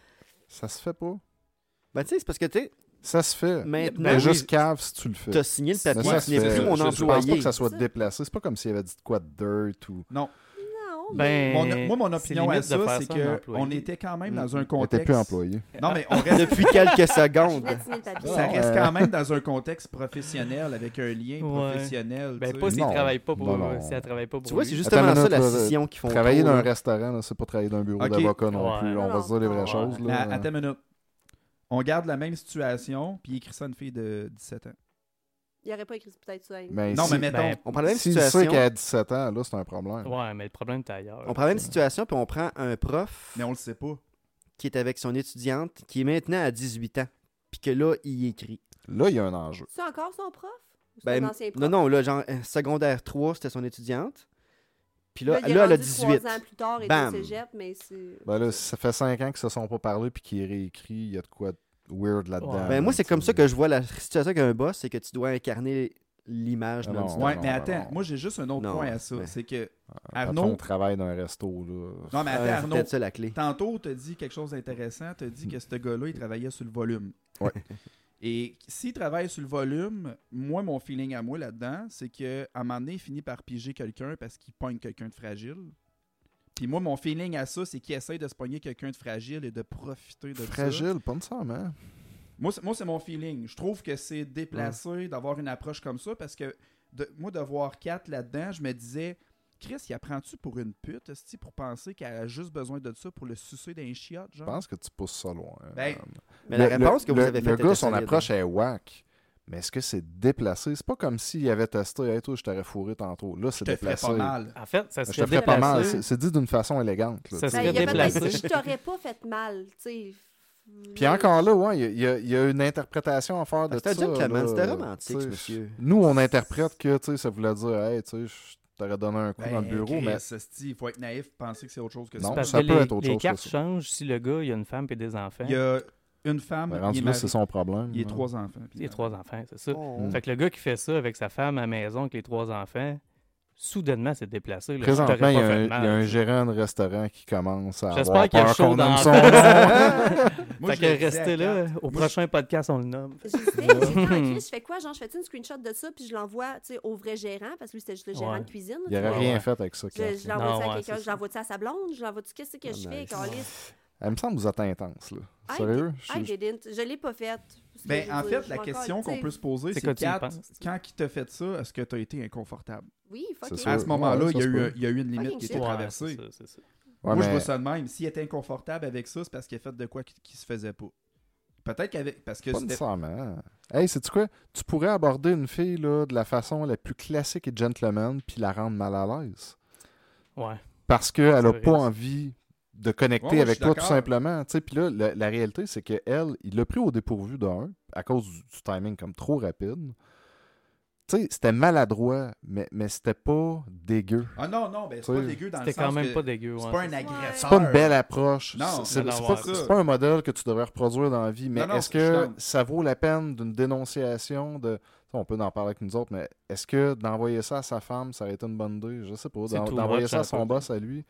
F: ça se fait pas.
C: Ben, tu sais, c'est parce que, tu sais,
F: Ça se fait.
C: maintenant,
F: Mais
C: oui,
F: Ben, juste cave si tu le fais.
C: t'as signé le
F: Mais
C: papier,
F: ça
C: tu
F: se
C: n'es
F: fait.
C: plus mon
F: Je- Je pense pas
C: employé.
F: que ça soit
E: Ça.
F: déplacé. C'est pas comme s'il avait dit de quoi de dirt ou.
D: Non.
E: Non,
B: Ben,
E: mais
D: Mon- moi, mon
B: c'est
D: opinion à
B: limite de
D: ça,
B: faire
D: c'est
B: à un employé.
D: qu'on était quand même
C: Mm.
D: dans un
F: On était
D: contexte.
F: plus employé.
D: Non, mais on reste.
C: Depuis quelques
B: ben,
E: je
C: secondes.
E: venais de signer le papier.
D: Ça
F: Non,
D: reste
F: euh,
D: quand même dans un contexte professionnel, avec un lien
B: Ouais.
D: professionnel. tu
B: Ben,
D: sais.
B: pas s'il
F: Non.
B: travaille pas pour
F: Non, non.
B: si elle travaille pas pour
C: Tu vois,
B: lui.
C: c'est justement
F: Attends une
C: ça la
F: minute, là,
C: scission qu'ils font.
F: Travailler
C: trop,
F: dans
C: là.
F: un restaurant, là, c'est pas travailler dans un bureau
D: Ok.
F: d'avocat non
B: Ouais.
F: plus.
E: Non,
F: On va se dire les vraies
B: non,
F: choses.
B: ouais.
D: Mais,
F: Là.
D: Ah, attends une minute. On garde la même situation, puis il écrit ça à une fille de 17 ans.
E: Il aurait pas écrit peut-être ça. hein.
F: Mais
D: non,
F: si-
D: mais mettons.
B: ben,
C: On prend la même
F: S'il
C: situation.
F: sait qu'elle a 17 ans, là, c'est un problème.
B: Ouais, mais le problème, t'es ailleurs.
C: On prend la même situation, puis on prend un prof
D: Mais on le sait pas.
C: qui est avec son étudiante, qui est maintenant à 18 ans, puis que là, il écrit.
F: Là, il y a un enjeu.
E: C'est encore son prof? Ou son
C: Ben,
E: ancien prof?
C: non, non, là, genre, euh, secondaire 3, c'était son étudiante. Puis là,
E: il est
C: là, elle a
E: rendu trois
C: 18.
E: ans plus tard, il est au
C: Bam.
E: cégep, mais c'est...
F: Ben là, ça fait cinq ans qu'ils se sont pas parlé puis qu'ils réécrit, il y a de quoi de weird là-dedans.
B: Ouais.
C: Ben, moi, c'est
F: tu
C: comme
F: sais.
C: ça que je vois la situation avec un boss, c'est que tu dois incarner l'image
F: Ah non,
C: non-stop.
F: ouais.
D: mais
F: non,
D: attends,
F: non.
D: moi j'ai juste un autre
C: Non,
D: point à ça.
C: mais-
D: C'est que
F: Un patron euh,
D: Arnaud-
F: de travail d'un resto, là.
D: Non,
C: Ouais,
D: mais attends,
C: Euh, c'est
D: Arnaud,
C: peut-être ça la clé.
D: tantôt, tu as dit quelque chose d'intéressant. Tu as dit que ce gars-là, il travaillait sur le volume.
F: Ouais.
D: Et s'il travaille sur le volume, moi, mon feeling à moi là-dedans, c'est qu'à un moment donné, il finit par piger quelqu'un parce qu'il pogne quelqu'un de fragile. Puis moi, mon feeling à ça, c'est qu'il essaye de se pogner quelqu'un de fragile et de profiter de ça.
F: Fragile, pas nécessairement.
D: Moi, c'est- moi, c'est mon feeling. Je trouve que c'est déplacé d'avoir une approche comme ça parce que de, moi, de voir Kat là-dedans, je me disais, Chris, il apprend-tu pour une pute, esti, pour penser qu'elle a juste besoin de ça pour le sucer d'un chiotte,
F: Je
D: genre?
F: pense que tu pousses ça loin.
D: Ben,
F: Euh,
C: Mais
F: Le-
C: la réponse
F: le-
C: que vous
F: le-
C: avez faite.
F: Le gars,
C: était
F: son
C: solide. hein.
F: approche est whack. Mais est-ce que c'est déplacé? C'est pas comme s'il avait testé, hey, toi, je t'aurais fourré tantôt. Là, c'est
D: Je te ferais
F: déplacé.
D: pas mal.
B: En fait, ça
F: Je
B: serait
F: te ferais pas mal.
B: déplacé.
F: C'est c'est dit d'une façon élégante.
B: Ça
F: là, tu
E: Ben,
B: serait
F: sais.
E: il y a
B: déplacé.
E: peut-être, je t'aurais pas fait mal, tu sais.
F: Puis encore là, ouais, il y a- il y, a- il y a une interprétation à faire de
C: C'était
F: ça.
C: John
F: là.
C: Clemens, c'était romantique,
F: Tu
C: ce
F: sais,
C: monsieur.
F: Nous, on interprète que tu sais, ça voulait dire, hey, tu sais, je t'aurais donné un coup
D: Ben,
F: dans le bureau,
D: Chris,
F: mais
D: esti, il faut être naïf, penser que c'est autre chose que
F: Non,
D: ça.
B: Parce
F: ça
B: que
F: peut
B: les,
F: être autre
B: les
F: chose que
B: cartes
F: ça.
B: changent si le gars, il a une femme et des enfants.
D: Il y a une femme,
F: ben,
D: il, est
F: rendu là,
D: marié,
F: c'est son problème.
D: il y a
F: là.
D: trois enfants. puis
B: Il y a trois enfants, c'est
F: Mm.
B: ça.
C: Oh.
B: Fait que le gars qui fait ça avec sa femme à la maison, avec les trois enfants, soudainement, c'est déplacé. là. Je
F: Présentement,
B: t'aurais
F: il y, a
B: pas
F: un,
B: fait
F: il y a
B: mal.
F: un gérant de restaurant qui commence à
B: J'espère
F: avoir
B: qu'il y a
F: peur
B: le show
F: qu'on
B: dans
F: nomme
B: la
F: son
B: tête.
D: Moi,
B: fait
D: je
B: que
D: le disais à
B: restez là.
D: Kat.
B: Au
D: Moi,
B: prochain podcast, on le nomme.
E: Je sais, j'ai fait en crise, je fais quoi? Genre, je fais-tu une screenshot de ça, puis je l'envoie, tu sais, au vrai gérant, parce que lui, c'était juste le gérant
B: Ouais.
E: de cuisine.
F: Il n'y
E: tu
F: aurait
E: vois.
F: rien
B: Ouais.
F: fait avec ça. Kat.
E: Je, je l'envoie
B: Non,
E: ça à
B: ouais,
E: quelqu'un,
B: c'est
E: je l'envoie ça à sa blonde, je l'envoie-tu, qu'est-ce que je
D: ben,
C: Ah,
E: fais,
C: nice.
E: câlisse?
F: Elle me semble que vous êtes intense, là.
E: I
F: Sérieux?
E: did-
F: Je-
E: I
F: je-
E: didn't. Je l'ai pas faite. C'est
D: Ben,
E: ce que
D: en
E: je veux dire,
D: fait, la
E: je m'en
D: question
E: colle, tu
D: qu'on
E: sais.
D: peut se poser,
B: C'est
D: c'est
B: quoi tu y
D: Kat,
B: penses?
D: quand il t'a fait ça, est-ce que tu as été inconfortable?
E: Oui, fuck
F: C'est
E: it.
F: sûr.
D: À ce moment-là,
F: ouais,
D: il y, a
F: ça
D: eu-
F: se peut.
D: il y a eu une limite
E: Fucking
D: qui
E: shit.
D: était
E: Ouais,
D: traversée.
B: c'est ça, c'est ça.
F: Ouais,
D: Moi, je
F: mais-
D: vois ça de même. S'il était inconfortable avec ça, c'est parce qu'il a fait de quoi qui, qui se faisait pas. Peut-être qu'avec. Parce que
F: Pas
D: c'était.
F: nécessairement. Hey, sais-tu quoi? Tu pourrais aborder une fille là, de la façon la plus classique et gentleman puis la rendre mal à l'aise.
B: Ouais.
F: Parce qu'elle n'a
B: vrai,
F: pas
B: ça.
F: envie de connecter
D: Ah, Ouais, ouais, je
F: avec
D: suis
F: toi tout
D: d'accord.
F: simplement. Tu sais, Puis là, la, la réalité, c'est qu'elle, il l'a pris au dépourvu d'un, à cause du, du timing comme trop rapide. Tu sais, c'était maladroit, mais, mais c'était pas dégueu.
D: Ah non, non, ben, c'est
F: Tu
D: pas
F: sais,
D: dégueu dans le
B: C'était
D: sens.
B: quand même
D: que
B: pas dégueu.
D: C'est
B: ouais,
D: pas
B: c'est
D: un
B: ça.
D: agresseur.
F: C'est pas une belle approche.
D: Non,
F: C'est-
B: non,
F: c'est
B: non,
F: pas,
B: ouais.
F: c'est pas un modèle que tu devrais reproduire dans la vie, mais
D: Non, non,
F: est-ce
D: je suis
F: que
D: d'accord.
F: ça vaut la peine d'une dénonciation de. Ça, On peut en parler avec nous autres, mais est-ce que d'envoyer ça à sa femme, ça aurait été une bonne idée Je sais pas.
B: C'est
F: d'en-
B: too
F: D'envoyer
B: much,
F: ça à
B: hein,
F: son
B: pas-
F: boss, à lui,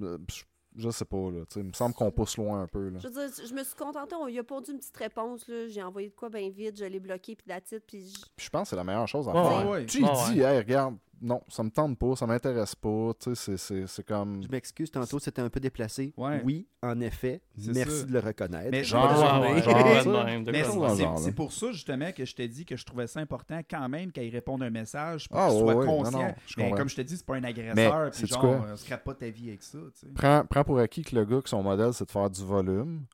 F: euh, je- je sais pas. Là, Tu sais, il me semble qu'on pousse loin un peu. Là.
E: Je veux dire, je me suis contentée, on lui a pondu une petite réponse, là. J'ai envoyé de quoi bien vite, je l'ai bloqué, puis la titre, puis je-
F: Puis je pense que c'est la meilleure chose à
B: Ouais,
F: faire.
D: ouais.
F: Tu lui
B: Ouais,
F: dis, hey, regarde, non, ça me tente pas, ça m'intéresse pas. Tu sais, c'est- c'est- c'est comme.
C: Je m'excuse, tantôt, c'était un peu déplacé.
D: Ouais.
C: Oui, en effet.
D: C'est
C: Merci
D: ça.
C: de le reconnaître.
D: Mais
F: Genre,
D: Genre,
B: Ouais, ouais,
D: mais-
B: genre,
F: Mais-
B: de même, de
D: Mais
B: quoi de même.
F: c'est- dans
D: c'est-
F: ce genre,
D: c'est
F: là.
D: c'est pour ça, justement, que je t'ai dit que je trouvais ça important quand même qu'elle réponde un message pour
F: Ah,
D: qu'il soit
F: ouais, ouais, non,
D: conscient.
F: non, je
D: mais
F: comprends.
D: comme je te dis, c'est pas un agresseur.
F: Mais,
D: Puis
F: sais-tu
D: genre,
F: quoi?
D: euh, scrape pas ta vie avec ça. tu sais.
F: prends, prends pour acquis que le gars, que son modèle, c'est de faire du volume.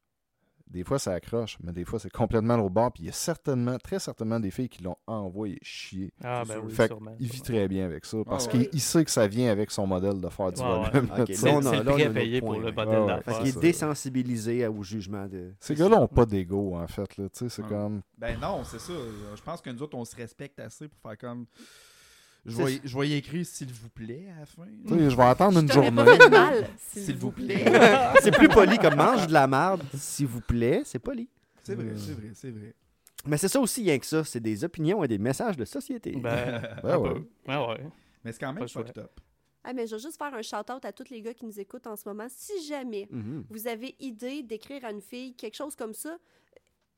F: Des fois, ça accroche, mais des fois, c'est complètement au bord. Puis il y a certainement, très certainement, des filles qui l'ont envoyé chier.
B: Ah,
D: C'est
B: ben
D: sûr.
B: oui,
F: Fait
B: sûrement.
F: Il vit très bien avec ça parce
D: Ah ouais.
F: qu'il il sait que ça vient avec son modèle de faire du
B: Ouais, ouais.
F: volume.
C: Ok,
F: tu sais.
B: C'est
C: Là, on a-
B: c'est le
C: là, on a
B: prix à
C: notre
B: payer
C: point,
B: pour le
C: ouais.
B: modèle
F: Ouais,
C: Parce
B: d'affaires.
C: qu'il est
F: Ah, ça.
C: désensibilisé à- au jugement de.
F: Ces gars-là n'ont pas d'ego, en fait. là, tu sais, C'est
D: Ouais.
F: comme.
D: Ben non, c'est ça. Je pense que nous autres, on se respecte assez pour faire comme. Je
C: C'est-
D: vais, je vais y écrire s'il vous plaît à la fin.
F: tu sais, Je vais attendre
E: je
F: une
E: t'aurais
F: journée.
E: pas fait mal,
D: S'il
E: s'il
D: vous
E: vous
D: plaît.
E: plaît.
C: c'est plus poli comme mange de la merde, s'il vous plaît. C'est poli.
D: C'est vrai, c'est vrai, c'est vrai.
C: Mais c'est ça aussi, rien que ça. C'est des opinions et des messages de société.
B: Ben,
F: Ouais,
B: un
F: ouais.
B: peu. Ouais, ouais.
D: Mais c'est quand
B: Pas
D: même
B: le choix.
D: fucked up.
E: Ah, mais je veux juste faire un shout-out à tous les gars qui nous écoutent en ce moment. Si jamais
C: Mhm.
E: vous avez idée d'écrire à une fille quelque chose comme ça,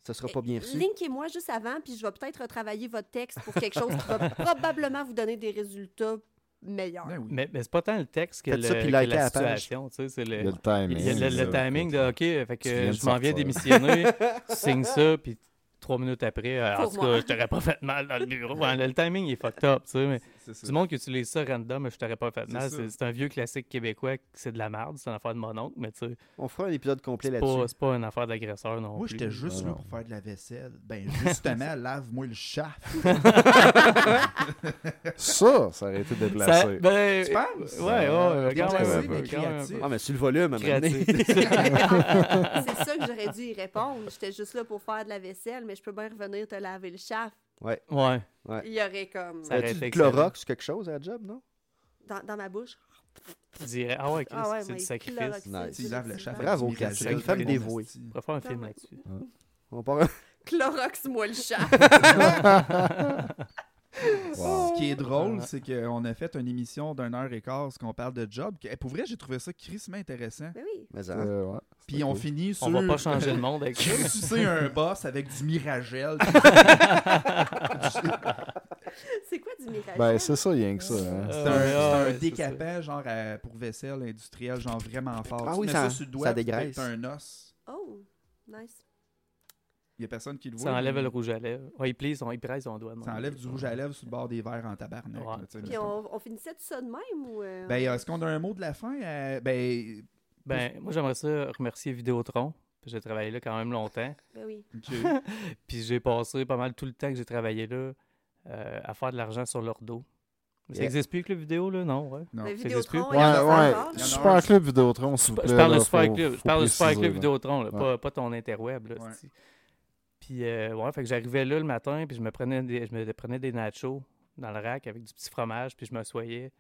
C: Ça sera pas bien reçu.
E: linkez-moi juste avant, puis je vais peut-être retravailler votre texte pour quelque chose qui va probablement vous donner des résultats meilleurs.
D: Ben oui.
B: Mais, mais c'est pas tant le texte que,
C: Faites
B: le,
C: ça, puis
B: que
C: likez
B: la
C: la page.
B: situation. tu sais, C'est
F: Il y a
B: le,
F: le timing.
B: il y a le, le
F: ça.
B: timing de OK, fait
F: Tu viens
B: que
F: de
B: je m'en viens
F: sortir.
B: démissionner, tu signes ça, puis trois minutes après, euh, en
E: Pour
B: tout
E: moi.
B: cas, je t'aurais pas fait mal dans le bureau. Ouais, le, le timing il est fucked up. tu sais, mais
D: C'est ça.
B: du monde qui utilise ça random, je t'aurais pas fait
D: C'est
B: mal.
D: ça.
B: C'est c'est un vieux classique québécois, que c'est de la merde, c'est une affaire de mon oncle, mais tu sais,
C: On fera un épisode complet
B: c'est pas,
C: là-dessus.
B: c'est pas une affaire d'agresseur non
D: Moi,
B: plus.
D: j'étais juste
F: Non,
D: là
F: non.
D: pour faire de la vaisselle. Ben, justement, lave-moi le chat.
F: Ça, ça aurait été déplacé.
B: Ça- ben,
D: Tu penses?
B: Ouais, ouais,
F: Euh,
B: quand
F: déplacé,
B: même un peu,
F: mais
B: quand même un peu.
D: créatif.
C: Ah, mais sur le volume, à un moment donné.
E: C'est ça que j'aurais dû y répondre. J'étais juste là pour faire de la vaisselle, mais je peux bien revenir te laver le chaf.
B: Ouais.
E: Il y aurait comme...
B: Ça- aurait
C: As-tu
B: été
C: du Clorox ou quelque chose à la job, non?
E: Dans, dans ma bouche.
B: Tu dirais, ah ouais, Chris,
E: Ah ouais,
B: c'est
E: moi,
B: du
E: il
B: sacrifice.
E: chloroxine,
C: Nice.
E: c'est
D: Il
E: du
D: lave le
E: oxydant.
D: chat.
C: Bravo,
D: avec du
C: Cassel,
D: miragel,
C: femme
D: bon,
C: dévouée.
D: c'est-
B: On pourrait faire un film là-dessus.
C: On part un-
E: Clorox-moi le chat.
F: Wow.
D: Ce qui est drôle, c'est qu'on a fait une émission d'une heure et quart, ce qu'on parle de job. que- pour vrai, j'ai trouvé ça crissement intéressant.
E: Ben oui.
C: Mais hein, ça,
F: Euh, ouais,
D: Puis
F: c'était
D: on
F: cool.
D: finit sur.
B: On va pas changer le monde avec ça.
D: Sucer un boss avec du Miragel.
E: C'est quoi du mirage?
F: Ben, c'est ça, rien que ça. hein.
D: C'est
B: Euh,
D: un, c'est un
B: ouais, c'est
D: décapant, genre à- pour vaisselle industrielle, genre vraiment fort.
C: Ah
D: Tu
C: oui,
D: mets
C: ça-
D: sur le doigt,
C: ça
D: tu
C: dégraisse.
D: pètes un os.
E: Oh, nice.
D: Il n'y a personne qui le voit.
B: Ça enlève
D: mais
B: le rouge à lèvres. Ouais, il plisse, on, il presse son doigt. non?
D: Ça enlève du rouge à lèvres sur le bord des verres en tabarnak.
B: Ouais.
D: là, tu sais,
E: Puis
D: mettons.
E: on, on finissait tout ça de même ou. euh,
D: Ben, est-ce qu'on a un mot de la fin? euh, Ben,
B: Ben, moi, j'aimerais ça remercier Vidéotron. parce que J'ai travaillé là quand même longtemps.
E: ben oui.
D: ok.
B: Puis j'ai passé pas mal tout le temps que j'ai travaillé là euh, à faire de l'argent sur leur dos. Mais Ça
C: Yeah.
B: n'existe plus que le vidéo, là, non? Ouais.
D: Non.
E: Le
B: Ça existe
E: Vidéotron,
B: plus.
E: Oh, il y en a
F: Ouais,
E: encore, là.
F: ouais.
D: Il y en a un-
F: Super Club Vidéotron, s'il vous plaît.
B: Je parle
F: là,
B: de Super
F: faut-
B: Club. Je
F: faut
B: parle de Super
F: préciser,
B: Club
F: là.
B: Vidéotron, là,
F: Ouais.
B: pas, pas ton interweb. Là,
D: Ouais.
B: c'est- Puis, euh, ouais, fait que j'arrivais là le matin, puis je me prenais des, je me prenais des nachos dans le rack avec du petit fromage, puis je m'assoyais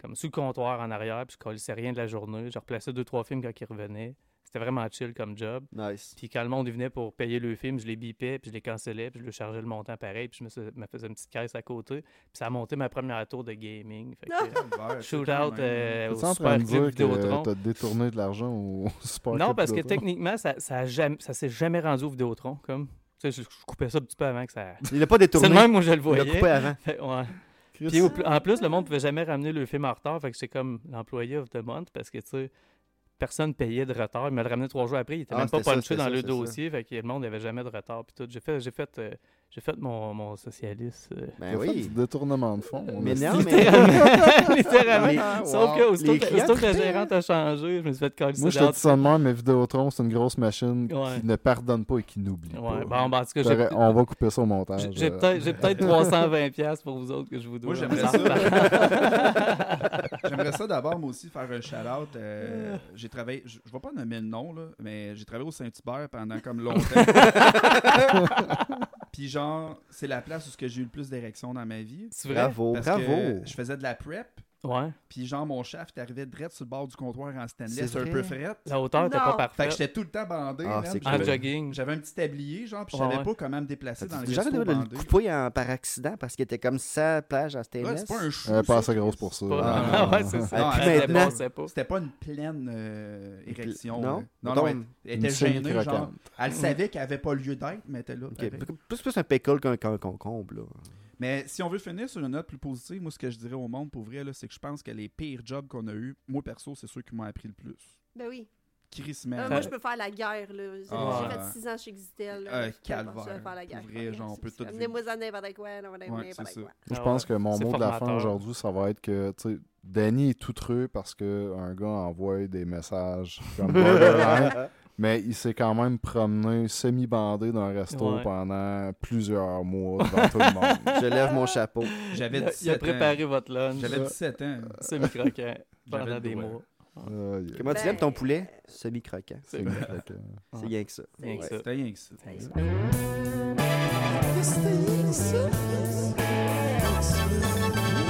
B: comme sous le comptoir en arrière, puis je collissais rien de la journée. Je replaçais deux, trois films quand ils revenaient. C'était vraiment chill comme job.
C: nice.
B: Puis quand le monde il venait pour payer le film, je les bipais, puis je les cancellais, puis je le chargeais le montant pareil, puis je me, fais- me faisais une petite caisse à côté. Puis ça a monté ma première tour de gaming. Fait que, euh,
D: Verre, c'est
B: shout
D: quand
B: out
D: même-
B: euh,
F: T'es-tu
B: au
F: en train
B: Super
F: de
B: Club
F: dire
B: Vidéotron.
F: que t'as détourné de l'argent au au Super Club
B: Non, parce que
F: Vidéotron?
B: techniquement, ça ça a jamais- ça s'est jamais rendu au Vidéotron. Comme, tu sais, je, je coupais ça un petit peu avant que ça.
C: Il l'a pas détourné.
B: C'est le même où je le
C: Il l'a
B: voyais.
C: coupé avant.
B: Fait- ouais.
F: Chris,
B: Puis au pl- en plus, le monde pouvait jamais ramener le film en retard. Fait que c'est comme l'employé of the month parce que tu sais, personne payait de retard. Il me le ramenait trois jours après. Il était
C: Ah,
B: même pas
C: c'était ça,
B: punché
C: c'était
B: dans
C: ça,
B: le
C: c'était ça.
B: dossier. Fait que le monde n'avait jamais de retard. Puis tout. J'ai fait, j'ai fait, euh, j'ai fait mon, mon socialiste. euh,
C: Ben
F: t'as fait du
C: oui.
F: détournement de fonds.
C: Mais
F: là.
C: non, mais.
B: littéralement. littéralement.
C: Les-
B: Sauf que, aussitôt
C: Les
B: que,
C: clients
B: aussitôt que la
C: tripaient, hein.
B: gérante a changé, je me suis fait coller
F: Moi, je te dis ça de même, mais Vidéotron, c'est une grosse machine
B: Ouais.
F: qui ne pardonne pas et qui n'oublie
B: Ouais,
F: pas.
B: bon, ben, en tout cas, j'ai-
F: T'aurais- On va couper ça au
C: hein,
F: montage.
B: J'ai- J'ai
F: euh.
B: peut-être j'ai peut-être 320 pièces pour vous autres que je vous dois.
D: Moi, j'aimerais
B: en partant.
D: ça. J'aimerais ça d'abord, moi aussi, faire un shout-out. euh, j'ai travaillé, je ne vais pas nommer le nom, là, mais j'ai travaillé au Saint-Hubert pendant comme longtemps. Puis genre, c'est la place où ce que j'ai eu le plus d'érections dans ma vie.
B: C'est vrai?
C: Bravo,
D: Parce
C: Oh, bravo.
D: que je faisais de la prep,
B: Ouais.
D: puis genre, mon shaft arrivait direct sur le bord du comptoir en
C: C'est
D: stainless, un
C: vrai?
D: peu frette.
B: La hauteur n'était
E: Non.
B: pas
D: Fait que
B: parfaite.
D: j'étais tout le temps bandé.
C: Ah,
D: man,
C: c'est
D: puis
B: En
C: cool.
D: j'avais-
B: jogging.
D: J'avais un petit tablier, genre, puis je savais
B: Ouais.
D: pas comment me déplacer dans le
C: J'ai jamais
D: resto
C: de le
D: bandé.
C: couper en- par accident parce qu'il était comme ça, plage en
D: Ouais,
C: stainless.
D: c'est pas un chou.
F: Elle est Euh, pas
D: ça.
F: assez grosse pour ça.
B: Pas-
F: Ah,
B: ouais, c'est ça.
C: Ah,
D: Non,
B: Elle
D: puis
B: elle
C: maintenant-
B: dépassait pas.
D: C'était pas une pleine euh, érection.
C: Non?
D: là. non,
C: Donc,
D: non, elle, elle
F: Une
D: était
F: scène
D: gênée, genre.
F: croquante.
D: Elle savait qu'elle avait pas lieu d'être, mais elle était là.
C: Ok,
D: pareil.
C: Plus, plus un pickle qu'un qu'un concombre. Là.
D: Mais si on veut finir sur une note plus positive, moi, ce que je dirais au monde, pour vrai, là, c'est que je pense que les pires jobs qu'on a eu, moi, perso, c'est ceux qui m'ont appris le plus.
E: Ben oui.
D: Chris
E: Euh,
D: man.
E: moi, je peux faire la guerre. là. J'ai
D: Ah.
E: j'ai fait 6 ans chez Existel. là.
D: Euh,
E: Je suis tellement
D: calvaire.
E: sûre de faire la guerre.
D: Pour vrai, genre, on peut tout
E: Amenez-moi ça n'importe quoi. non, amenez-moi
D: Ouais, c'est
E: n'importe
D: ça.
E: quoi.
F: Moi,
B: Ah
F: je pense
B: ouais.
F: que mon
B: C'est
F: mot de la fin
B: formateur.
F: aujourd'hui, ça va être que, tu sais, Danny est tout treux parce qu'un gars envoie des messages comme borderline, mais il s'est quand même promené semi-bandé dans un resto
B: Ouais.
F: pendant plusieurs mois devant tout le monde.
C: Je lève mon chapeau.
D: J'avais
B: Il a-
D: 17
B: il a préparé votre
D: ans.
B: lunch.
D: J'avais 17 ans.
B: C'est microquin
D: J'avais
B: pendant
D: le
B: des
D: doigt.
B: mois.
F: Euh, yeah.
C: Comment tu
E: Ben,
C: l'aimes ton poulet Semi-croquant.
F: C'est
B: vrai.
F: vrai que-
C: C'est rien que ça.
B: Rien que ça.
D: C'était rien que ça.
E: Thanks.